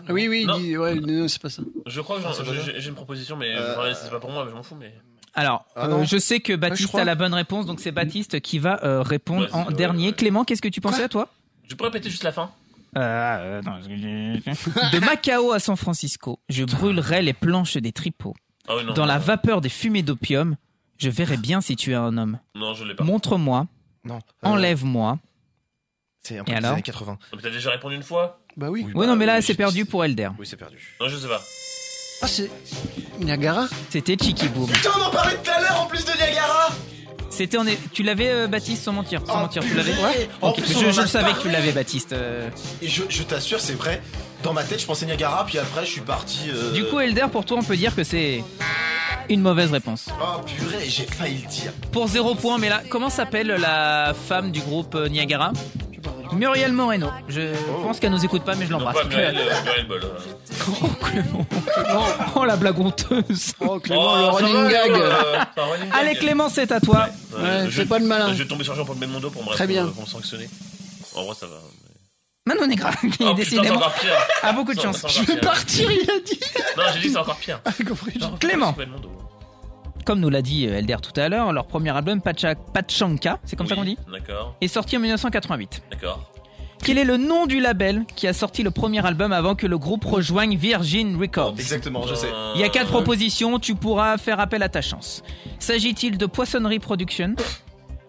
S5: Oui, oui, il
S6: Non.
S5: dit- ouais, Ah, non, c'est pas ça.
S6: Je crois que j'en-
S5: Ah, c'est pas
S6: j'ai-
S5: grave.
S6: j'ai j'ai une proposition, mais
S5: Euh,
S6: ouais, c'est pas pour moi, mais je m'en fous. Mais...
S1: Alors,
S5: Ah
S1: euh,
S5: non.
S1: je sais que Baptiste
S5: crois.
S1: a la bonne réponse, donc c'est Baptiste qui va euh, répondre
S6: Ouais, c'est-
S1: en
S6: ouais,
S1: dernier. Clément, qu'est-ce que tu pensais à toi
S6: Je peux répéter juste la fin
S1: Euh, De Macao à San Francisco, je brûlerai les planches des tripots.
S6: Ah oui, non.
S1: Dans la vapeur des fumées d'opium, je verrai bien si tu es un homme.
S6: Non, je l'ai pas.
S1: Montre-moi,
S2: Non.
S1: enlève-moi.
S2: C'est un
S1: Et alors
S2: 80.
S6: Non, mais t'as déjà répondu une fois
S5: Bah oui.
S1: Oui, non, mais là, c'est perdu pour Elder.
S10: Oui, c'est perdu.
S6: Non, je sais pas.
S5: Ah, c'est Niagara
S1: C'était Chicky Boom.
S2: Putain, on en parlait tout à l'heure en plus de Niagara
S1: C'était en... Tu l'avais, euh, Baptiste, sans mentir. Sans
S2: Oh,
S1: mentir, tu l'avais.
S2: purée En
S1: Ok,
S2: plus, on en
S1: je,
S2: a
S1: je le savais
S2: parlé.
S1: que tu l'avais, Baptiste. euh.
S2: Et je, je t'assure, c'est vrai. Dans ma tête, je pensais Niagara, puis après, je suis parti. euh,
S1: Du coup, Elder, pour toi, on peut dire que c'est une mauvaise réponse.
S2: Oh purée, j'ai failli le dire.
S1: Pour zéro point, mais là, comment s'appelle la femme du groupe euh, Niagara Muriel Moreno. Je pense qu'elle nous écoute pas, mais je
S6: Non,
S1: l'embrasse.
S6: pas
S2: Oh,
S6: Muriel, euh, Muriel Boll. euh.
S1: *laughs* Oh, Clément. Oh, la blague honteuse.
S5: Oh, Clément,
S6: Oh,
S5: le
S6: ça
S5: running
S6: va,
S5: gag.
S6: euh, c'est un running gag.
S1: Allez, Clément, c'est à toi.
S5: Ouais,
S6: Euh,
S5: fais pas le malin.
S6: Je vais tomber sur Jean-Paul Belmondo pour me,
S5: Très
S6: répondre,
S5: bien.
S6: euh, pour me sanctionner. En vrai, ça va.
S1: Manon Negra, qui
S6: *laughs* Oh, putain, c'est
S1: décidément
S6: encore pire.
S1: a beaucoup de
S6: Ça,
S1: chance.
S6: ça, ça, Je vais ça.
S1: partir, il a dit.
S6: Non, j'ai dit que c'est encore pire.
S1: Clément.
S6: Jean-Paul Belmondo.
S1: Comme nous l'a dit euh, Elder tout à l'heure, leur premier album, Pacha- Pachanka, c'est comme ça
S6: Oui,
S1: qu'on dit,
S6: D'accord,
S1: est sorti en 1988.
S6: d'accord.
S1: Quel est le nom du label qui a sorti le premier album avant que le groupe rejoigne Virgin Records
S2: Exactement, je sais.
S1: Il y a quatre propositions, tu pourras faire appel à ta chance. S'agit-il de Poissonnerie Production,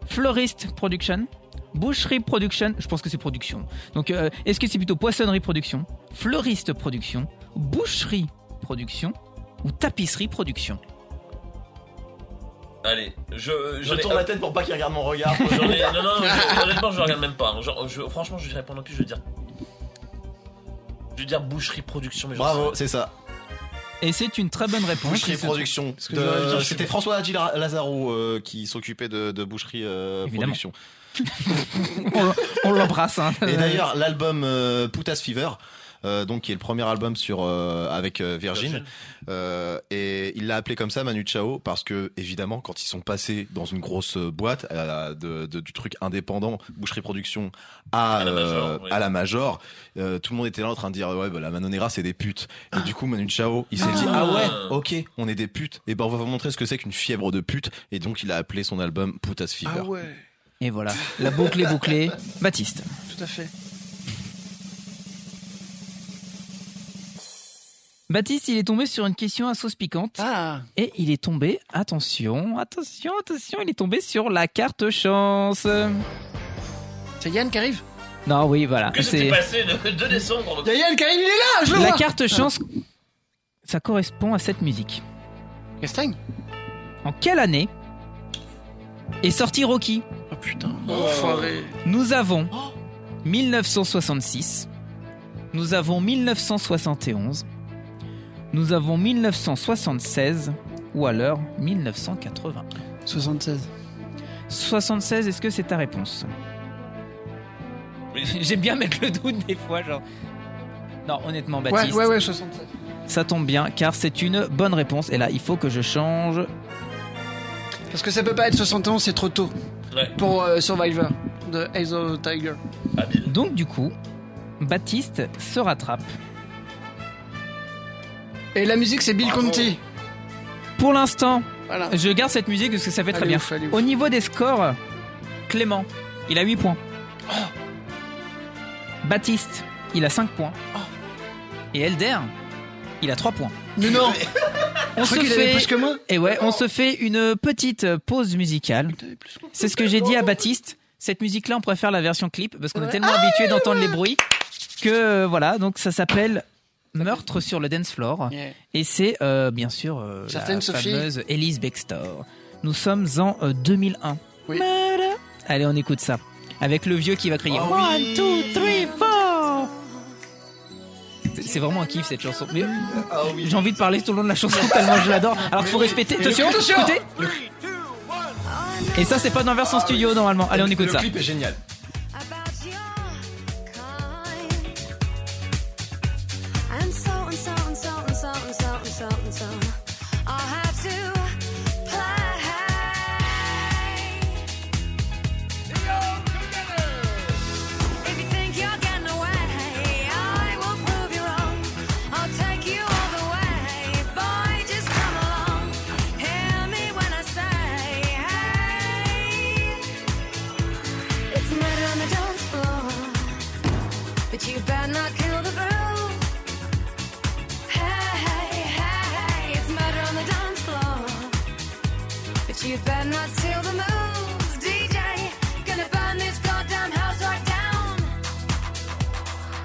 S1: Florist Production, Boucherie Production, je pense que c'est production. Donc euh, est-ce que c'est plutôt Poissonnerie Production, Floriste Production, Boucherie Production ou Tapisserie Production
S6: Allez, je, euh,
S2: Je
S6: j'en ai
S2: tourne la tête pour pas qu'il regarde mon regard.
S6: *laughs* J'en ai- Non, non, je- honnêtement, je regarde même pas. hein. Genre, je- franchement, je vais répondre plus, je vais dire. Je vais dire boucherie production, mais je
S2: Bravo, c'est ça.
S1: Et c'est une très bonne réponse.
S2: Boucherie Production.
S5: que j'aurais
S2: de-
S5: dû dire,
S2: C'était François Gilles Lazaro euh, qui s'occupait de, de Boucherie euh,
S1: Évidemment.
S2: Production.
S1: On, on l'embrasse. hein.
S2: Et d'ailleurs, l'album euh, Putas Fever. euh, donc qui est le premier album sur euh, avec euh, Virgin,
S6: Virgin.
S2: Euh, et il l'a appelé comme ça Manu Chao parce que évidemment quand ils sont passés dans une grosse euh, boîte euh, de, de- du truc indépendant Boucherie Production à,
S6: À la Major,
S2: euh,
S6: oui.
S2: à la Major euh, tout le monde était là en train de dire ouais bah, la Manonera c'est des putes et du coup Manu Chao il s'est dit
S6: Ah.
S2: ah ouais ok on est des putes et ben on va vous montrer ce que c'est qu'une fièvre de pute et donc il a appelé son album Putas Fever
S5: Ah ouais,
S1: Et voilà, la boucle est bouclée. Baptiste.
S5: *laughs* tout à fait.
S1: Baptiste, il est tombé sur une question à sauce piquante.
S5: Ah,
S1: Et il est tombé, attention, attention, attention, il est tombé sur la carte chance.
S5: c'est Yann qui arrive
S1: Non, oui, voilà.
S6: Que s'est passé le 2 décembre
S5: Il y a Yann qui arrive, il est là, je le
S1: La
S5: vois
S1: carte chance, ça correspond à cette musique.
S5: Castagne
S1: En quelle année est sorti Rocky
S5: Oh putain, enfoiré.
S1: Nous avons 1966, nous avons 1971, nous avons 1976 ou alors 1980.
S5: 76.
S1: 76, est-ce que c'est ta réponse
S6: Oui.
S1: J'aime bien mettre le doute des fois, genre. Non, honnêtement,
S5: Ouais,
S1: Baptiste,
S5: ouais, ouais, 76.
S1: ça tombe bien car c'est une bonne réponse. Et là, il faut que je change.
S5: Parce que ça peut pas être 71, c'est trop tôt
S6: Ouais.
S5: pour euh, Survivor de Eyes of the Tiger.
S6: Habile.
S1: Donc, du coup, Baptiste se rattrape.
S5: Et la musique, c'est Bill Conti.
S1: Pour l'instant,
S5: Voilà.
S1: je garde cette musique parce que ça fait très
S5: Allez,
S1: bien.
S5: ouf, allez, ouf.
S1: Au niveau des scores, Clément, il a 8 points.
S5: Oh.
S1: Baptiste, il a 5 points.
S5: Oh.
S1: Et Elder, il a 3 points.
S5: Mais non,
S1: On
S5: je
S1: Eh
S5: crois qu'il avait plus que moi. Oh.
S1: Et ouais, on se fait une petite pause musicale.
S5: Il avait plus que moi.
S1: C'est ce que j'ai dit à Baptiste. cette musique-là, on préfère la version clip parce qu'on est
S11: Ouais.
S1: tellement
S11: Ah,
S1: habitué
S11: oui,
S1: d'entendre
S11: ouais.
S1: les bruits que euh, voilà. Donc ça s'appelle Meurtre sur le dance floor
S5: Yeah.
S1: et c'est euh, bien sûr euh, la
S5: Certaines, Sophie
S1: fameuse Elise Bextor. Nous sommes en euh, 2001. Murder. Allez, on écoute ça avec le vieux qui va crier.
S4: Ah
S11: Oh
S1: One,
S11: oui.
S1: two, three, four. C'est- C'est vraiment un kiff cette chanson. Mais euh, j'ai envie de parler tout le long de la chanson tellement je l'adore. Alors qu'il faut respecter.
S11: Mais
S1: Attention,
S11: attention.
S1: écoutez. Et ça, c'est pas dans version studio normalement. Allez, on écoute
S2: le
S1: ça.
S2: clip est génial.
S11: And so and so and so and so and so and so and so I'll have to play. If you think you're getting away, I will prove you wrong. I'll take you all the way, boy. Just come along. Hear me when I say, hey. It's murder on the dance floor, but you better not kill the groove. Hey, hey, it's murder on the dance floor. But you better not steal the moves, DJ. Gonna burn this goddamn house right down.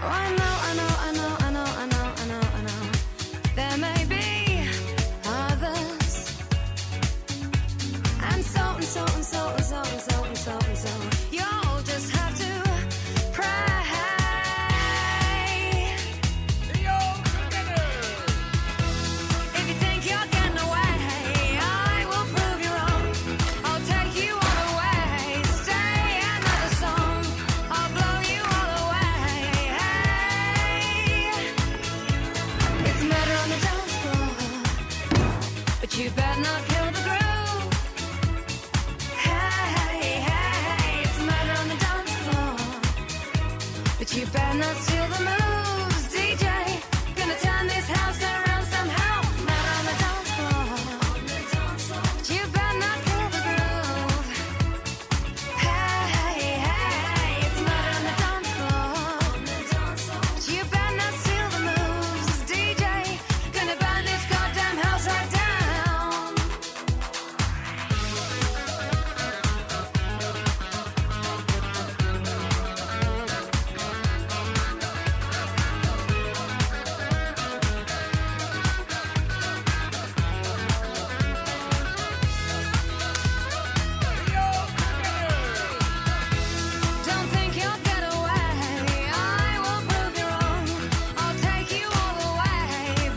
S11: Oh, I know, I know, I know, I know, I know, I know, I know. There may be others. And so and so and so and so and so and so and so. You'll just have to pray. If you think you're getting away, I will prove you wrong. I'll take you all the way. Stay another song. I'll blow you all away. Hey, it's murder on the dance floor, but you better not kill the groove. Hey, hey, it's murder on the dance floor. But you better not steal the moves, DJ. Gonna turn this house around somehow. Not on the dance floor. But you better not kill the groove. Hey, hey, it's not on the dance floor. But you better not steal the moves, DJ. Gonna burn this goddamn house right down. Don't think you'll get away. I will prove you wrong. I'll take you all the way,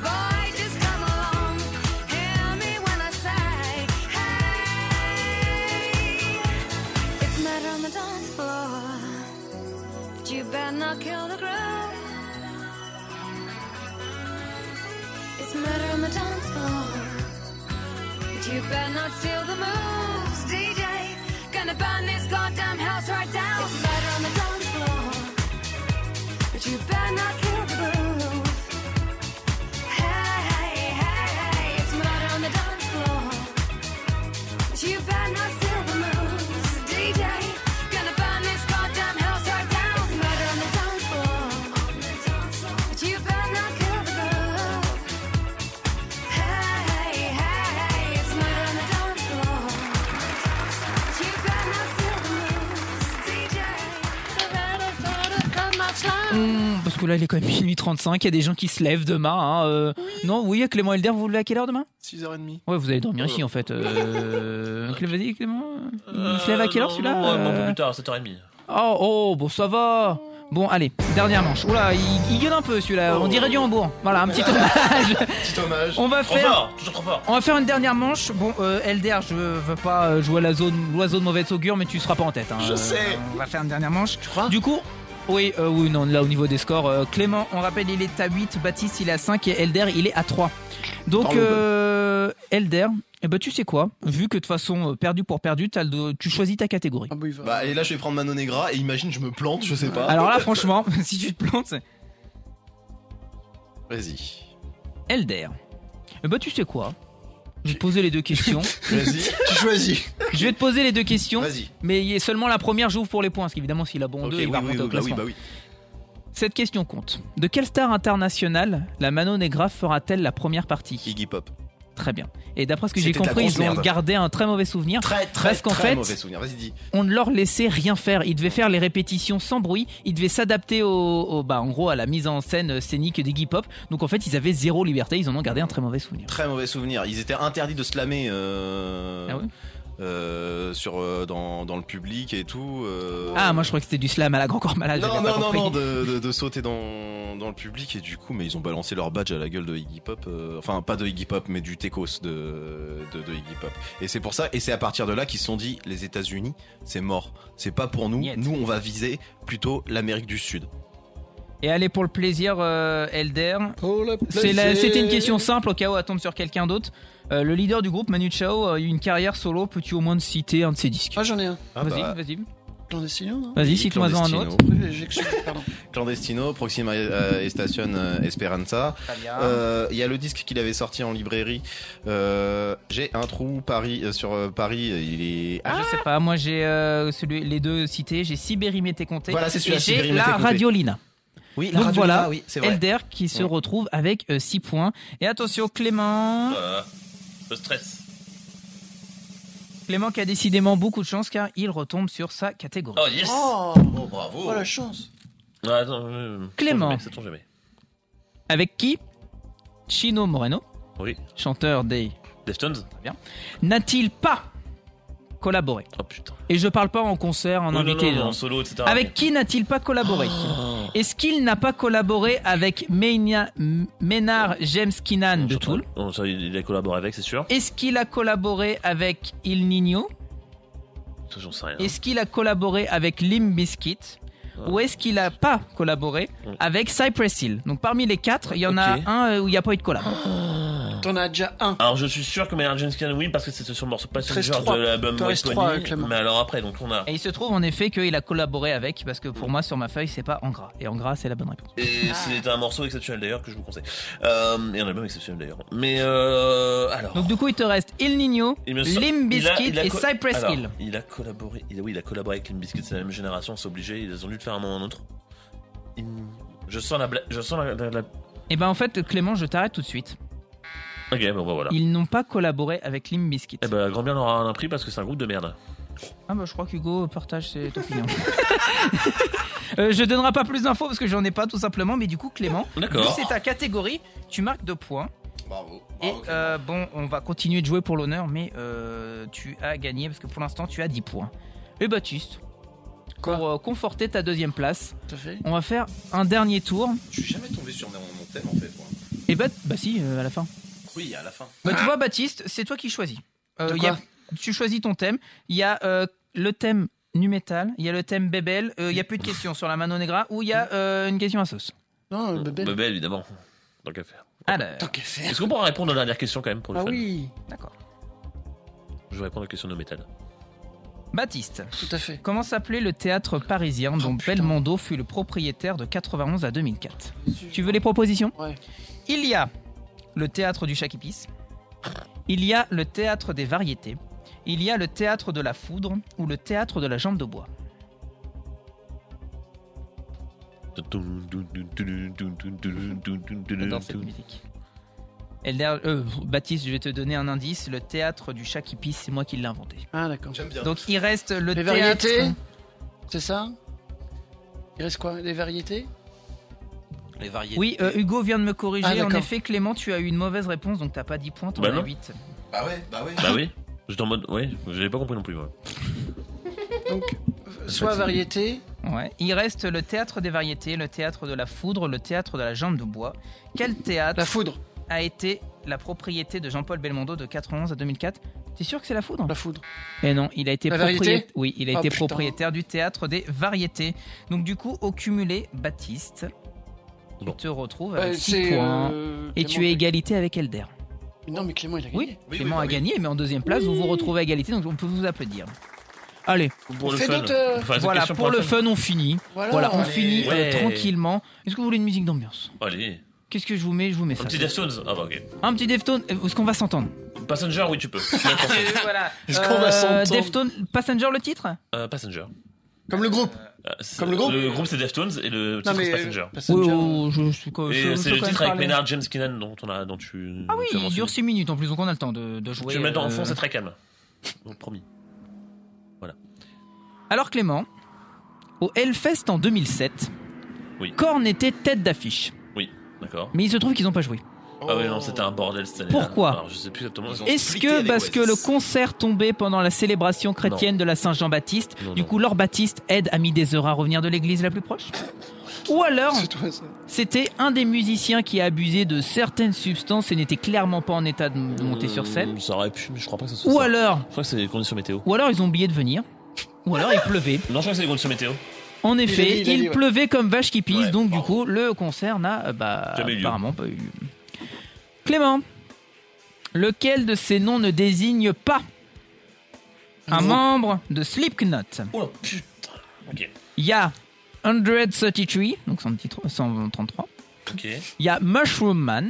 S11: boy. Just come along. Hear me when I say, hey. It's murder on the dance floor, but you better not kill the groove. It's murder on the dance floor, but you better not steal the moves, DJ. Gonna burn this goddamn house right down. It's murder on the dance floor, but you better not kill the groove. Hey, hey, hey, it's murder on the dance floor, but you better not steal the moves, DJ. Gonna burn this goddamn house right down. It's murder on the dance floor, but you better not kill the groove. Hey, hey, hey, it's murder on the dance floor.
S1: Mmh, parce que là, il est quand même minuit 35. Il y a des gens qui se lèvent demain. hein, euh. Non, oui, Clément Elder, vous vous levez à quelle heure demain
S10: 6h30.
S1: Ouais, vous allez dormir ici en fait.
S4: *laughs*
S1: Euh... Clé- Vas-y, Clément. Il se lève à
S6: Euh,
S1: quelle heure
S6: non,
S1: celui-là
S6: non, non, Un peu
S1: Euh,
S6: plus tard, 7h30.
S1: Oh, oh, bon, ça va. Bon, allez, dernière manche. Oula, il, il gueule un peu celui-là. On dirait du Hambourg. Voilà, un petit hommage.
S2: Petit hommage.
S1: On va
S6: Trop
S1: faire.
S6: fort, toujours trop fort.
S1: On va faire une dernière manche. Bon, euh, LDR, je veux pas euh, jouer à la zone, l'oiseau de mauvaise augure, mais tu seras pas en tête. hein.
S11: Je sais.
S1: On va faire une dernière manche. Tu crois Du coup, oui, euh, oui, non, là au niveau des scores, euh, Clément, on rappelle, il est à 8, Baptiste, il est à 5 et Elder, il est à 3. Donc,
S11: Parlons-le.
S1: euh, Elder, eh ben, tu sais quoi Vu que de toute façon, euh, perdu pour perdu, t'as le do- tu choisis ta catégorie.
S2: Bah, et là, je vais prendre ma Nonegra et imagine, je me plante, je sais pas.
S1: Alors là, franchement, *laughs* si tu te plantes, c'est-
S2: Vas-y.
S1: Elder, eh ben, tu sais quoi Je vais te poser les deux questions.
S2: *laughs* Vas-y. tu choisis.
S1: Je vais te poser les deux questions.
S2: Vas-y.
S1: Mais il y a seulement la première, j'ouvre pour les points. Parce qu'évidemment, s'il a bon
S2: Ok,
S1: deux,
S2: oui,
S1: il va
S2: oui,
S1: remonter
S2: oui,
S1: au
S2: bah oui,
S1: classement.
S2: bah oui.
S1: Cette question compte. De quelle star internationale la Manon Negra fera-t-elle la première partie
S2: Iggy Pop.
S1: Très bien. Et d'après ce que j'ai
S2: C'était de la
S1: compris,
S2: grosse
S1: ils ont
S2: merde.
S1: gardé un très mauvais souvenir. parce qu'en
S2: très
S1: fait,
S2: mauvais souvenir. Vas-y, dis.
S1: on ne leur laissait rien faire. Ils devaient faire les répétitions sans bruit. Ils devaient s'adapter au, au- bah, en gros, à la mise en scène euh, scénique des hip-hop. Donc en fait, ils avaient zéro liberté. Ils en ont gardé un très mauvais souvenir.
S2: Très mauvais souvenir. Ils étaient interdits de slammer euh,
S1: Ah ouais
S2: euh, sur, euh, dans, dans le public et tout. euh.
S1: Ah, moi je crois que c'était du slam à la grand corps *laughs* malade.
S2: Non,
S1: j'avais
S2: non,
S1: pas
S2: non,
S1: compris.
S2: non, de, de- de sauter dans, dans le public et du coup, mais ils ont balancé leur badge à la gueule de Iggy Pop. euh, enfin, pas de Iggy Pop, mais du Tecos de, de, de Iggy Pop. Et c'est pour ça, et c'est à partir de là qu'ils se sont dit les États-Unis, c'est mort. C'est pas pour nous. Nous, on va viser plutôt l'Amérique du Sud.
S1: Et allez pour le plaisir, euh, Elder. C'est la-
S2: plaisir.
S1: C'était une question simple au cas où elle tombe sur quelqu'un d'autre. Euh, le leader du groupe, Manu Chao, a eu une carrière solo. Peux-tu au moins citer un de ses disques
S5: Ah, j'en ai un.
S1: Vas-y,
S2: bah.
S1: vas-y.
S5: Clandestino, non
S1: Vas-y, cite-moi-en un autre.
S5: Oui, j'ai- j'ai- Pardon.
S2: Clandestino, Proxima euh, Estación euh, Esperanza.
S1: Très bien.
S2: Euh, Il y a le disque qu'il avait sorti en librairie. Euh, J'ai un trou Paris euh, sur euh, Paris. Il est.
S1: Ah, je sais pas, moi j'ai euh, celui- les deux cités, j'ai Sibérimé compté
S2: Voilà, c'est celui-là,
S1: et j'ai
S2: Sibérimé
S1: la
S2: Téconté.
S1: Radiolina.
S2: Oui, la
S1: Donc
S2: Radiolina,
S1: voilà,
S2: oui, c'est vrai.
S1: Elder qui se
S2: Ouais.
S1: retrouve avec 6 points. Et attention, Clément,
S6: Euh, le stress.
S1: Clément qui a décidément beaucoup de chance car il retombe sur sa catégorie.
S6: Oh yes
S5: Oh,
S6: bravo
S5: Oh, la chance
S6: Ah, attends, euh,
S1: Clément.
S6: C'est ton jamais.
S1: Avec qui Chino Moreno,
S6: Oui.
S1: chanteur des
S6: Deftones
S1: bien, n'a-t-il pas collaboré Et je parle pas en concert, en
S6: Oh, Oui, non,
S1: invité.
S6: non, non,
S1: non.
S6: en solo, etc.
S1: Avec qui n'a-t-il pas collaboré
S6: Ah.
S1: Est-ce qu'il n'a pas collaboré avec Ménia- M- Ménard James Keenan de Tool
S6: On, ça, il il a collaboré avec, c'est sûr.
S1: Est-ce qu'il a collaboré avec Il Nino
S6: Ça, J'en sais rien.
S1: Est-ce qu'il a collaboré avec Limp Bizkit Ou est-ce qu'il n'a pas collaboré
S6: Ouais.
S1: avec Cypress Hill Donc parmi les quatre, il y en
S6: Ok. Ah.
S1: a un euh, où il n'y a pas eu de collab.
S5: T'en as déjà un.
S6: Alors je suis sûr que Maynard James Keenan oui parce que c'était sur le morceau Passenger
S1: 13-3.
S6: de l'album
S1: T'en
S6: White
S1: restes trois,
S6: 20,
S1: Clément.
S6: Mais alors après donc on a
S1: Et il se trouve en effet qu'il a collaboré avec, parce que pour moi sur ma feuille c'est pas en gras. Et en gras c'est la bonne réponse.
S6: et c'est un morceau exceptionnel d'ailleurs que je vous conseille euh, et un album exceptionnel d'ailleurs. Mais euh, alors
S1: Donc du coup il te reste Il Nino,
S6: il me semble-
S1: Limp
S6: il a-
S1: Bizkit
S6: il a
S1: et
S6: co-
S1: Cypress
S6: alors,
S1: Hill.
S6: Il a collaboré il a- oui il a collaboré avec Limp Bizkit c'est la même génération c'est obligé ils ont dû le faire un moment ou un autre. Il- Je sens la bla... je sens la, la- la-
S1: Et ben en fait Clément je t'arrête tout de suite.
S6: ok bon bah, voilà.
S1: Ils n'ont pas collaboré avec Limp Bizkit.
S6: Eh ben grand bien leur a un prix parce que c'est un groupe de merde.
S1: Ah bah je crois qu'Hugo partage cette opinion. *laughs* Euh, je donnerai pas plus d'infos parce que j'en ai pas tout simplement, mais du coup Clément,
S6: D'accord.
S1: vu que c'est ta catégorie, tu marques deux points.
S2: Bravo.
S1: Et
S5: Bah,
S1: euh, bon, on va continuer de jouer pour l'honneur, mais euh, tu as gagné parce que pour l'instant tu as 10 points. Et Baptiste, pour euh, conforter ta deuxième place,
S5: Tout à fait.
S1: on va faire un dernier tour.
S2: Je suis jamais tombé sur mon, mon thème en fait. moi.
S1: Et bah, bah si, euh, à la fin.
S2: Oui, à la fin.
S1: Bah, tu vois, Baptiste, c'est toi qui choisis. Euh,
S5: De
S1: il y a-
S5: quoi
S1: tu choisis ton thème. Il y a euh, le thème nu metal, il y a le thème bébel, euh, il n'y a plus de questions sur la Mano Negra ou il y a euh, une question à sauce.
S5: Non,
S1: Ben.
S6: Bebel. Bebel évidemment. Tant qu'à faire.
S1: Alors,
S6: Est-ce qu'on pourra répondre à la dernière question quand même pour le
S1: Ah
S6: fun
S1: oui. D'accord.
S6: Je vais répondre aux questions de métal.
S1: Baptiste.
S5: Tout à fait. Oh,
S1: Comment s'appelait le théâtre parisien dont Belmondo fut le propriétaire de 91 à 2004 Tu veux les propositions Il y a le théâtre du Chac-Épice, il y a le théâtre des variétés, il y a le théâtre de la foudre ou le théâtre de la jambe de bois. J'adore cette musique. Elder, euh, Baptiste, je vais te donner un indice. Le théâtre du Chac-Épice, c'est moi qui l'ai inventé.
S5: Ah, d'accord.
S1: Donc il reste le
S5: Les
S1: théâtre...
S5: variétés C'est ça Il reste quoi Les variétés
S2: Les variétés.
S1: Oui, euh, Hugo vient de me corriger.
S5: Ah,
S1: en
S5: d'accord.
S1: effet, Clément, tu as eu une mauvaise réponse, donc t'as pas 10 points, t'en
S6: Bah
S1: as
S6: non.
S1: 8.
S2: Bah ouais, bah ouais.
S6: Bah oui, j'étais en mode. Oui, j'avais pas compris non plus. moi.
S5: Euh, Soit variété.
S1: Ouais. Il reste le théâtre des variétés, le théâtre de la foudre, le théâtre de la jambe de bois. Quel théâtre
S5: La foudre
S1: a été la propriété de Jean-Paul Belmondo de 91 à 2004 T'es sûr que c'est la foudre
S5: La foudre.
S1: Et Eh non, il a été,
S5: La variété
S1: propriétaire- oui, il a
S5: Oh,
S1: été
S5: putain.
S1: propriétaire du théâtre des variétés. Donc du coup, au cumulé, Baptiste, tu te retrouves
S5: Euh,
S1: avec 6
S5: c'est,
S1: points.
S5: euh,
S1: et
S5: Clément
S1: tu es
S5: qui-
S1: égalité avec Elder.
S5: Non, mais Clément, il a gagné.
S1: Oui, Clément a gagné, mais en deuxième place, vous vous retrouvez à égalité, donc on peut vous applaudir. Allez,
S5: Pour On le fait fun. d'autres, euh, Enfin, c'est
S1: voilà,
S5: question
S1: pour
S5: pour
S1: le
S5: le fun.
S1: fun, on finit. Voilà,
S5: Voilà.
S1: on
S5: Allez.
S1: finit euh,
S6: Ouais.
S1: tranquillement. Est-ce que vous voulez une musique d'ambiance
S6: Allez,
S1: Qu'est-ce que je vous mets Je vous mets ça.
S6: un petit Deftones Ah bah ok.
S1: Un petit Deftone, est-ce qu'on va s'entendre
S6: Passenger,
S1: *laughs*
S6: oui, tu peux.
S1: voilà. Euh,
S6: Est-ce qu'on va s'entendre
S1: Deftone, Passenger le titre
S6: Euh, Passenger.
S5: Comme le groupe.
S6: Comme
S5: le groupe
S6: Le groupe c'est Deftones et le
S5: Non,
S6: titre
S5: mais,
S6: c'est
S5: euh,
S6: Passenger.
S5: Passenger.
S1: Oh, je, suis quoi- je-
S6: Et
S1: je
S6: c'est
S1: peux
S6: le
S1: quand
S6: titre
S1: même
S6: avec
S1: parler.
S6: Maynard James Keenan dont on a dont tu
S1: Ah oui,
S6: tu as
S1: il
S6: mentionné.
S1: dure 6 minutes en plus, donc on a le temps de, de jouer.
S6: Tu le mets en
S1: euh,
S6: fond, c'est très calme. On promis.
S1: Alors Clément, au Hellfest en 2007, Korn était tête d'affiche.
S6: Oui, d'accord.
S1: Mais il se trouve qu'ils n'ont pas joué.
S6: Ah ouais non, c'était un bordel cette année.
S1: Pourquoi
S6: Alors je sais plus exactement.
S1: Est-ce que parce que le concert tombait pendant la célébration chrétienne
S6: Non.
S1: de la Saint-Jean-Baptiste,
S6: Non,
S1: du
S6: non.
S1: coup Laure Baptiste aide Ami des heures à revenir de l'église la plus proche Ou alors, c'était un des musiciens qui a abusé de certaines substances et n'était clairement pas en état de de monter sur scène
S6: Hum, Ça aurait pu, mais je crois pas que ça soit.
S1: Ou
S6: ça.
S1: alors,
S6: Je crois que c'est les conditions météo.
S1: ou alors ils ont oublié de venir Ou alors il pleuvait
S6: Non, je crois que c'est les conditions météo.
S1: En
S6: Il a
S1: effet,
S6: dit,
S1: il,
S6: il a dit, ouais.
S1: pleuvait comme vache qui pisse, donc du coup, le concert n'a euh, bah,
S6: Jamais eu lieu.
S1: apparemment pas eu lieu. Clément, lequel de ces noms ne désigne pas un
S6: Oh.
S1: membre de Slipknot
S6: Oh putain Ok.
S1: Il y a 133, donc 133, 133.
S6: Ok.
S1: Il y a Mushroom Man.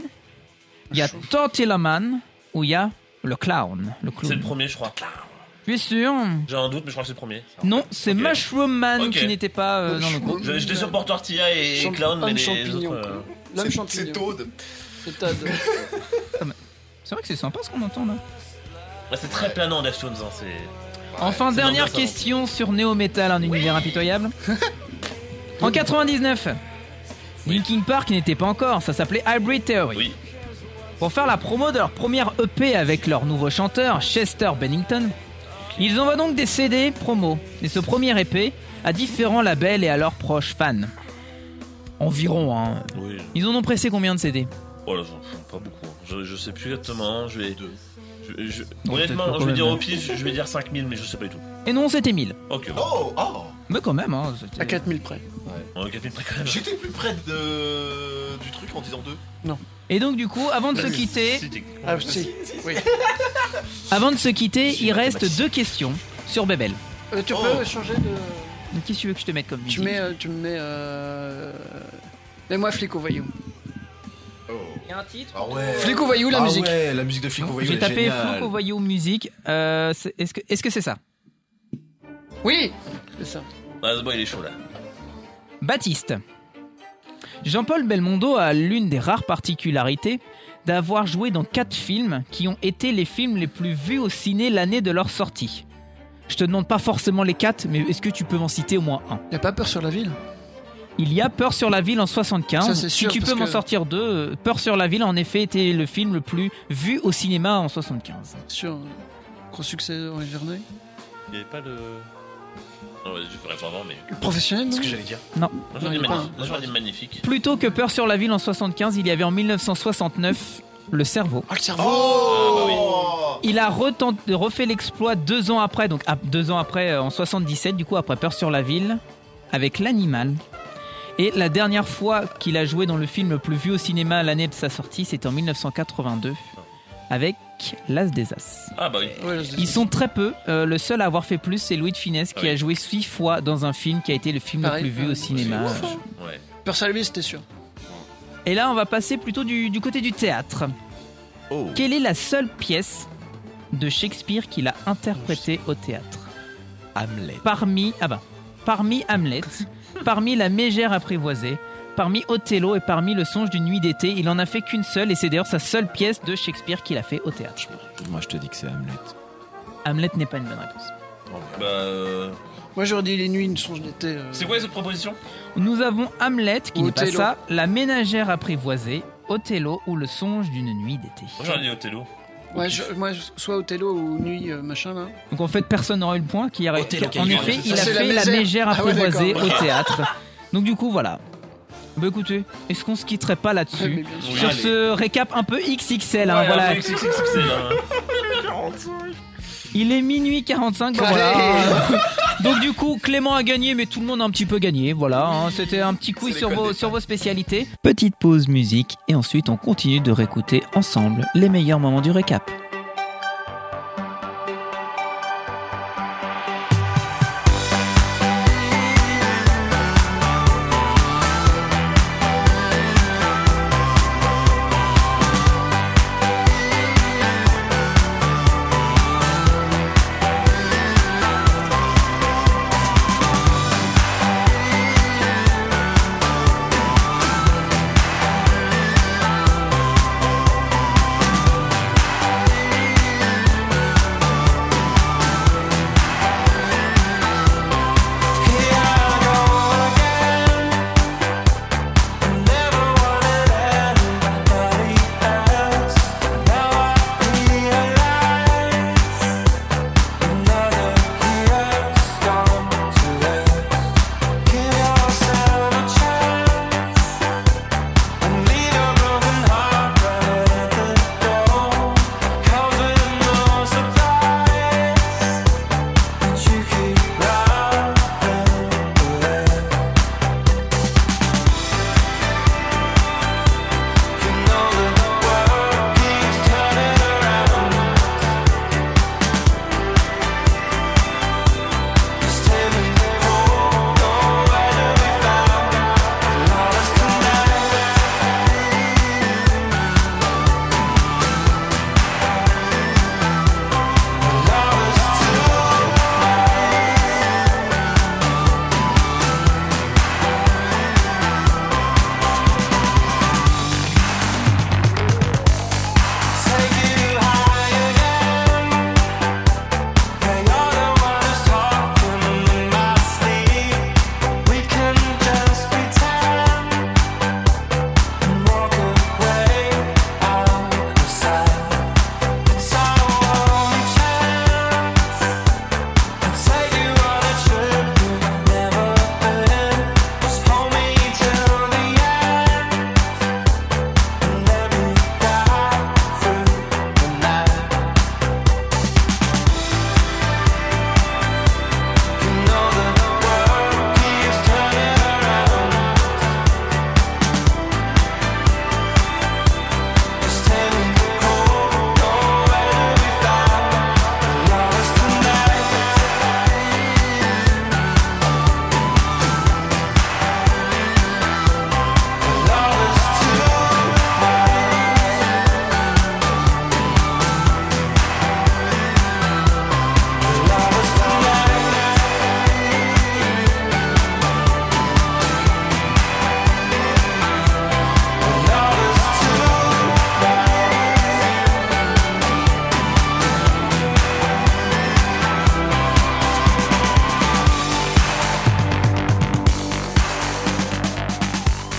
S1: Il y a Tortilla Man. Ou il y a le clown. Le clown.
S6: C'est le premier, je crois.
S1: Tu es sûr
S6: J'ai un doute, mais je crois que c'est le premier.
S1: Non, c'est Mushroom Man
S6: Ok.
S1: qui n'était pas euh, dans le groupe.
S6: Je- J'étais sur pour Tortilla et
S1: Champ-
S6: Clown, mais
S1: homme
S6: les
S1: champignon,
S6: autres, euh,
S5: L'homme champignon. C'est Toad. C'est Toad.
S1: C'est vrai que c'est sympa ce qu'on entend là.
S6: ouais, c'est très planant Deftones. Hein, c'est.
S1: Enfin,
S6: C'est
S1: dernière
S6: l'ambiance avant.
S1: question sur Neo Metal, un univers impitoyable. en 99, Linkin Park n'était pas encore, ça s'appelait Hybrid Theory. Pour faire la promo de leur première EP avec leur nouveau chanteur, Chester Bennington, ils envoient donc des CD promo et ce premier EP à différents labels et à leurs proches fans. Environ, hein.
S6: Oui.
S1: Ils en ont pressé combien de CD
S6: Oh là, j'en- j'en- pas beaucoup. hein. Je, je sais plus exactement. hein, Je vais. Je, je-
S1: Non, peut-être
S6: Honnêtement,
S1: pas
S6: je vais
S1: quand
S6: dire
S1: même.
S6: au pif, je je vais dire 5000, mais je sais pas du tout.
S1: Et non, c'était 1000.
S6: Ok.
S2: Oh, oh
S1: Mais quand même, hein. c'était-
S5: À 4000 près.
S6: On a 4000 près quand même.
S2: J'étais plus près de... du truc en disant deux.
S1: Et donc, du coup, avant de se quitter.
S5: Ah, si.
S2: *laughs*
S5: Oui.
S1: Avant de se quitter, il reste deux questions sur Bebel.
S5: Euh, tu
S6: Oh.
S5: peux changer de.
S1: Qu'est-ce que tu veux que je te mette comme
S5: Tu
S1: musique
S5: mets. euh, tu me mets. Euh... Mets-moi Flic au voyou.
S1: Il y a un titre
S2: Ah ouais.
S5: euh, Flic au voyou, la
S2: Ah
S5: musique.
S2: ouais, la musique de Flic au voyou.
S1: J'ai
S2: elle est
S1: tapé
S2: géniale.
S1: Flouc au voyou musique. Euh, c'est- Est-ce que est-ce que c'est ça
S5: Oui C'est ça.
S6: Ah, ce boy, il est chaud là.
S1: Baptiste. Jean-Paul Belmondo a l'une des rares particularités d'avoir joué dans quatre films qui ont été les films les plus vus au ciné l'année de leur sortie. Je te demande pas forcément les quatre, mais est-ce que tu peux m'en citer au moins un
S5: Il n'y a pas peur sur la ville
S1: Il y a Peur sur la ville en 75.
S5: Ça, c'est sûr,
S1: si tu peux
S5: parce
S1: m'en
S5: que-
S1: sortir deux, euh, Peur sur la ville en effet était le film le plus vu au cinéma en 75.
S5: Sur. Gros succès en Verneuil.
S6: Il n'y avait pas de. Non, vas-y, je ferai pas avant, mais.
S5: Le professionnel
S6: C'est ce que j'allais dire.
S1: Non.
S6: Moi, j'en ai
S1: Non, il y a
S6: magnifique.
S1: pas
S6: Moi, j'en ai magnifique.
S1: Plutôt que Peur sur la ville en 75, il y avait en 1969 Le cerveau.
S5: Ah, le cerveau
S6: Oh Ah, bah
S1: Il a retent- refait l'exploit deux ans après, donc à- deux ans après, euh, en 77, du coup, après Peur sur la ville, avec L'Animal. Et la dernière fois qu'il a joué dans le film le plus vu au cinéma l'année de sa sortie, c'était en 1982, avec L'As des As.
S6: Ah bah oui.
S1: Ils sont très peu. Euh, le seul à avoir fait plus, c'est Louis de Funès,
S6: Ah
S1: qui a joué six fois dans un film qui a été le film
S5: Pareil.
S1: le plus vu
S5: Ouais,
S1: au cinéma.
S5: c'est ouf, hein.
S6: Ouais.
S5: Peur sur la ville, c'était sûr.
S1: Et là, on va passer plutôt du, du côté du théâtre. Quelle est la seule pièce de Shakespeare qu'il a interprétée au théâtre
S2: Hamlet.
S1: Parmi, ah bah, parmi Hamlet, parmi La Mégère apprivoisée, parmi Othello et parmi Le songe d'une nuit d'été, il en a fait qu'une seule et c'est d'ailleurs sa seule pièce de Shakespeare qu'il a fait au théâtre.
S2: Moi, je te dis que c'est Hamlet.
S1: Hamlet n'est pas une bonne réponse.
S6: Bah. euh,
S5: Moi j'aurais dit les nuits, une songe d'été. euh.
S6: C'est quoi les autres propositions
S1: Nous avons Hamlet qui n'est pas
S5: Othello.
S1: ça, La Ménagère apprivoisée, Othello ou Le songe d'une nuit d'été.
S6: Moi, j'en ai dit Othello.
S5: Ouais, je- moi, je- soit Othello ou Nuit euh, machin là.
S1: Donc en fait, personne n'aura eu le point. Qui a...
S5: Othello qui a
S1: en
S5: eu le
S1: effet,
S5: point.
S1: il a
S5: Ça, c'est la
S1: fait la
S5: Mégère.
S1: mégère
S5: Ah ouais,
S1: apprivoisée
S5: d'accord.
S1: au théâtre. Donc du coup, voilà. Bah écoutez, est-ce qu'on se quitterait pas
S5: Ah,
S1: là-dessus
S6: sûr.
S1: Sur
S6: Oui,
S1: ce récap un peu XXL, hein,
S6: Ouais,
S1: voilà.
S6: un peu XXXL, hein.
S1: Il est minuit 45, bah, voilà.
S5: *laughs*
S1: Donc du coup, Clément a gagné, mais tout le monde a un petit peu gagné, voilà. hein. C'était un petit quiz sur vos, sur vos
S3: *laughs*
S1: spécialités. Petite pause musique, et ensuite on continue de réécouter ensemble les meilleurs moments du récap.
S11: I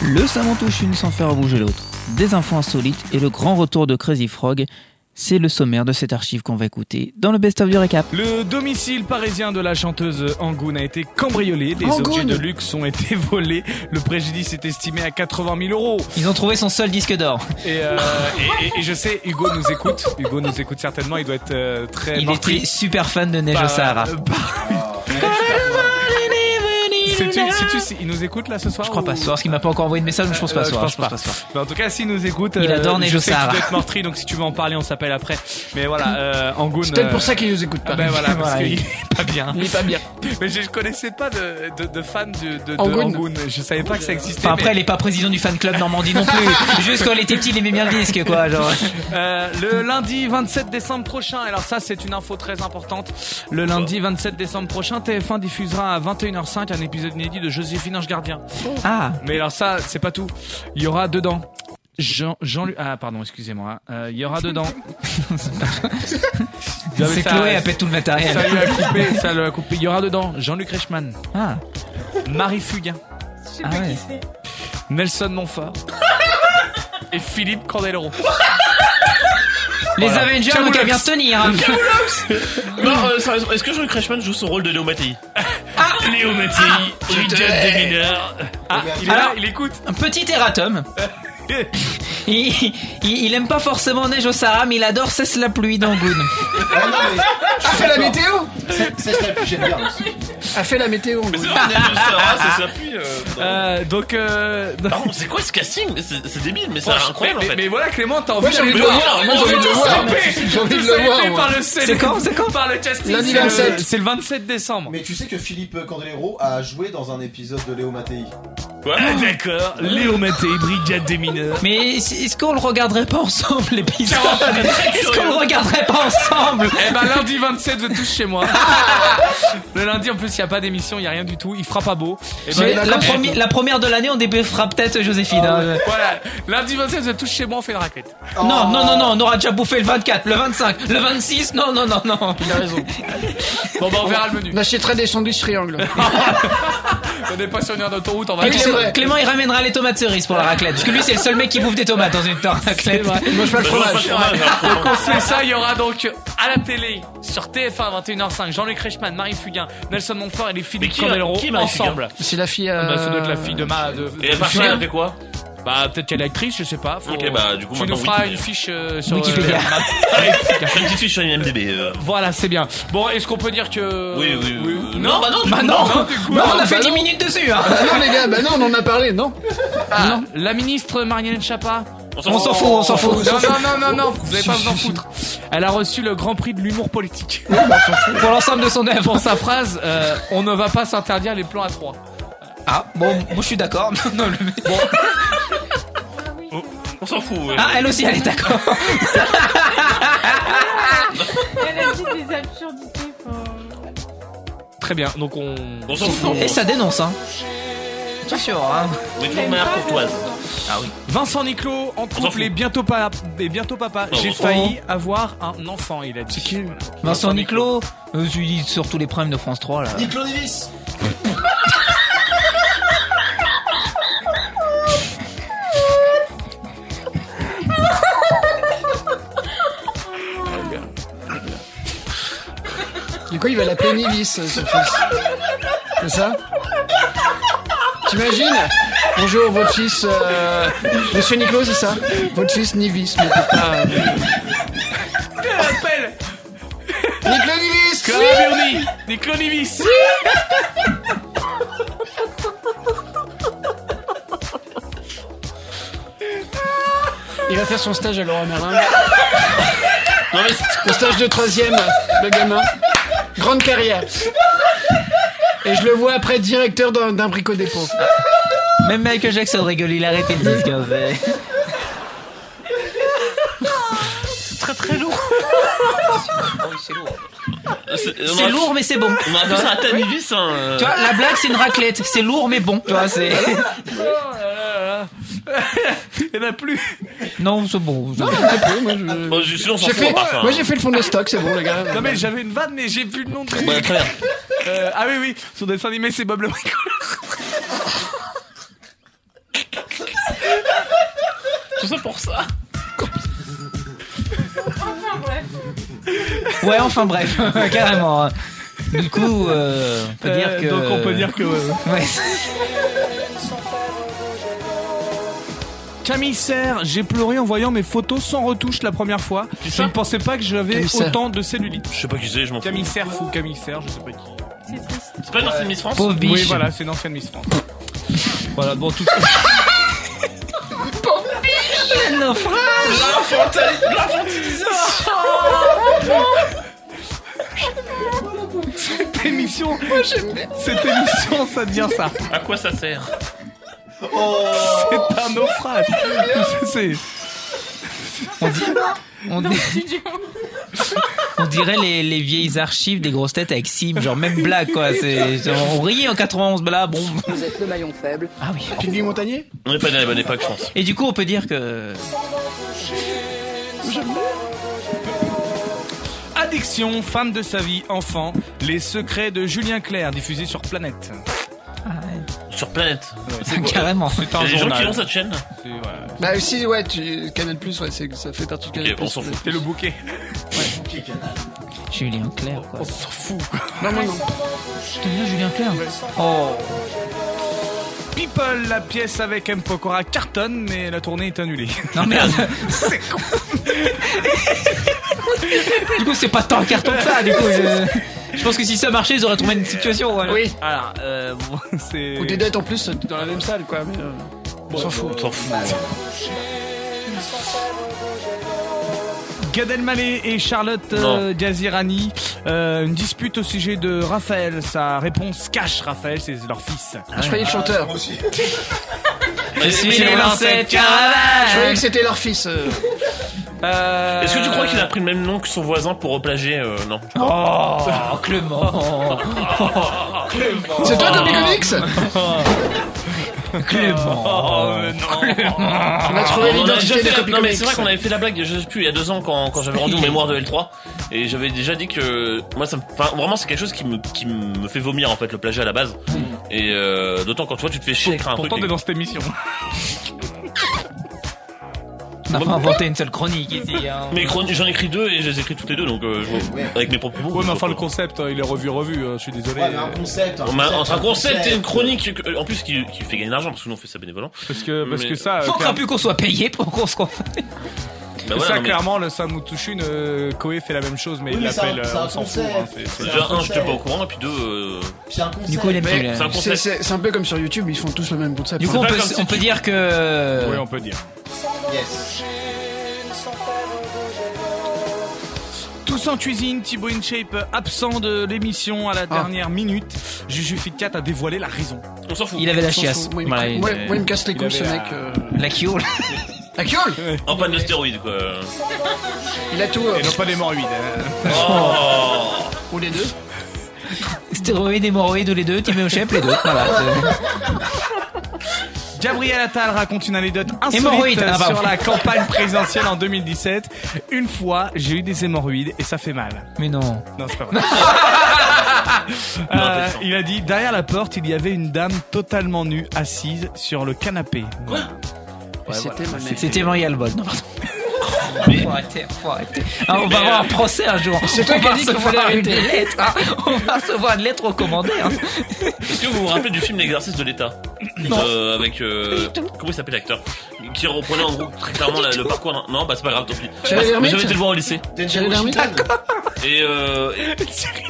S1: Le savant touche une sans faire bouger l'autre. Des infos insolites et le grand retour de Crazy Frog. C'est le sommaire de cette archive qu'on va écouter dans le best-of du récap.
S3: Le domicile parisien de la chanteuse Angoune a été cambriolé, des
S1: Angoune
S3: objets de luxe ont été *laughs* volés, le préjudice est estimé à 80 000 euros.
S1: Ils ont trouvé son seul disque d'or.
S3: Et, euh, et- et- et je sais, Hugo nous écoute, Hugo nous écoute certainement, il doit être euh, très
S1: Il
S3: meurtri.
S1: était super fan de Neige au
S3: Bah,
S1: Sahara.
S3: euh, bah, Sais-tu- sais-tu si il nous écoute là ce soir
S1: Je crois
S3: ou-
S1: pas ce soir, parce qu'il m'a pas encore envoyé de message, mais je pense pas
S3: Euh,
S1: ce
S3: je
S1: soir.
S3: pense
S1: je pense
S3: pas.
S1: pas ce soir.
S3: Mais en tout cas, s'il nous écoute, euh,
S1: Il adore Neige
S3: je
S1: au
S3: sais que tu
S1: Sahara.
S3: dois être meurtri, donc si tu veux en parler, on s'appelle après. Mais voilà, euh, Angoune.
S5: C'est peut-être
S3: euh,
S5: pour ça qu'il nous écoute
S3: Ah
S5: pas.
S3: ben voilà, parce
S5: *laughs* Voilà,
S3: qu'il
S5: il-
S3: est *laughs* pas bien.
S5: Il est pas bien.
S3: Mais je je connaissais pas de, de, de fan de, de, de
S1: Angoune.
S3: Angoune. Je savais pas que ça existait.
S1: Enfin, après,
S3: mais-
S1: elle est pas président du fan club Normandie non
S3: *laughs*
S1: plus. *laughs* Juste quand elle était petite, il aimait bien le disque, quoi. Genre.
S3: Euh, le lundi 27 décembre prochain, alors ça c'est une info très importante. Le lundi 27 décembre prochain, TF1 diffusera à 21h05 un épisode inédit de Joséphine Ange Gardien.
S1: Ah.
S3: Mais alors ça, c'est pas tout. Il y aura dedans Jean Jean Ah pardon, excusez-moi. Euh, Il y
S1: *laughs*
S3: aura dedans. Non, mais
S1: C'est
S3: ça-
S1: Chloé, elle pète tout le matériel.
S3: Ça lui a coupé, ça lui a coupé. Il y aura dedans Jean-Luc Reichmann,
S1: Ah.
S3: Marie Fugain,
S4: Je sais
S3: Ah
S4: pas
S3: ouais.
S4: qui c'est.
S3: Nelson Montfort et Philippe Candeloro.
S1: Les
S3: Voilà.
S1: Avengers,
S3: Ciao,
S1: donc elle
S3: Lox.
S1: vient de tenir. hein.
S6: *laughs* Non, euh, sérieusement, est-ce que Jean-Luc Reichmann joue son rôle de Léo Mattei
S1: *laughs* Ah
S6: Léo Mattei,
S1: je
S6: Olympiade
S1: te hais.
S6: des mineurs.
S3: Ah,
S1: il est là,
S3: il écoute.
S1: Un petit
S3: *laughs*
S1: erratum. il, il- il aime pas forcément Neige au Sahara, mais il adore Cesse la pluie d'Angoune.
S5: A fait Ah, la météo
S2: C'est la plus géniale.
S5: A fait la météo. on dit. hein,
S6: hein,
S5: *laughs*
S3: Euh, donc, euh, *laughs*
S6: Pardon, c'est quoi ce casting Mais C'est c'est débile, mais c'est
S3: Franchement,
S6: incroyable
S3: mais,
S6: en fait.
S3: mais voilà, Clément, t'as envie
S5: Moi, j'ai envie de le voir. Moi, j'ai envie de le voir. J'ai envie de le voir, moi.
S3: C'est
S5: C'est quand C'est quand
S3: Par le casting.
S5: Lundi
S3: c'est le-
S5: 27.
S3: euh, C'est le 27 décembre.
S2: Mais tu sais que Philippe Candelero a joué dans un épisode de Léo Mattei.
S6: Ah, d'accord.
S3: Léo Mattei, brigade des mineurs.
S1: Mais est- est-ce qu'on le regarderait pas ensemble, l'épisode
S3: Tiens,
S1: Est-ce qu'on le regarderait pas ensemble
S3: Eh ben lundi 27 vous êtes tous chez moi. le lundi en plus il y a pas d'émission, il y a rien du tout, il fera pas beau. Eh ben,
S1: Je- la, premi- la première de l'année, on débriefera peut-être Joséphine.
S5: Ah
S1: hein.
S3: Voilà, lundi 27 vous êtes tous chez moi, on fait une raquette.
S5: Oh.
S1: Non, non, non, non, on aura déjà bouffé le 24, le 25, le 26. Non, non, non, non.
S5: Il a raison.
S3: Bon bah on verra le menu.
S5: On achèterait des sandwichs triangles.
S3: On est pas sur une heure d'autoroute, on
S1: Et
S3: va aller.
S5: c'est
S1: Clément,
S5: vrai.
S1: Clément, il ramènera les tomates cerises pour la raclette. Parce que lui, c'est le seul mec qui bouffe des tomates dans une raclette.
S5: Moi,
S6: Bah,
S5: je fais le
S6: non, pas de
S5: fromage.
S6: fromage, hein.
S3: Donc on se fait ça, il y aura donc à la télé sur TF1 21h05 Jean-Luc Reichmann, Marie Fugain, Nelson Montfort et les filles
S6: Mais
S3: de
S6: qui-
S3: Candelero
S6: qui est Marie
S3: ensemble.
S5: C'est la fille.
S3: Bah,
S5: Euh...
S3: ça doit être la fille de ma. De,
S6: Et à
S3: de-
S6: part ça,
S3: Fugain.
S6: elle fait quoi
S3: Bah peut-être qu'elle est actrice, je sais pas. Faut...
S6: Ok, bah, du coup,
S3: tu
S6: maintenant,
S3: nous feras
S6: Wikipédia.
S3: une fiche euh, sur
S1: Wikipédia.
S3: euh, Marie Fugain. *laughs*
S6: J'ai une petite fiche sur IMDB. euh.
S3: Voilà, c'est bien. Bon, est-ce qu'on peut dire que.
S6: Oui, oui, oui.
S3: Non, bah non,
S1: Bah non,
S3: du coup,
S1: Non,
S3: non.
S1: on a fait
S5: bah
S1: 10
S5: non.
S1: minutes dessus. hein.
S5: Bah non, les gars, bah non, on en a parlé, non
S3: Ah, La ministre Marianne Chapa.
S1: On s'en fout, on s'en fout.
S3: Non, non, non, non, non, vous avez
S1: *laughs*
S3: pas vous en foutre. Elle a reçu le grand prix de l'humour politique.
S1: bah, Pour l'ensemble de son œuvre.
S3: Pour sa phrase, euh, on ne va pas s'interdire les plans à trois.
S1: Ah, bon, moi je suis d'accord. *laughs* Non, le-
S6: On s'en fout. ouais.
S1: Ah, elle aussi, elle est d'accord.
S4: *laughs* Elle a dit des absurdités. enfin,
S3: Très bien, donc on.
S6: On s'en fout.
S1: Et ça dénonce, hein. Attention, hein.
S6: On est toujours de manière courtoise.
S3: Ah Vincent Niclot en
S6: s'en
S3: couple
S6: fout.
S3: et bientôt pas et bientôt papa.
S6: Non,
S3: J'ai
S6: on s'en
S3: failli avoir un enfant, il a dit. C'est qui
S1: Vincent Niclot, euh, tu dis surtout les primes de France 3 là.
S2: Nick Clonevis
S5: Du coup, il va l'appeler Nivis, euh, son fils. C'est ça T'imagines Bonjour, votre fils. euh, Monsieur Nico, c'est ça Votre fils Nivis, mais euh, papa.
S3: Appelle
S5: Nico Nivis
S3: Calaburni
S4: *laughs*
S3: Niclot Nivis
S5: Il va faire son stage à Laura Merlin.
S6: Non, mais c'est-
S5: Le stage de troisième, le gamin. Grande carrière. Et je le vois après directeur d'un d'un bricot-dépôt.
S1: Même Michael Jackson rigole, il a arrêté le disque. en fait.
S4: Oh
S6: c'est on
S1: C'est
S6: a-
S1: lourd, mais c'est bon.
S6: On a appelé ça un tamivis, hein. euh.
S1: Tu vois, la blague, c'est une raclette. C'est lourd, mais bon. Tu vois, c'est.
S3: Ah Euh. Il y en a plus
S1: *laughs* Non, c'est bon. c'est bon.
S6: Bon, je suis on s'en
S5: J'ai
S6: fout,
S5: fait,
S6: on part, ça,
S5: moi
S6: hein.
S5: j'ai fait le fond de stock, c'est bon les gars.
S3: Non mais j'avais une vanne mais j'ai plus le nom de
S6: Bah, très bien.
S3: Euh, Ah oui oui, son dessin animé c'est Bob le Bricoleur. Tout ça pour ça.
S4: Enfin bref.
S1: Ouais, enfin bref, *laughs* carrément. hein. Du coup, euh, on peut dire
S3: Euh,
S1: que.
S3: donc on peut dire que, ouais, ouais.
S1: Ouais.
S3: Camille Serre, j'ai pleuré en voyant mes photos sans retouche la première fois. Je ne pensais pas que j'avais
S6: Camille Serre.
S3: autant de cellulite.
S6: Je sais pas qui c'est, je m'en fous.
S3: Camille Serre, fou Camille Serre, je sais pas qui.
S6: C'est pas une ancienne Miss France
S3: Pauvre biche. Oui, voilà, c'est une ancienne Miss France. voilà, bon, *laughs* tout ça.
S1: Le naufrage
S11: L'infantili-
S3: Cette émission, cette émission, ça devient ça.
S6: À quoi ça sert
S3: C'est un naufrage. C'est.
S1: On dit- on dit- On dirait les, les vieilles archives des grosses têtes avec Sim, genre même blague quoi. C'est, genre, on riait en 91, bah là, bon.
S12: Vous êtes le maillon faible.
S1: Ah oui.
S5: Piggy Montagnier
S6: On est pas dans la bonne époque, je pense.
S1: Et du coup, on peut dire que.
S3: Addiction, femme de sa vie, enfant, les secrets de Julien Clerc, diffusé sur Planète.
S1: Ah,
S6: Sur Planète
S3: C'est *laughs* quoi
S1: Carrément.
S3: C'est un
S6: Il y a des gens
S3: journal.
S6: qui ont cette chaîne
S3: C'est- ouais.
S5: Bah aussi, ouais, tu... Canal Plus, ouais, c'est- ça fait partie de Canal Plus.
S3: T'es le bouquet.
S1: Julien Clerc quoi.
S3: On s'en fout.
S5: Non, moi, non.
S1: T'aimes bien Julien Clerc Oh.
S3: People, la pièce avec M. Pokora cartonne, mais la tournée est annulée.
S1: Non merde. Du coup, c'est pas tant un carton que ça. Du coup,
S3: *laughs*
S1: je, je pense que si ça marchait, ils auraient trouvé une situation. voilà.
S5: Oui.
S1: Alors, euh, bon, c'est.
S5: Ou des dates en plus euh, dans la même salle, quoi. Mais, euh, on s'en fout.
S6: On s'en fout.
S3: *laughs* Gad Elmaleh et Charlotte euh, Gazirani, euh, une dispute au sujet de Raphaël. Sa réponse cache Raphaël, c'est leur fils.
S5: Ah, je croyais le chanteur.
S3: Je suis né dans cette
S5: Je croyais que c'était leur fils. euh.
S6: Est-ce que tu crois qu'il a pris le même nom que son voisin pour replager euh, Non.
S1: Oh, Clément
S6: Clément
S5: *laughs* C'est toi, Comic Comics
S6: *laughs* Oh,
S1: Clément
S6: Ah, On
S5: a trouvé
S6: avait
S5: l'identité
S6: déjà fait
S5: de
S6: la-
S5: Copy
S6: Non mais
S5: Comics.
S6: c'est vrai qu'on avait fait la blague, je sais plus, il y a deux ans quand, quand j'avais rendu
S5: *laughs*
S6: mon mémoire de L3 et j'avais déjà dit que moi ça me, enfin, vraiment c'est quelque chose qui me qui me fait vomir en fait le plagiat à la base
S5: Mm.
S6: et euh, d'autant quand tu vois tu te fais chier à écrire un
S3: Pourtant,
S6: truc.
S3: t'es dans cette
S1: *laughs*
S3: émission.
S1: On n'a pas inventé une seule chronique ici. hein.
S6: Mais chroniques, j'en ai écrit deux et je les ai écrites toutes les deux donc euh, je vois- avec mes propres mots.
S3: Ouais, mais enfin, le concept, euh, il est revu, revu, euh, je suis désolé.
S6: concept, entre un concept et une chronique, que- en plus qui, qui fait gagner de l'argent parce que nous on fait ça bénévolement.
S3: Parce que, parce
S6: Mais-
S3: que ça. euh,
S1: Faut encore plus qu'on soit payé pour qu'on se confesse.
S3: Ben
S6: Bah
S3: ça,
S6: voilà, non, mais-
S3: clairement, le Samutsushun, euh, Koei fait la même chose, mais
S6: Oui,
S3: il
S6: mais c'est
S3: l'appelle.
S6: un-
S3: euh,
S6: c'est un
S3: on s'en fout.
S6: concept.
S3: hein, c'est-
S6: Déjà, un, j'étais pas au courant, et puis deux. euh,
S1: Du coup, les
S5: Mais
S1: mecs,
S5: c'est-
S1: euh,
S5: c'est- C'est c'est un peu comme sur YouTube, ils font tous le même concept.
S1: Du coup, on peut, on peut dire que.
S3: Oui, on peut dire. Tous en cuisine, Thibaut InShape euh, absent de l'émission à
S1: Ah.
S3: la dernière minute. Juju Fit 4 a dévoilé la raison.
S6: On s'en fout.
S1: Il avait la
S3: On s'en
S1: chiasse.
S3: fout. Moi, il me-
S1: Voilà, il-
S3: moi, moi, il me casse les couilles, ce
S1: avait
S3: mec,
S1: la-
S3: euh.
S1: La kiole.
S5: La kiole
S6: En panne de stéroïdes quoi.
S5: Il a tout. euh,
S3: Et non pas d'hémorroïdes. hein.
S6: Oh
S5: Ou les deux
S1: Stéroïdes, hémorroïdes, ou les deux, Timéo Shep, les deux. Voilà. c'est-
S3: Gabriel Attal raconte une anecdote insolite
S1: Hémorroïdes,
S3: euh,
S1: ah, pardon.
S3: sur la campagne présidentielle en 2017. Une fois, j'ai eu des hémorroïdes et ça fait mal.
S1: Mais *laughs* non.
S3: Non, c'est pas vrai. Euh, il a dit derrière la porte, il y avait une dame totalement nue assise sur le canapé. Quoi
S1: C'était C'était Maria Albon. Non, pardon. Faut arrêter, faut arrêter. Ah, on va
S3: Mais,
S1: avoir un
S3: euh,
S1: procès un jour.
S5: c'est toi
S1: On
S5: qui
S1: va
S5: as dit qu'on
S1: recevoir
S5: fallait
S1: une
S5: arrêter.
S1: lettre, hein. On va recevoir une lettre recommandée. hein.
S6: Est-ce que vous vous rappelez du film L'exercice de l'État Euh, Avec. euh, comment il s'appelait l'acteur Qui reprenait en gros très clairement la- le parcours. d'un- Non, bah c'est pas grave, tant pis. Bah,
S5: Thierry
S6: Parce- mais
S5: Lhermitte
S6: J'avais été le voir au lycée.
S5: Thierry Lhermitte
S6: Et euh.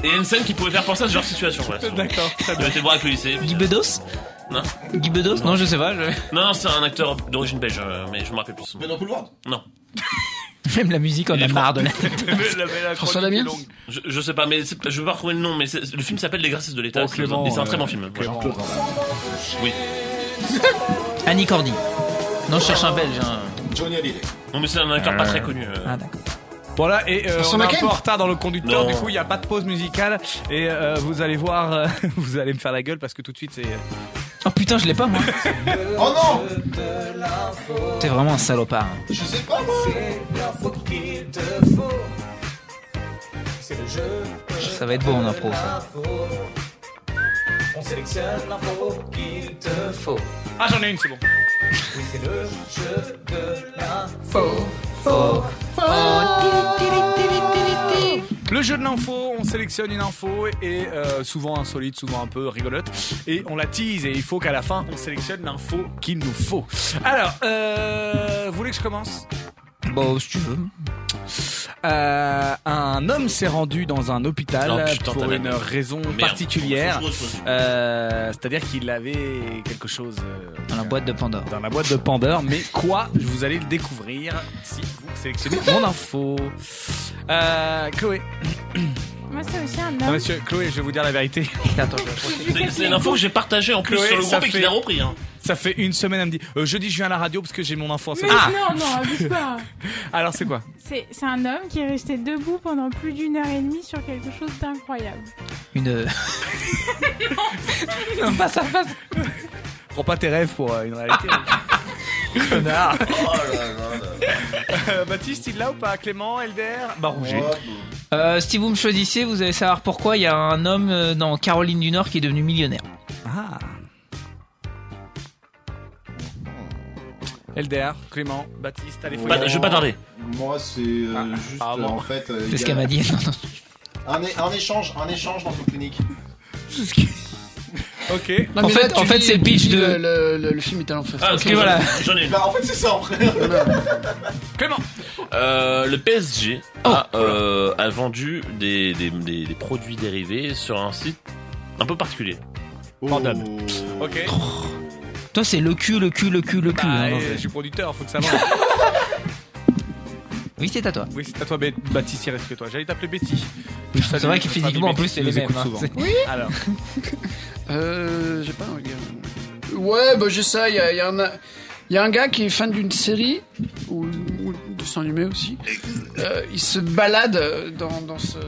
S6: Et une scène qui pouvait faire penser à ce genre de situation.
S3: D'accord.
S6: J'avais été le voir avec le lycée.
S1: Guy Bedos
S6: Non.
S1: Guy Bedos Non, je sais pas. je-
S6: Non, non, c'est un acteur d'origine belge, euh, mais je me rappelle plus. Benoît Poulvord
S1: *laughs*
S6: Non.
S1: Même la musique, on a marre de la.
S5: François Damien
S6: je, je sais pas, mais c'est- je vais pas retrouver le nom, mais c'est- le film s'appelle L'exercice de l'État.
S1: Oh,
S6: c'est-
S1: Clément,
S6: et c'est un
S1: euh,
S6: très bon film.
S1: Clément.
S6: ouais. Oui.
S1: Annie Cordy. Non, je cherche un belge. hein.
S6: Johnny Hallyday. Non, mais c'est un acteur pas
S1: Euh.
S6: très connu. euh.
S1: Ah, d'accord.
S3: Voilà, et euh,
S1: Vincent
S3: on est un
S1: Macaigne
S3: peu en retard dans le conducteur,
S6: Non.
S3: du coup il n'y a pas de pause musicale. Et euh, vous allez voir, euh, *laughs* vous allez me faire la gueule parce que tout de suite c'est.
S1: Oh putain, je l'ai pas moi. *laughs*
S2: Oh non
S3: euh,
S1: T'es vraiment un salopard.
S2: Je sais pas moi
S13: C'est le jeu.
S1: Ça va être beau en impro. ça.
S13: On sélectionne l'info qu'il te faut.
S3: Ah, j'en ai une, c'est bon.
S13: Oui, c'est le jeu de
S3: Faux, faux, Le jeu de l'info, on sélectionne une info et euh, souvent insolite, souvent un peu rigolote, et on la tease et il faut qu'à la fin on sélectionne l'info qu'il nous faut. Alors, euh, vous voulez que je commence
S1: Bon, Bah, oh, si tu veux.
S3: Euh, un homme s'est rendu dans un hôpital
S1: Oh, putain, t'as
S3: pour
S1: la
S3: une
S1: merde.
S3: raison
S1: Merde.
S3: particulière.
S1: Autre chose, autre chose.
S3: Euh, C'est-à-dire qu'il avait quelque chose euh,
S1: Dans la boîte de Pandore.
S3: dans la boîte de Pandore, mais quoi Je Vous allez le découvrir si vous
S4: *laughs*
S3: sélectionnez mon info. Euh, Chloé.
S4: Moi, c'est aussi un
S3: Non,
S4: homme.
S3: monsieur, Chloé, je vais vous dire
S6: *laughs*
S3: la vérité.
S6: C'est- c'est l'info que j'ai partagée en plus
S3: Chloé,
S6: sur le
S3: ça
S6: groupe et
S3: fait-
S6: qu'il a repris. Hein.
S3: Ça fait une semaine, elle me dit euh, Jeudi, je viens à la radio parce que j'ai mon info.
S4: Mais non,
S3: *laughs*
S4: non, abuse pas.
S3: Alors, c'est quoi
S4: C'est c'est un homme qui est resté debout pendant plus d'une heure et demie sur quelque chose d'incroyable.
S1: Une.
S3: *laughs* Non, pas ça, pas ça. Prends pas tes rêves pour euh, une réalité.
S1: *laughs* Oh
S3: Connard. Euh, Baptiste, il l'a ou pas Clément, LDR Bah, Rouget.
S1: Euh, si vous me choisissez, vous allez savoir pourquoi il y a un homme euh, dans Caroline du Nord qui est devenu millionnaire.
S3: Ah. LDR, Clément, Baptiste, allez, faut y aller.
S12: Moi, c'est euh, juste
S3: Ah, pardon.
S12: euh, en fait. euh,
S3: C'est
S12: il y
S3: ce
S12: a-
S3: qu'elle m'a dit. Non,
S12: Un, é- un échange, un échange dans une clinique.
S3: Ok.
S5: Non, mais là, tu dis- tu dis Le, le- le- le film est à l'enfer.
S6: Ah, ok, voilà. J'en ai une.
S12: Bah, en fait, c'est ça en vrai.
S6: Euh, le PSG a, euh, a vendu des, des, des- des produits dérivés sur un site un peu particulier.
S3: Portable. Ok.
S5: *laughs*
S1: Toi, c'est le cul, le cul, le cul, le cul.
S3: Bah,
S1: hein, en
S3: euh,
S1: fait.
S3: je suis producteur, faut que ça marche.
S1: Oui, c'est à toi.
S3: Oui, c'est à toi, Bé- Baptiste, il reste que toi. J'allais t'appeler Betty.
S1: C'est vrai que physiquement, en plus, c'est les mêmes. hein. C'est-
S5: Oui.
S3: Alors.
S5: Euh, j'ai pas un regard. Ouais, bah j'ai ça. Il y a, il y a un. il y a un gars qui est fan d'une série, ou, ou de dessin animé aussi. Euh, il se balade dans, dans ce.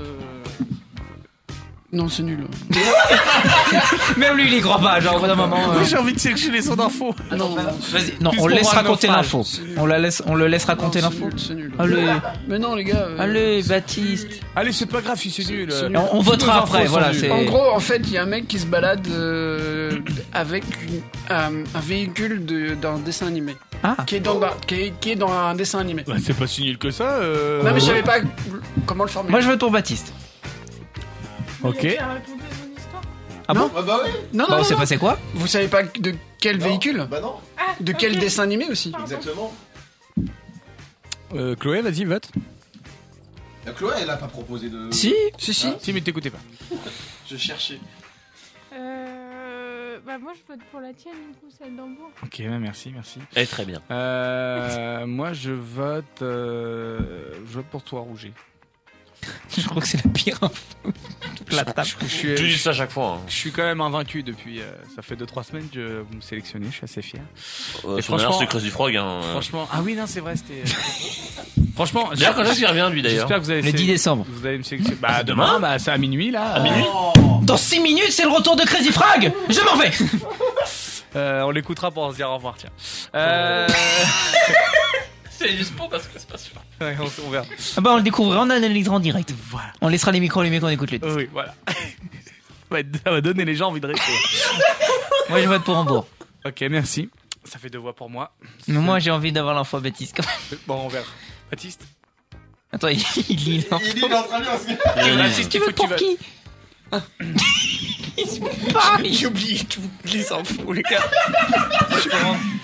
S5: Non, c'est nul.
S1: *laughs* Même lui, il y croit pas. Genre, au bout d'un moment. euh,
S3: Oui, j'ai envie de sélectionner son info.
S5: non, non,
S1: Vas-y, non, on laisse raconter l'info. On, la laisse, on le laisse raconter l'info. Allez,
S5: Mais non, les gars. euh,
S1: allez, Baptiste.
S3: Allez, c'est pas grave si c'est nul.
S5: c'est nul.
S1: On, on votera après, voilà. c'est-
S5: En gros, en fait, il y a un mec qui se balade euh, avec une- un- un véhicule de- d'un dessin animé.
S1: Ah.
S5: Qui, est dans, bah, qui, est, qui est dans un dessin animé.
S3: Bah, c'est pas si nul que ça. euh.
S5: non, mais je savais pas comment le formuler.
S1: Moi, je veux pour Baptiste.
S3: Ok.
S1: Ah bon
S12: Ah bah oui.
S5: Non,
S1: Bon,
S5: non,
S1: c'est
S5: non.
S1: passé quoi
S5: Vous savez pas de quel véhicule
S12: Bah non.
S5: De quel dessin animé aussi
S12: Exactement.
S3: Euh, Chloé, vas-y, vote.
S12: *laughs* La Chloé, elle a pas proposé de. Ah,
S5: Si, si.
S3: Si, mais t'écoutais pas.
S12: Je cherchais.
S4: Euh, bah moi je vote pour la tienne du coup celle d'Hambourg.
S3: Ok, bah, merci, merci.
S6: Eh, très bien.
S3: Euh, moi, je vote. euh, je vote pour toi, Rouget.
S1: Je crois que c'est la pire info. de La table.
S6: Tu dis ça à chaque fois. hein.
S3: Je suis quand même invaincu depuis. euh, ça fait 2-3 semaines que vous me sélectionnez, je suis assez fier.
S6: Euh, son honneur, c'est Crazy Frog. Hein, euh.
S3: Franchement, ah oui, non, c'est vrai, c'était. euh, franchement,
S6: D'ailleurs, quand est-ce qu'il revient, lui, d'ailleurs
S3: J'espère que vous allez.
S6: Le 10
S1: décembre.
S3: Vous allez me sélectionner. Bah, demain, bah, c'est à minuit, là.
S6: À minuit
S1: Dans 6 minutes, c'est le retour de Crazy Frag Je m'en vais
S3: Euh, on l'écoutera pour se dire au revoir, tiens. Euh,
S6: *laughs* C'est juste pour parce que c'est pas super.
S3: ouais, on, s- on verra.
S1: Ah bah, on le découvrira, on analysera en direct. On laissera les micros allumés quand on écoute les.
S3: Oui,
S6: *laughs*
S3: voilà. *laughs* Ça va être- Ça va donner les gens envie de rester.
S1: Moi, je vote pour Hambourg.
S3: ok, merci. Ça fait deux voix pour moi.
S1: Mais moi, j'ai envie d'avoir l'info à Baptiste quand même.
S3: Bon, on verra. Baptiste
S1: Attends, il, il lit l'info.
S12: Il est en train de parce que.
S3: Baptiste, il faut que tu votes.
S5: J'ai oublié toutes les infos, les gars.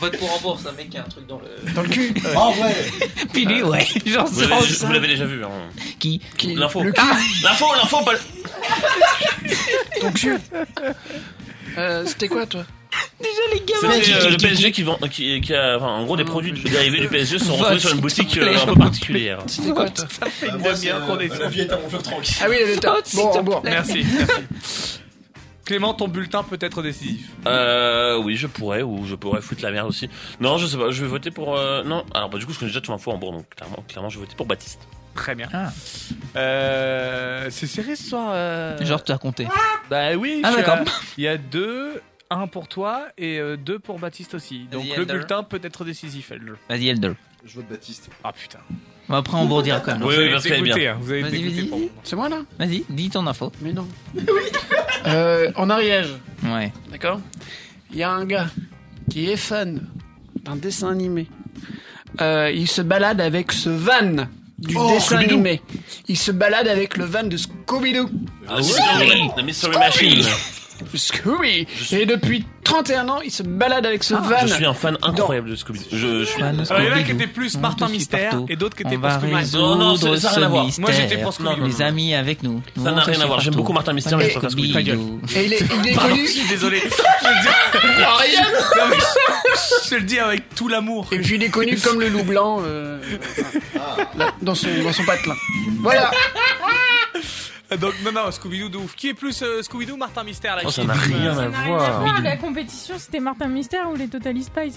S1: Vote pour Hambourg, ça mec qui a un truc dans le.
S5: Dans le cul.
S12: Ah ouais.
S1: Puis
S5: *laughs*
S1: lui, ouais. Genre,
S6: Euh, Vous l'avez,
S1: ça.
S6: vous l'avez déjà vu. Hein.
S1: Qui
S6: L'info.
S5: Le cul.
S6: Ah, l'info, l'info, pas le-
S5: Ton cul. *laughs* Euh, C'était quoi, toi
S1: Déjà, les gars,
S6: C'était euh, le PSG qui vend, qui, qui a, enfin, en gros, des produits dérivés du PSG sont retrouvés
S5: Vote,
S6: sur une
S5: s'il te
S6: boutique
S5: plaît,
S6: euh, un
S5: j'en
S6: peu
S5: peux *laughs*
S6: particulière.
S5: C'était quoi, toi
S3: Ça fait
S12: Bah,
S3: une
S12: moi, c'est,
S3: demi-heure qu'on
S12: euh,
S3: est
S12: La vie est un fleuve tranquille.
S5: Ah oui,
S12: *laughs*
S5: elle
S2: Oh,
S5: était. Bon, en bourre.
S3: Merci, merci. Clément, ton bulletin peut être décisif.
S6: Euh, oui, je pourrais, ou je pourrais foutre la merde aussi. Non, je sais pas, je vais voter pour, euh, non. Alors, bah, du coup, je connais déjà ton info en bon, donc, clairement, clairement, je vais voter pour Baptiste.
S3: Très bien.
S1: Ah.
S3: Euh, c'est serré ce soir. euh.
S1: Genre, tu as compté.
S3: Bah oui.
S1: Ah,
S3: je suis
S1: d'accord.
S3: à- Il y a deux, un pour toi et euh, deux pour Baptiste aussi. Donc
S1: Vas-y,
S3: le
S1: Elder.
S3: bulletin peut être décisif. Elder.
S1: Vas-y, Eldol.
S12: Je vote Baptiste.
S3: Ah putain.
S1: Bon, après, Hambourg dira quand même.
S6: Oui, oui, parce
S3: Vous
S6: qu'elle est
S3: avez
S6: bien.
S3: dégoûté, hein, vous avez
S1: Vas-y,
S3: dégoûté
S1: vas-y,
S3: pour
S1: vas-y.
S3: moi.
S5: C'est moi, là
S1: Vas-y, dis ton info.
S5: Mais non. Euh, en Ariège,
S1: Ouais.
S5: d'accord Il y a un gars qui est fan d'un dessin animé. Euh, il se balade avec ce van du
S6: Oh,
S5: dessin
S6: Scooby-Doo.
S5: animé. Il se balade avec le van de Scooby-Doo.
S6: La mystery, Ah la mystery machine.
S5: Scooby Et depuis 31 ans, il se balade avec ce van.
S6: Ah, Je suis un fan incroyable de Scooby. Je, je suis.
S3: Alors, il y en a qui étaient plus Martin Mystère et d'autres qui étaient
S1: On
S3: plus
S1: va
S3: Scooby-Doo.
S1: résoudre
S6: c'est- ça a rien à
S1: ce
S6: voir.
S1: mystère.
S6: Moi, j'étais pour Scooby-Doo. Non, non,
S1: Les
S6: non.
S1: amis avec nous.
S6: Ça n'a
S1: on
S6: rien
S1: se
S6: à voir.
S1: fait
S6: J'aime
S1: partout.
S6: beaucoup Martin Mystère, mais je préfère Scooby.
S1: Ta gueule.
S5: Et il est, il est
S3: Pardon,
S5: connu.
S3: *laughs* je suis désolé. Je le dis-
S5: Ariane
S3: Non, mais je- je le dis avec tout l'amour.
S5: Et puis il est connu comme le loup blanc euh,
S12: Ah.
S5: là, dans, son, dans son patelin. Voilà.
S3: *laughs* Donc, non, non, Scooby-Doo de ouf. Qui est plus euh, Scooby-Doo ou Martin Mystère là
S6: Oh,
S3: qui
S6: ça
S3: est
S6: n'a
S3: plus,
S6: rien
S3: euh,
S6: à voir.
S4: Ah, la compétition, c'était Martin Mystère ou les Total Spies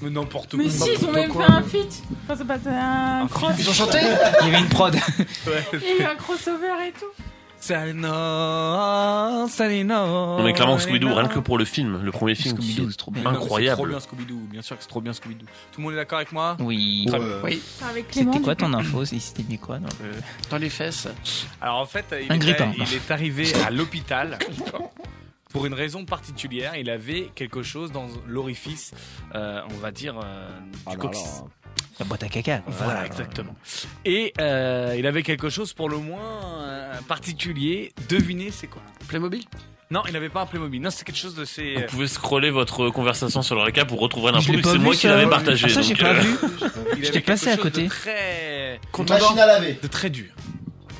S3: Mais n'importe quoi.
S4: Mais si, ils ont même fait
S3: hein.
S4: un feat. Enfin, c'est pas c'est un cross.
S3: Ils ont
S1: chanté Il y avait une
S3: *laughs*
S1: prod.
S4: Il y a eu un crossover et tout.
S3: Salino, Salino.
S6: Non mais clairement Scooby-Doo, rien que pour le film, le premier film qui
S3: Scooby-Doo, c'est trop bien.
S6: est
S3: C'est trop
S6: incroyable.
S3: bien Scooby-Doo, bien sûr que c'est trop bien Scooby-Doo. Tout le monde est d'accord avec moi
S1: Oui.
S3: Très bien.
S5: Oui.
S4: Avec Clément.
S1: C'était quoi
S4: du coup.
S1: ton info C'est- C'était mis quoi dans le-
S5: Dans les fesses.
S3: Alors en fait, il,
S1: Un
S3: est,
S1: grippin.
S3: il est arrivé à l'hôpital *laughs* pour une raison particulière. Il avait quelque chose dans l'orifice, euh, on va dire, euh,
S1: Ah,
S3: du coccyx.
S1: La boîte à caca. quoi.
S3: Voilà, exactement. Et euh, il avait quelque chose pour le moins euh, particulier. Devinez, c'est quoi
S5: Playmobil
S3: Non, il n'avait pas un Playmobil. Non, c'est quelque chose de ces. euh,
S6: Vous pouvez scroller votre conversation sur le récap pour retrouver
S1: Je
S6: l'info.
S1: l'ai
S6: vu que
S1: pas
S6: C'est
S1: vu,
S6: moi qui
S1: ça.
S6: l'avais partagé.
S1: Ah, ça, j'ai
S6: donc,
S1: pas
S6: euh, *laughs*
S1: vu.
S3: Il
S1: Je
S3: avait
S1: t'ai
S3: quelque
S1: passé à
S3: chose de
S1: côté.
S3: Très.
S12: Une machine à laver.
S3: De très dur.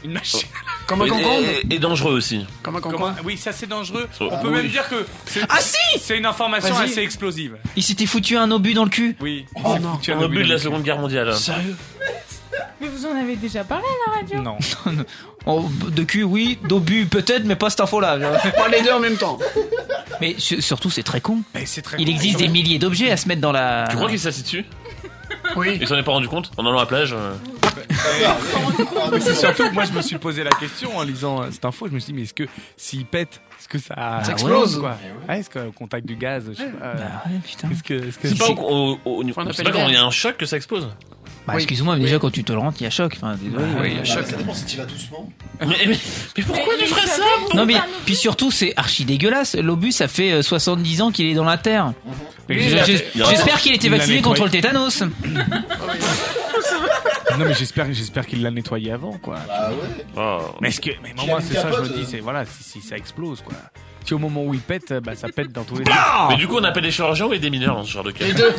S3: Une machine.
S5: Comme un
S6: et-
S5: concombre
S6: Oh. et, et dangereux aussi.
S5: Comme un concombre
S3: Comment- Oui, ça c'est dangereux.
S6: Oh,
S3: On peut
S6: oui.
S3: même dire que. c'est-
S1: Ah si
S3: C'est une information
S1: Vas-y.
S3: assez explosive.
S1: Il s'était foutu un obus dans le cul.
S3: Oui.
S5: Oh
S3: C'est
S5: non.
S3: foutu à
S6: Au début de la
S3: Nobel.
S6: Seconde Guerre mondiale.
S1: Sérieux
S4: Mais vous en avez déjà parlé à la radio.
S3: Non.
S1: Oh, De cul, oui. D'obus, peut-être, mais pas cette info-là.
S5: *laughs* Pas les deux en même temps.
S1: Mais su- surtout, c'est très con.
S3: Mais c'est très
S1: Il
S3: con.
S1: existe des milliers d'objets à se mettre dans la.
S6: Tu crois qu'il s'assit dessus
S5: Oui.
S6: Il s'en est pas rendu compte en allant à la plage. euh,
S3: Ah, Mais c'est surtout que moi je me suis posé la question en lisant euh, cette info, je me suis dit mais est-ce que s'il pète, est-ce que ça,
S5: Ça explose.
S3: Ouais, quoi. Ouais, est-ce qu'au contact du gaz, je sais pas, euh,
S1: Ah ouais, putain.
S3: est-ce que, est-ce que
S6: C'est pas au, au, au-
S5: Faut un
S6: c'est
S5: appel
S6: pas quand
S5: d'air.
S6: il y a un choc que ça explose.
S1: Bah,
S5: Oui.
S1: excuse-moi, mais déjà quand tu te le rentres, il y a choc. Enfin, désolé. Euh,
S5: oui, il y a choc.
S12: Ça dépend si tu vas doucement.
S6: Mais, mais, mais pourquoi
S4: Mais
S6: tu
S4: il
S6: ferais ça
S4: savait
S1: *laughs*
S4: que
S1: Non mais
S4: c'était un
S1: puis surtout c'est archi dégueulasse. L'obus ça fait euh, 70 ans qu'il est dans la terre.
S3: Mais
S1: J'ai-
S3: il a-
S1: j'ai-
S6: il a-
S1: J'espère qu'il était
S3: il a
S1: vacciné
S3: nettoyé.
S1: contre le *laughs* tétanos.
S3: Non mais j'espère, j'espère qu'il l'a nettoyé avant quoi.
S12: Ah ouais.
S6: Oh.
S3: Mais est-ce que, mais
S12: a
S3: moi
S12: mis
S3: c'est
S12: une
S3: ça, je me
S12: capote,
S3: dis,
S12: euh.
S3: c'est voilà, si, si ça explose quoi. Si au moment où il pète, euh, bah ça pète dans tous les.
S5: Ah
S6: Mais du coup, on appelle des chirurgiens ou des mineurs dans ce genre de cas *laughs*
S5: Les deux.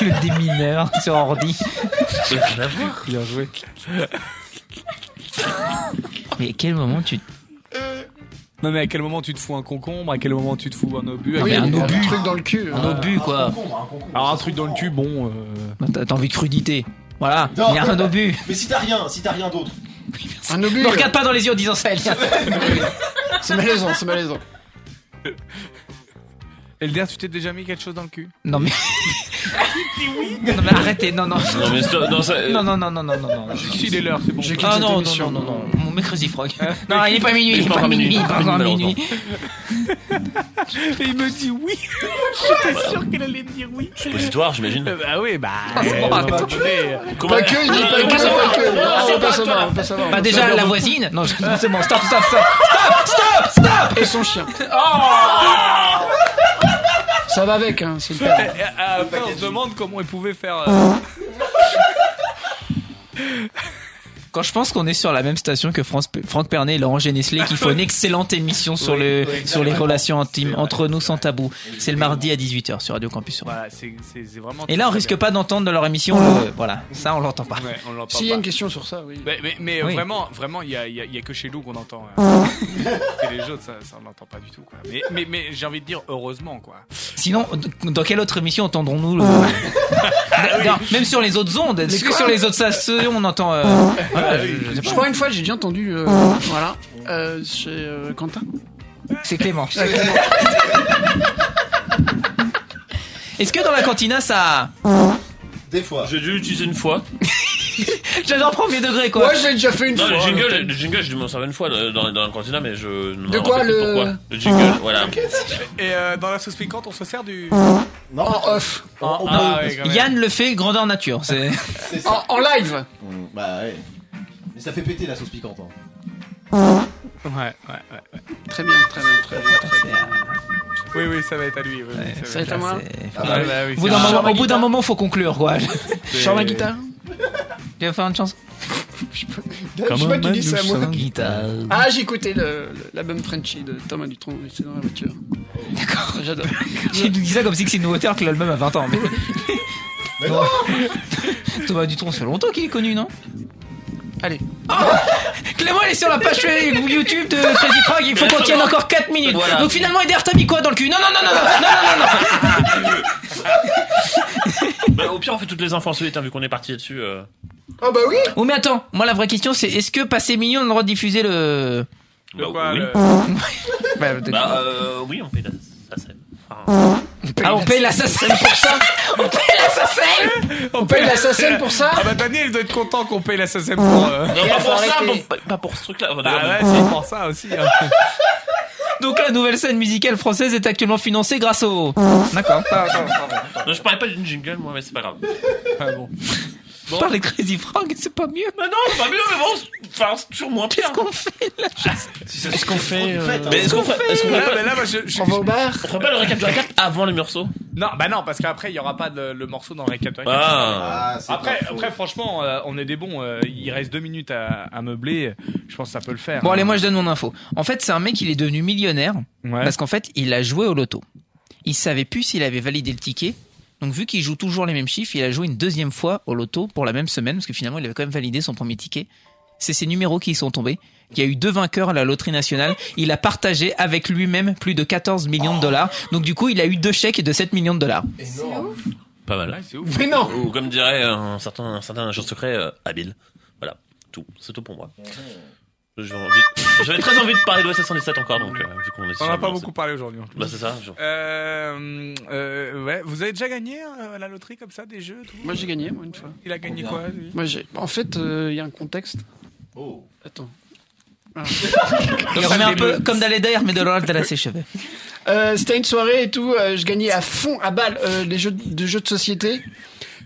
S1: Le démineur *laughs* sur ordi.
S6: Rien à voir.
S3: Bien joué.
S1: Mais quel moment tu
S3: Non mais à quel moment tu te fous un concombre, à quel moment tu te fous un obus à
S1: Ah,
S5: Oui,
S1: mais
S3: quel
S1: un
S3: moment-
S1: obus.
S5: un truc dans le cul.
S1: un obus quoi
S12: Concombre, hein, concombre,
S3: Alors un
S12: ça
S3: truc
S12: se
S3: dans le
S12: comprend.
S3: cul, bon. euh,
S1: T'as- T'as envie de crudité. Voilà,
S12: Non.
S1: il y a un obus.
S12: Mais si t'as rien, si t'as rien d'autre.
S5: Un obus.
S1: Ne regarde pas dans les yeux en disant ça. Elsa.
S12: *laughs*
S5: C'est malaisant, c'est malaisant.
S3: *laughs* Elder, tu t'es déjà mis quelque chose dans le cul
S1: Non
S3: *laughs*
S1: mais. *laughs* Non mais arrêtez, non non.
S6: Non, mais c'est- non, ça, euh,
S1: Non non non non non non. non.
S3: Si, il est l'heure, c'est bon.
S5: J'ai quitté
S1: Ah non, non, non,
S5: l'émission.
S1: non, non, mon mercredi frog.
S3: Euh,
S1: non, il est pas minuit, il est pas minuit, il est pas encore
S6: Malheureusement.
S1: minuit.
S3: Et *laughs* il me dit oui. *laughs* J'étais sûr qu'elle allait me dire oui.
S6: Positoire, j'imagine. Ah,
S3: Euh, Bah oui, bah.
S1: arrête.
S3: attendez.
S6: Comment
S5: Pas que, il dit pas que, pas que. Ah, on passe au bar, on passe au bar.
S1: Bah déjà la voisine.
S5: *laughs*
S1: Non, je- non, c'est bon, stop, stop, stop, stop, stop, stop. Oh.
S5: Et son chien. Ça va avec, hein, c'est le
S3: Et,
S5: père.
S3: et, Après, Eh, on se demande comment elle pouvait faire. euh,
S1: Hein Quand je pense qu'on est sur la même station que France, Franck Pernet et Laurent Genesley,
S5: *laughs*
S1: qui font une excellente émission sur le sur les relations intimes entre nous sans tabou. C'est le mardi à 18h sur Radio Campus. Tour.
S3: Voilà, c'est c'est- c'est vraiment.
S1: Et là, on
S3: très
S1: risque
S3: bien.
S1: pas d'entendre de leur émission.
S5: Oh.
S1: euh, voilà, ça, on l'entend pas.
S3: Ouais, on l'entend
S5: S'il y a
S3: pas.
S5: une question sur ça, oui.
S3: Mais, mais, mais, euh,
S1: Oui.
S3: vraiment, vraiment, il y a, il y a- il y a que chez nous qu'on entend.
S12: *laughs*
S3: hein. Et les autres, ça, ça on l'entend pas du tout, quoi. Mais, mais, mais j'ai envie de dire heureusement, quoi.
S1: Sinon, dans quelle autre émission entendrons-nous
S5: Oh.
S1: le...
S5: *laughs* Ah
S1: Non, Même sur les autres ondes. Est-ce que sur les autres stations, on entend. euh,
S5: Oh. Ah
S1: voilà, je- je sais
S5: Je
S1: pas.
S5: crois une fois, j'ai déjà entendu, euh, voilà, euh, chez euh, Quentin.
S1: C'est Clément. Est-ce que dans la cantina ça.
S12: Des fois.
S6: J'ai dû l'utiliser une fois.
S1: *laughs* J'adore premier degré quoi.
S5: Moi, j'ai déjà fait une
S6: Non,
S5: fois.
S6: le jingle, le jingle, je m'en servais une fois euh, dans, dans le cantina, mais je ne me
S5: De quoi,
S6: rappelle plus
S5: le- Ah.
S6: pourquoi. Le jingle, voilà.
S3: Et euh, dans la sauce piquante, on se sert du.
S12: Non,
S5: En off,
S12: on- on
S3: Ah,
S12: peut-
S3: ouais, quand même.
S1: Yann le fait grandeur nature. C'est...
S5: *laughs*
S12: c'est ça.
S5: en, en live.
S12: Mm, Bah ouais. Mais ça fait péter la sauce piquante. Hein.
S3: Ouais, ouais, ouais.
S5: Très bien, très bien, très bien.
S3: Oui, Oui, oui, ça va être à lui. oui, oui,
S5: ça va être à moi.
S3: Ah bah oui,
S1: au bout
S3: c'est
S1: d'un
S3: un-
S1: moment, au bout d'un moment, faut conclure, quoi.
S5: Chante la guitare.
S1: Tu vas faire une chanson
S5: Je sais pas qui dit ça, moi.
S1: Guitare.
S5: Ah, j'ai écouté le- le- l'album Frenchy de Thomas Dutronc, c'est dans la voiture. D'accord, j'adore.
S1: *laughs* Je dis ça comme si c'est une nouveauté alors que l'album a 20 ans. Mais... Bon. *laughs* Thomas Dutronc, ça fait longtemps qu'il est connu, non
S5: Allez.
S1: *laughs* Clément, il est sur la page YouTube de Crazy Frog, il faut qu'on tienne encore 4 minutes.
S13: Voilà.
S1: Donc finalement, Eder, t'as mis quoi dans le cul Non, non, non, non, non, non, non, non, non.
S6: Bah, au pire, on fait toutes les infos insolites, hein, vu qu'on est parti là-dessus. euh.
S5: Oh bah oui
S1: Oh, mais attends, moi la vraie question c'est est-ce que Passé Mignon a le droit de diffuser le.
S6: Bah, oui.
S1: Bah, peut-être.
S6: Bah, euh, oui, on paye la la scène.
S1: Ah, on paye l'assassin pour ça
S6: *laughs*
S1: On paye l'assassin
S5: On paye l'assassin pour ça
S3: Ah bah Daniel doit être content qu'on paye l'assassin pour. euh,
S6: Non, pas pour ça, bon, pas, pas pour ce truc-là. Enfin, d'ailleurs,
S3: Ah ouais,
S6: bon.
S3: c'est pour ça aussi.
S6: *laughs*
S3: hein.
S1: Donc la nouvelle scène musicale française est actuellement financée grâce au.
S6: Ah.
S1: D'accord.
S6: Non, je parlais pas d'une jingle, moi, mais c'est pas grave.
S3: Ah bon.
S1: Je parle de Crazy Frog, c'est pas mieux.
S6: Bah non, c'est pas mieux, mais bon, c'est- enfin, c'est toujours moins pire. Qu'est-ce qu'on
S1: fait là
S6: Est-ce qu'on fait. hein?
S3: euh,
S6: Mais est-ce qu'on
S3: Qu'est-ce qu'on
S6: fait est-ce qu'on
S3: fait
S6: fait
S3: Ah,
S6: pas-
S3: bah là, moi, je- je-
S6: On
S5: va au bar
S6: On ferait pas le récap de la carte avant le morceau
S3: Non, bah non, parce qu'après, il y aura pas de- le morceau dans le récapitulatif.
S6: Ah. Ah, c'est
S3: après,
S6: pas faux.
S3: après, franchement, euh, on est des bons. euh, il reste deux minutes à, à meubler. Je pense que ça peut le faire. hein.
S1: Bon, allez, moi je donne mon info. En fait, c'est un mec, il est devenu millionnaire parce qu'en fait, il a joué au loto. Il savait plus s'il avait validé le ticket. Donc, vu qu'il joue toujours les mêmes chiffres, il a joué une deuxième fois au loto pour la même semaine parce que finalement, il avait quand même validé son premier ticket. C'est ses numéros qui y sont tombés. Il y a eu deux vainqueurs à la loterie nationale. Il a partagé avec lui-même plus de 14 millions de dollars. Donc, du coup, il a eu deux chèques de 7 millions de dollars.
S6: Pas mal. hein.
S3: Ah, c'est ouf.
S5: Mais non
S6: Ou comme dirait un certain, un certain agent secret, euh, habile. Voilà, tout. C'est tout pour moi. J'ai envie- J'avais très envie de parler de l'OSS 117 encore, donc euh, vu qu'on est
S3: On
S6: sur
S3: en
S6: la
S3: a pas
S6: lancée.
S3: beaucoup parlé aujourd'hui. en plus.
S6: Bah, c'est ça. je-
S3: Euh, euh, ouais, vous avez déjà gagné euh, à la loterie comme ça, des jeux tout
S5: Moi j'ai gagné, moi une fois.
S3: Il a gagné quoi lui
S5: Moi j'ai. En fait, euh, il y a un contexte. Oh. Attends. Ah.
S1: Il remet un peu comme d'ailleurs mais de l'ordre de la séchevée.
S5: Euh, C'était une soirée et tout, euh, je gagnais à fond, à balle, euh, les jeux de, de jeux de société.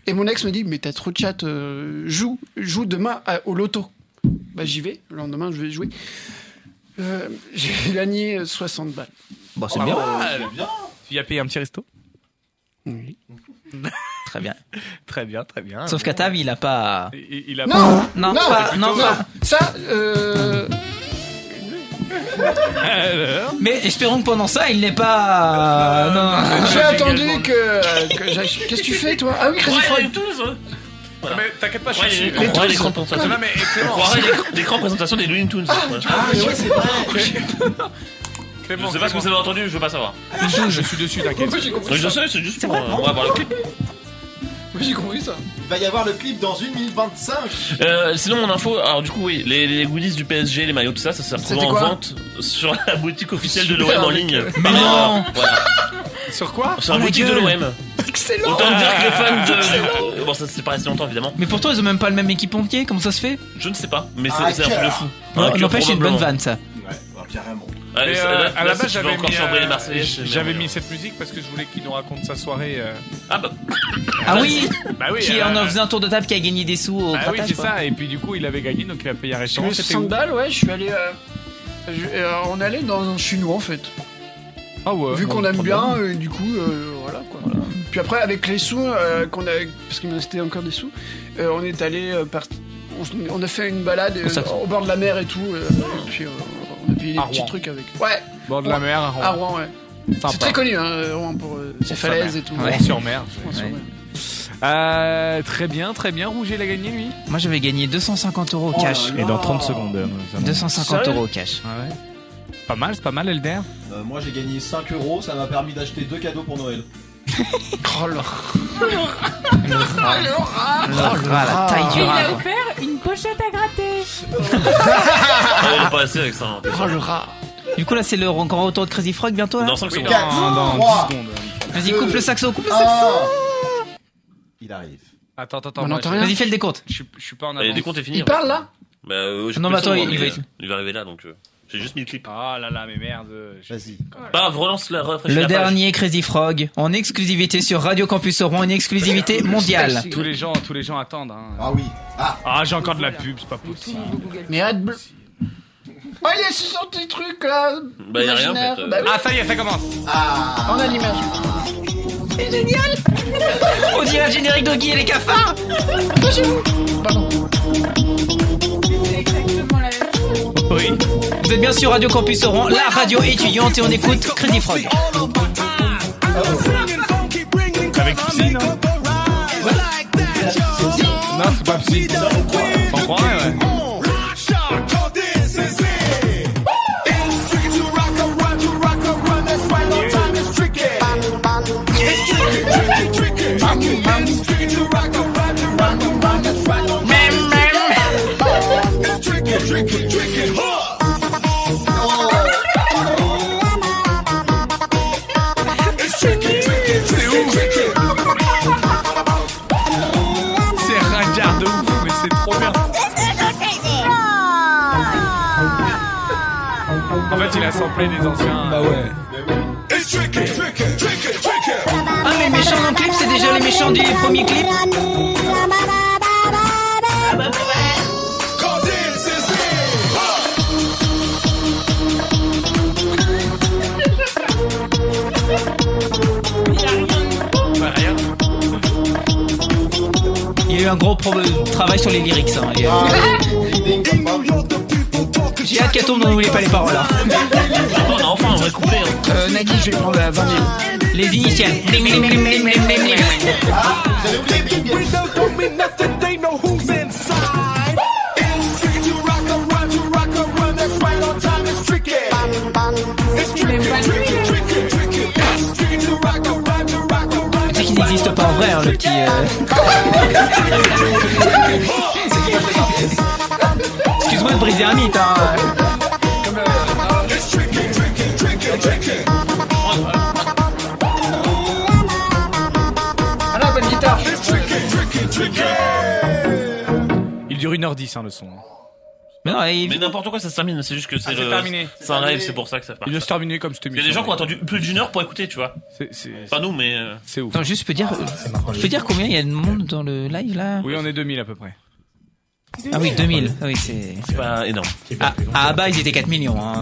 S5: Et mon ex me dit, mais t'as trop de chat, euh, joue, joue demain à- au loto. Bah j'y vais, le lendemain je vais jouer. Euh, j'ai *laughs* gagné euh, 60 balles.
S6: Bah,
S1: Bon,
S5: c'est bien.
S3: Tu y as Ah, payé un petit resto
S5: Oui.
S1: Très bien.
S3: très bien, très bien.
S1: Sauf qu'à table, il a pas.
S3: Il, il a
S5: Non
S1: Non, pas-
S5: plutôt,
S1: non, pas.
S5: Ça, euh...
S1: Mais espérons que pendant ça, il n'est pas. euh, non.
S5: Ah, J'ai attendu que, que j'ach- Qu'est-ce que tu fais toi Ah oui, Crazy
S6: Ouais,
S5: Frog.
S6: les douze, hein. Voilà.
S3: Mais t'inquiète pas, je
S6: Ouais,
S3: suis
S6: les-
S3: dessus.
S6: on
S3: Les
S6: croirait
S3: tous.
S6: les grandes présentations.
S3: Non, mais Clément.
S6: On croirait les- les grandes présentations des Looney Tunes.
S4: Ah,
S3: Ah,
S6: Ouais.
S3: Clément,
S6: Je sais pas ce que vous avez entendu, je veux pas savoir.
S3: Je, suis dessus, t'inquiète.
S5: Moi, j'ai compris
S6: Je
S5: ça.
S6: sais, c'est juste pour. euh, On va voir le clip.
S5: Moi, j'ai compris ça.
S12: Il va y avoir le clip dans 1 minute 25.
S6: Euh, sinon, mon info, alors du coup, oui, les, les goodies du PSG, les maillots, tout ça, ça s'est retrouvé
S12: C'était
S6: en
S12: quoi
S6: vente sur la boutique officielle de
S12: Super,
S6: l'OM en
S12: mec.
S6: ligne.
S12: Mais
S6: Par
S12: non.
S6: erreur, voilà.
S3: Sur quoi
S6: Sur Oh, la boutique de l'OM. *laughs*
S5: Excellent
S6: Autant dire que les fans de. Euh, Bon, ça c'est pas assez longtemps évidemment.
S1: Mais pourtant, ils ont même pas le même équipementier, comment ça se fait
S6: Je ne sais pas, mais
S1: Ah,
S6: c'est c'est un truc de fou.
S1: Non,
S6: Un cœur,
S1: N'empêche, c'est une bonne
S6: probablement.
S1: vanne ça.
S12: Ouais, Oh, carrément.
S6: Allez,
S3: Mais,
S6: ça-
S3: euh,
S6: là- là,
S3: à la
S6: si
S3: base,
S6: tu veux
S3: j'avais
S6: encore
S3: mis,
S6: chambrer les
S3: euh,
S6: Marseillais, c'est
S3: j'avais
S6: merveilleux.
S3: mis cette musique parce que je voulais qu'il nous raconte sa soirée. euh.
S6: Ah bah.
S1: Ah oui
S3: Bah oui.
S1: Qui
S3: euh,
S1: en a faisait un tour de table qui a gagné des sous au
S3: Bah oui,
S1: grattage,
S3: c'est
S1: quoi.
S3: ça. Et puis du coup, il avait gagné, donc il a payé un
S5: J'ai eu
S3: restaurant. C'était
S5: 60
S3: où
S5: balles, ouais, je suis allé. euh, je- euh, on est allé dans un chinois en fait.
S3: Ah ouais.
S5: Vu
S3: bon,
S5: qu'on aime
S3: trop
S5: bien, euh, du coup, euh, voilà quoi. Puis après, avec les sous, euh, qu'on a, parce qu'il me restait encore des sous, euh, on est allé euh, par- on, s- on a fait une balade euh,
S3: Au Saxon.
S5: au bord de la mer et tout. euh, et puis euh, on a payé des
S3: À
S5: petits
S3: Rouen.
S5: trucs avec. Ouais,
S3: Bord de la mer. à Rouen.
S5: à Rouen, ouais.
S3: Sympa.
S5: C'est très connu, hein, euh, Rouen, pour euh, ses
S3: Pour sa
S5: falaises
S3: mère.
S5: et tout.
S3: Ouais. Sur mer.
S5: sur mer.
S3: Euh, très bien, très bien. Rouget l'a gagné lui.
S1: Moi, j'avais gagné 250 euros au cash.
S13: Et dans 30 secondes. euh, nous allons-
S1: 250 euros au cash.
S3: Ah Ouais, ouais. C'est Pas mal, c'est pas mal, Elder.
S12: Euh, moi j'ai gagné 5 euros, ça m'a permis d'acheter deux cadeaux
S3: *laughs*
S12: pour Noël. Ah
S5: Oh *laughs* là
S2: Ah,
S1: Oh la taille du
S4: Il a
S1: rat.
S4: offert une pochette à gratter.
S6: Ah, on est pas assez avec ça. hein.
S1: Oh le rat. Du coup, là, c'est le grand retour de Crazy Frog bientôt. là
S6: Dans cinq secondes.
S3: dans Ah.
S1: Trois.
S3: 10 secondes.
S1: Vas-y, coupe
S12: Deux.
S1: le saxo, coupe le
S12: Un.
S1: saxo.
S12: Ah.
S1: Bah,
S12: Il arrive.
S3: Attends, attends,
S1: On
S3: moi,
S1: n'entend
S3: je-
S1: rien. Vas-y, fais le décompte.
S3: Je suis- je suis pas en
S6: Et
S3: avance.
S6: le décompte est fini.
S5: Il parle là
S6: Bah, euh, j'ai
S1: Non,
S6: plus le
S1: mais attends,
S6: temps,
S1: il-
S6: mais,
S1: il va
S6: euh,
S1: être-
S6: il va arriver là donc euh, j'ai juste mis le clip.
S3: Ah là là, mais merde.
S12: Vas-y.
S6: Bah, relance la rafraîchis
S1: Le
S6: la page.
S1: dernier Crazy Frog en exclusivité sur Radio Campus Rouen, une exclusivité mondiale.
S3: Tous les gens, tous les gens attendent. hein.
S12: Ah oui. Ah,
S3: j'ai encore de la pub, c'est pas possible.
S5: Mais Adbl. Oh, il est sur son petit truc là
S6: Bah, y a rien, en fait, euh.
S5: Bah oui.
S9: Ah, ça y est, ça commence.
S5: Ah. On a l'image. C'est génial
S1: On dirait le générique de Guy et les cafards
S5: Attention
S1: Oui. Vous êtes bien sur Radio Campus Oran, la radio étudiante, et on écoute Crédit Frog.
S9: Avec Psy, non Non, c'est pas Psy. T'en crois, ouais. C'est ringard de ouf, mais c'est trop bien. En fait, il a samplé des anciens. Bah ouais.
S1: Ah, mais les méchants dans le clip, c'est déjà les méchants du premier clip Il y a eu un gros pro- travail sur les lyrics. hein, et, euh, J'ai hâte qu'elle tombe, n'en oubliez pas les paroles. hein.
S6: on a enfin un vrai couplet. hein.
S5: Euh, Nagui, je vais prendre la vinyle.
S1: Les initiales. Bling, bling, bling, bling, bling, bling, bling. Tu sais qu'il n'existe pas en vrai, hein, le petit. euh. Excuse-moi de briser un mythe. Hein.
S5: Ah là, bonne guitare
S9: Il dure 1h10, hein, le son.
S1: Mais non,
S6: Mais n'importe quoi, ça se termine. C'est juste que c'est
S9: Ah, c'est
S6: le-
S9: terminé.
S6: C'est un rêve, c'est pour ça que ça part.
S9: Il doit se terminer comme je t'ai
S6: Il y a des gens qui ont attendu plus d'une heure pour écouter, tu vois. Pas nous, mais. euh,
S9: C'est ouf.
S1: Attends, juste, je peux dire, euh, je peux dire combien il y a de monde dans le live là
S9: Oui, on est 2000 à peu près.
S1: Ah oui, 2000. Ah oui, c'est.
S6: C'est pas énorme.
S1: Ah, à Abba, ils étaient 4 millions. Hein.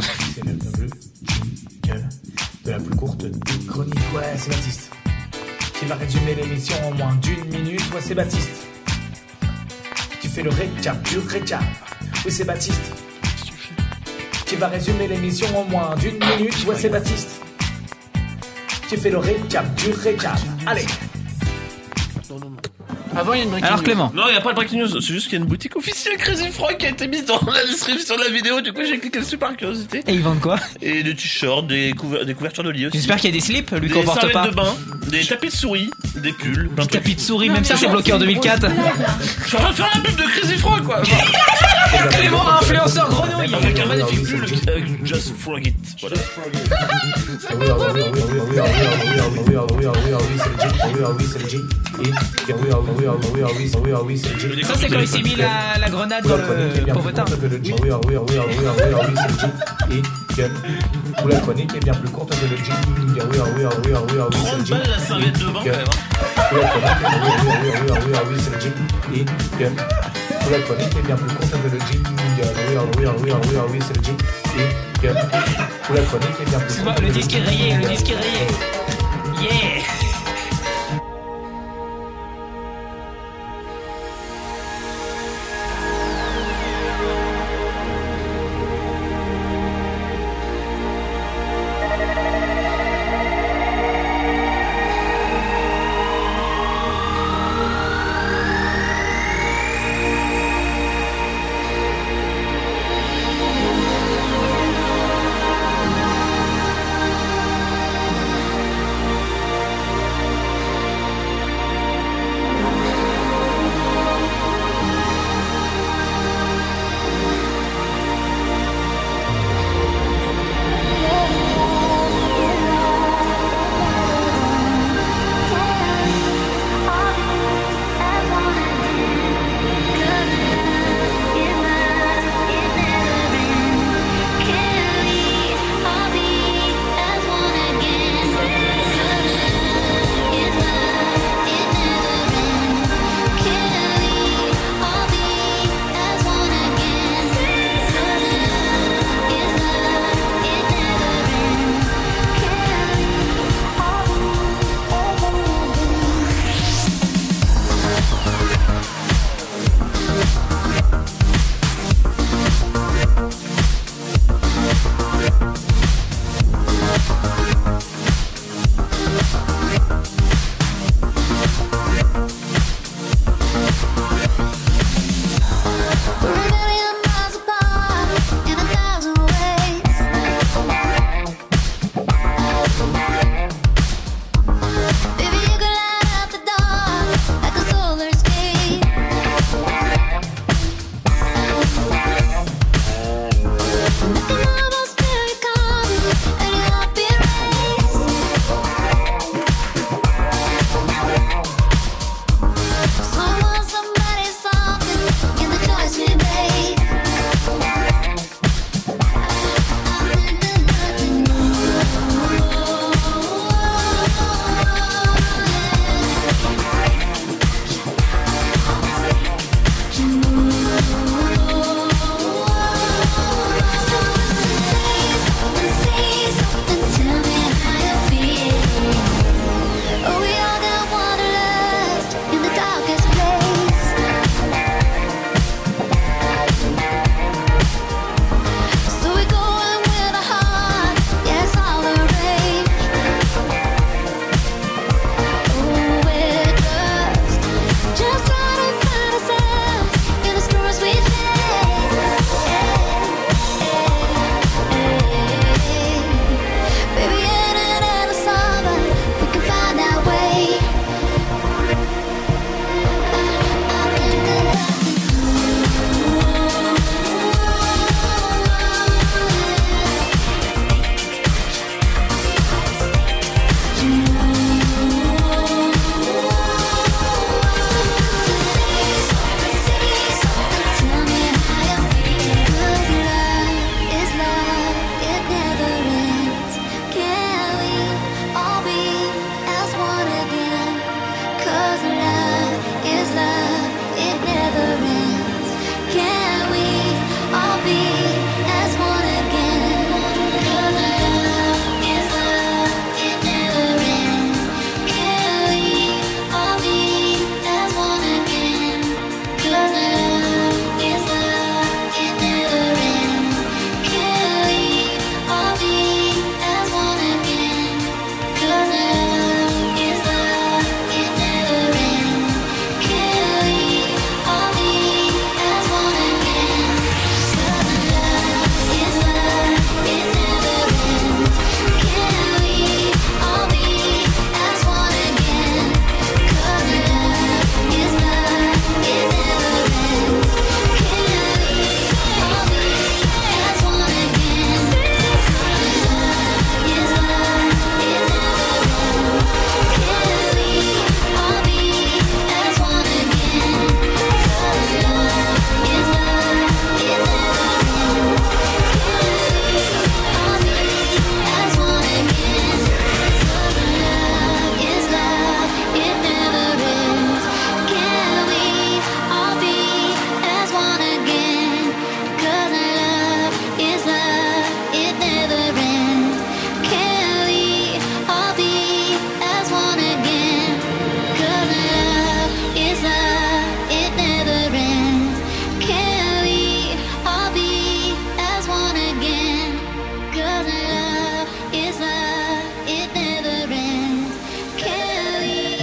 S3: de la plus courte des chroniques. Ouais, c'est Baptiste. Qui va résumer l'émission en moins d'une minute. Ouais, c'est Baptiste. Qui fait le récap du récap. Oui, c'est Baptiste. Qui va résumer l'émission en moins d'une minute. Ouais, c'est Baptiste. Qui fait le récap du récap. Allez.
S5: Avant, il y a une breaking news.
S6: Non, il n'y a pas de breaking news. C'est juste qu'il y a une boutique officielle *laughs* Crazy Frog qui a été mise dans la description de la vidéo. Du coup, j'ai cliqué dessus par curiosité.
S1: Et ils vendent quoi
S6: Et des t-shirts, des, couver- des couvertures de lit aussi.
S1: J'espère qu'il y a des slips, lui
S6: Des
S1: qu'on porte
S6: serviettes
S1: pas.
S6: de bain, des tapis de souris, des pulls. Des
S1: tapis de souris, même ça, c'est bloqué en 2004.
S4: hein.
S6: Je suis en train de faire la pub de Crazy Frog, quoi.
S1: Clément, influenceur grenouille
S6: Avec un magnifique pull qui- avec Just Frog It. Voilà.
S1: Ça, c'est quand il s'est mis la, la grenade dans le pauvretin.
S3: Où la chronique est bien plus courte que le jingle.
S6: Grande balle la serviette de bain, quand même. hein.
S1: Excuse-moi, le disque est rayé, le disque est rayé. Yeah
S14: Thank
S9: Oh, Oh,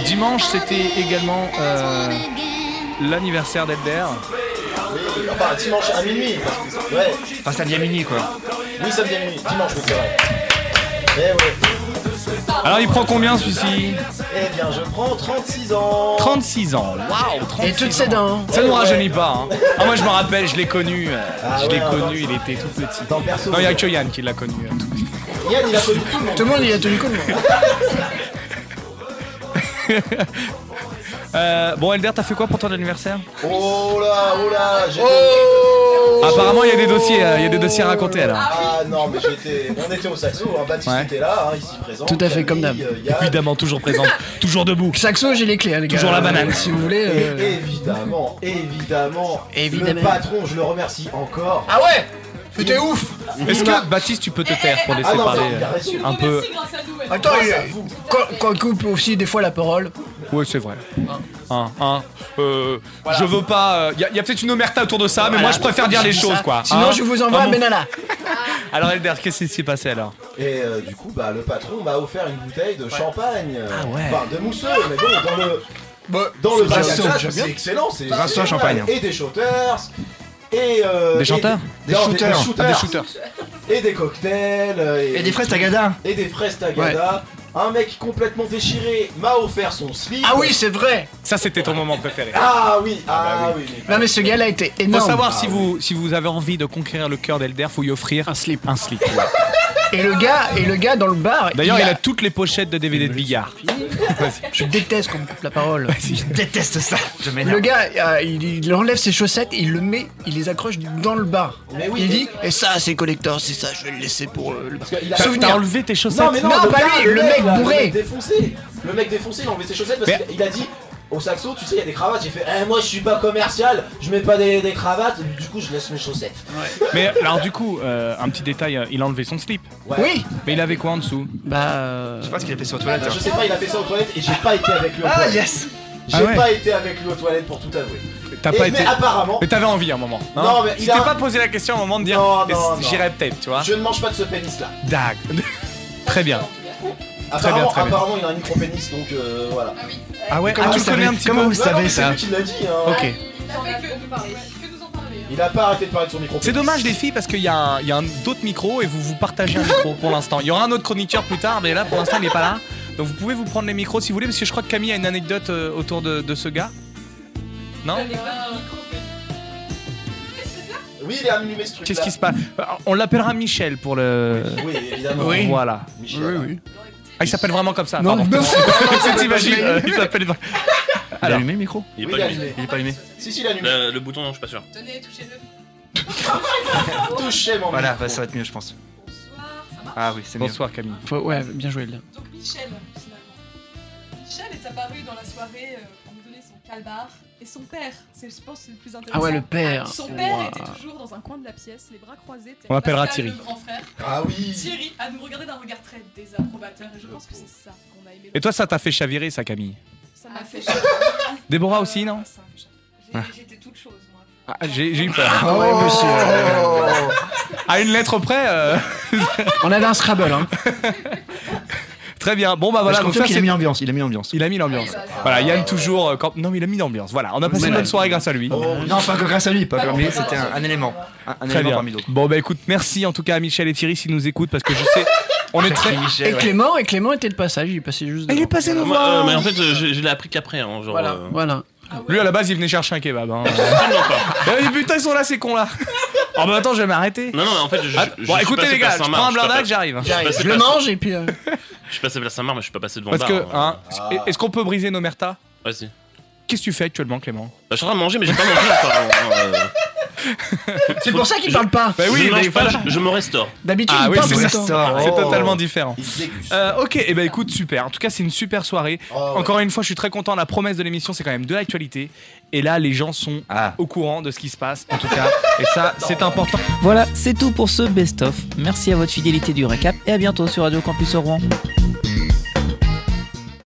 S3: dimanche, c'était également euh, l'anniversaire d'Edder.
S2: Enfin, dimanche à minuit. Parce que, ouais.
S3: Enfin, samedi à minuit, quoi.
S2: Oui, samedi à minuit. Dimanche, oui, c'est vrai. Eh ouais.
S3: Alors, il prend combien, celui-ci
S2: Eh bien, je prends 36 ans.
S3: 36 ans. Waouh, 36
S5: Et toutes ses dents.
S3: Ça nous
S5: Ouais.
S3: rajeunit pas. hein. Ah, moi, je me rappelle, je l'ai connu. euh,
S5: Ah
S3: je l'ai
S5: ouais,
S3: connu,
S5: dans-
S3: il était tout petit.
S5: Perso,
S3: non, il n'y a
S5: ouais.
S3: que Yann qui l'a connu. euh, tout petit.
S2: Yann, il a connu tout le monde.
S5: Tout le monde, il a tenu compte.
S3: Euh, bon, Albert, t'as fait quoi pour ton anniversaire
S2: Oh là, oh là, j'ai
S3: Apparemment, il y a des dossiers, euh, il y a des dossiers à raconter alors.
S2: Ah non, mais j'étais. On était au Saxo, hein, Baptiste
S3: Ouais.
S2: était là, hein, ici présent.
S5: Tout à fait, comme d'hab.
S3: Évidemment, toujours présent, toujours debout.
S5: Saxo, j'ai les clés, hein, les gars.
S3: Toujours la banane.
S5: Si vous voulez.
S2: Et
S5: euh,
S2: évidemment, évidemment,
S5: Évidemment.
S2: le patron, je le remercie encore.
S5: Ah ouais C'était ouf
S3: Est-ce que Baptiste, tu peux te taire pour laisser
S2: Ah non,
S3: parler
S2: non, il a
S3: euh,
S2: raison.
S3: un peu
S5: Attends, il- quand, quand il coupe aussi des fois la parole.
S3: Oui, c'est vrai. Hein, hein, euh, Je veux pas. Il y a, y a peut-être une omerta autour de ça, mais
S5: Voilà.
S3: moi je préfère dire
S5: Je
S3: les
S5: dis
S3: choses,
S5: ça.
S3: quoi.
S5: Sinon,
S3: hein.
S5: je vous envoie
S3: Dans
S5: à
S3: mon-
S5: Benalla.
S3: Alors, Albert, qu'est-ce qui s'est passé alors
S2: Et euh, du coup, bah, le patron m'a offert une bouteille de champagne. euh,
S3: Ah ouais.
S2: Enfin, de mousseux, mais bon, dans le. dans le
S3: Bah,
S2: bac
S3: c'est
S2: à
S3: Grasso,
S2: glace,
S3: j'aime bien.
S2: c'est excellent. c'est
S3: Grasso
S2: c'est
S3: champagne.
S2: génial. Et des shooters. Et euh,
S3: Des
S2: et- Non,
S3: chanteurs Des shooters.
S2: Des shooters.
S3: Ah, des shooters.
S2: Et des cocktails. euh,
S5: Et des fraises Tagada.
S2: Et des fraises tagada. Un mec complètement déchiré m'a offert son slip.
S5: Ah oui, c'est vrai
S3: Ça, c'était ton moment préféré.
S2: Ah oui,
S3: bah
S2: ah oui.
S5: Non, mais ce gars-là était
S3: Faut
S5: énorme.
S3: savoir si vous, si vous avez envie de conquérir le cœur d'Elder, faut lui offrir Ah un slip. Un slip. ouais.
S5: Et le gars, et le gars dans le bar.
S3: D'ailleurs, il, a toutes les pochettes de DVD de billard. *laughs*
S5: Je déteste qu'on me coupe la parole. Je déteste ça.
S3: Je
S5: Le gars, euh, il, il enlève ses chaussettes, il le met, il les accroche dans le bar. il dit Et ça, c'est collector, c'est ça, je vais le laisser pour euh, le
S2: il a-
S5: souvenir.
S2: T'as enlevé
S3: tes
S5: Non, mais non,
S2: le
S5: pas
S2: gars,
S5: lui, le mec
S2: là, Le mec
S5: bourré.
S2: défoncé. Le mec défoncé, il a enlevé ses chaussettes parce qu'il a dit. Au saxo, tu sais, il y a des cravates. J'ai fait, eh, moi je suis pas commercial, je mets pas des, des cravates, du coup je laisse mes chaussettes.
S3: Mais alors, du coup, euh, un petit détail, euh, il a enlevé son slip.
S5: Oui
S3: Mais il avait quoi en dessous
S5: Bah.
S3: Je sais pas ce qu'il a fait sur la hein.
S2: Bah, je sais pas, il a fait ça aux toilettes et j'ai pas été avec lui aux
S3: Ah,
S2: toilettes.
S3: yes.
S2: J'ai
S3: Ah ouais.
S2: pas été avec lui aux toilettes pour tout avouer.
S3: T'as
S2: Et-
S3: pas
S2: Eh, mais
S3: été.
S2: apparemment-
S3: Mais t'avais envie à un moment. hein
S2: Non, mais
S3: Tu
S2: il
S3: t'es
S2: a-
S3: pas posé la question à un moment de dire.
S2: Non, non,
S3: "Est-ce-
S2: non.
S3: J'irai peut-être, tu vois.
S2: Je ne mange pas de ce pénis là. *laughs*
S3: Dag. très bien. Très bien,
S2: Apparemment,
S3: très bien.
S2: apparemment, il a un micro-pénis donc euh, voilà.
S3: Ah ouais,
S2: Comment
S3: ah, tu
S2: vous
S3: connais
S2: savez-
S3: un petit
S2: comment
S3: peu
S2: vous savez ça C'est lui qui l'a dit. hein.
S3: Ok.
S2: Il a pas arrêté de parler de son micro-pénis.
S3: C'est dommage les filles parce qu'il y a, un, il y a un, d'autres micros et vous vous partagez un micro pour l'instant. Il y aura un autre chroniqueur plus tard, mais là pour l'instant il n'est pas là. Donc vous pouvez vous prendre les micros si vous voulez parce que je crois que Camille a une anecdote euh, autour de, de ce gars. Non
S2: Oui, il est animé ce truc.
S3: Qu'est-ce qui se passe Alors, On l'appellera Michel pour le.
S2: Oui, évidemment.
S5: Oui.
S3: Voilà.
S2: Michel.
S5: Oui,
S3: Ah, il s'appelle vraiment comme ça.
S5: Non,
S3: pardon.
S5: non.
S3: *laughs* Tu t'imagines, euh, Il s'appelle. Alors.
S15: allumé le micro
S6: Il est
S2: Oui,
S6: pas
S2: il est
S6: allumé.
S2: allumé.
S15: Il est pas allumé.
S2: Si, si, il a allumé.
S6: Euh, Le, le bouton, non, je suis pas sûr.
S4: Tenez, touchez-le.
S3: *laughs*
S2: Touché mon
S15: Voilà,
S2: micro.
S15: bah, ça va être mieux, je pense. Ah oui, c'est mieux.
S3: Bonsoir Camille.
S5: Faut- ouais, bien joué, là.
S4: Donc Michel, finalement. Michel est apparu dans la soirée euh, pour nous donner son calbar et son père. C'est, je pense, que c'est le plus intéressant.
S5: Ah ouais, le père.
S4: Son père
S5: Ouah.
S4: était toujours dans un coin de la pièce, les bras croisés. tel
S3: On l'appellera
S4: Pascal,
S3: Thierry.
S4: Le grand frère.
S2: Ah oui.
S4: Thierry à nous regarder d'un regard très désapprobateur et je pense que c'est ça qu'on a aimé.
S3: Et toi, Ah, ça t'a fait chavirer, ça, Camille
S4: Ça m'a fait
S3: Déborah
S4: Euh,
S3: aussi, non
S4: J'étais toute chose, moi.
S3: Ah, J'ai j'ai eu peur.
S5: Ah ouais, monsieur.
S3: *laughs* À une lettre près.
S15: *laughs*
S3: euh,
S5: On avait un Scrabble, hein.
S3: *laughs* Très bien. Bon bah voilà.
S15: je
S3: donc
S15: confirme
S3: ça,
S15: qu'il a
S3: c'est-
S15: mis l'ambiance. Il a mis l'ambiance.
S3: Il a mis
S4: Ah,
S3: l'ambiance.
S4: bah,
S3: Voilà, Yann toujours. euh, quand- Non, mais il a mis l'ambiance. Voilà, on a passé
S15: Mais
S3: une
S15: là-
S3: bonne soirée grâce à lui.
S15: Oh, Non, pas que grâce à lui,
S4: Ah,
S15: pas que- mais c'était un, un élément. Un, un
S3: Très
S15: élément
S3: bien.
S15: parmi d'autres.
S3: Bon bah écoute, merci en tout cas à Michel et Thierry s'ils nous écoutent parce que je sais, on est très.
S15: Merci, Michel,
S5: Et
S15: ouais.
S5: Clément, et Clément était de passage, il passait juste. devant.
S3: passé
S6: Moi, euh, mais en fait, euh, je, je l'ai appris qu'après. Hein, genre,
S5: Voilà,
S6: euh,
S5: voilà.
S3: Lui à la base il venait chercher un kebab.
S6: *laughs*
S3: Hein. Eh, putain ils sont là ces cons là. Oh bah attends je vais m'arrêter.
S6: Non, non, mais en fait, je.
S3: Ah,
S6: je- je
S3: bon
S6: suis
S3: écoutez
S6: passé
S3: les gars,
S6: place
S3: je
S6: Saint-Marc,
S3: prends un
S6: suis pas
S3: blindac,
S6: passé-
S3: j'arrive.
S6: Je suis
S5: J'arrive.
S6: passé
S5: Je le
S6: place-
S5: mange et puis. euh,
S6: Je suis passé place Saint-Marc, mais je suis pas passé devant
S3: Parce
S6: le
S3: que
S6: bar.
S3: hein, est-ce qu'on peut briser nos mertas
S1: hein.
S6: Vas-y.
S3: Qu'est-ce que tu fais actuellement Clément
S6: Bah, je suis en train de manger, mais j'ai pas mangé encore. hein, euh.
S5: C'est pour ça qu'il
S6: Je-
S5: parle pas.
S6: je
S3: Bah oui,
S6: ne mange
S3: mais
S6: pas,
S3: voilà.
S6: je, je me restaure.
S5: D'habitude,
S3: Ah
S5: il
S3: oui,
S5: parle
S3: c'est
S5: tout le
S3: ça. Oh.
S5: temps.
S3: C'est
S6: Oh.
S3: totalement différent.
S2: Il se déguste.
S3: Euh, ok, et bah écoute, super. En tout cas, c'est une super soirée.
S2: Oh, ouais.
S3: Encore une fois, je suis très content. La promesse de l'émission, c'est quand même de l'actualité. Et là, les gens sont
S6: Ah.
S3: au courant de ce qui se passe, en tout cas. Et ça, c'est important.
S1: Voilà, c'est tout pour ce best-of. Merci à votre fidélité du récap et à bientôt sur Radio Campus Rouen.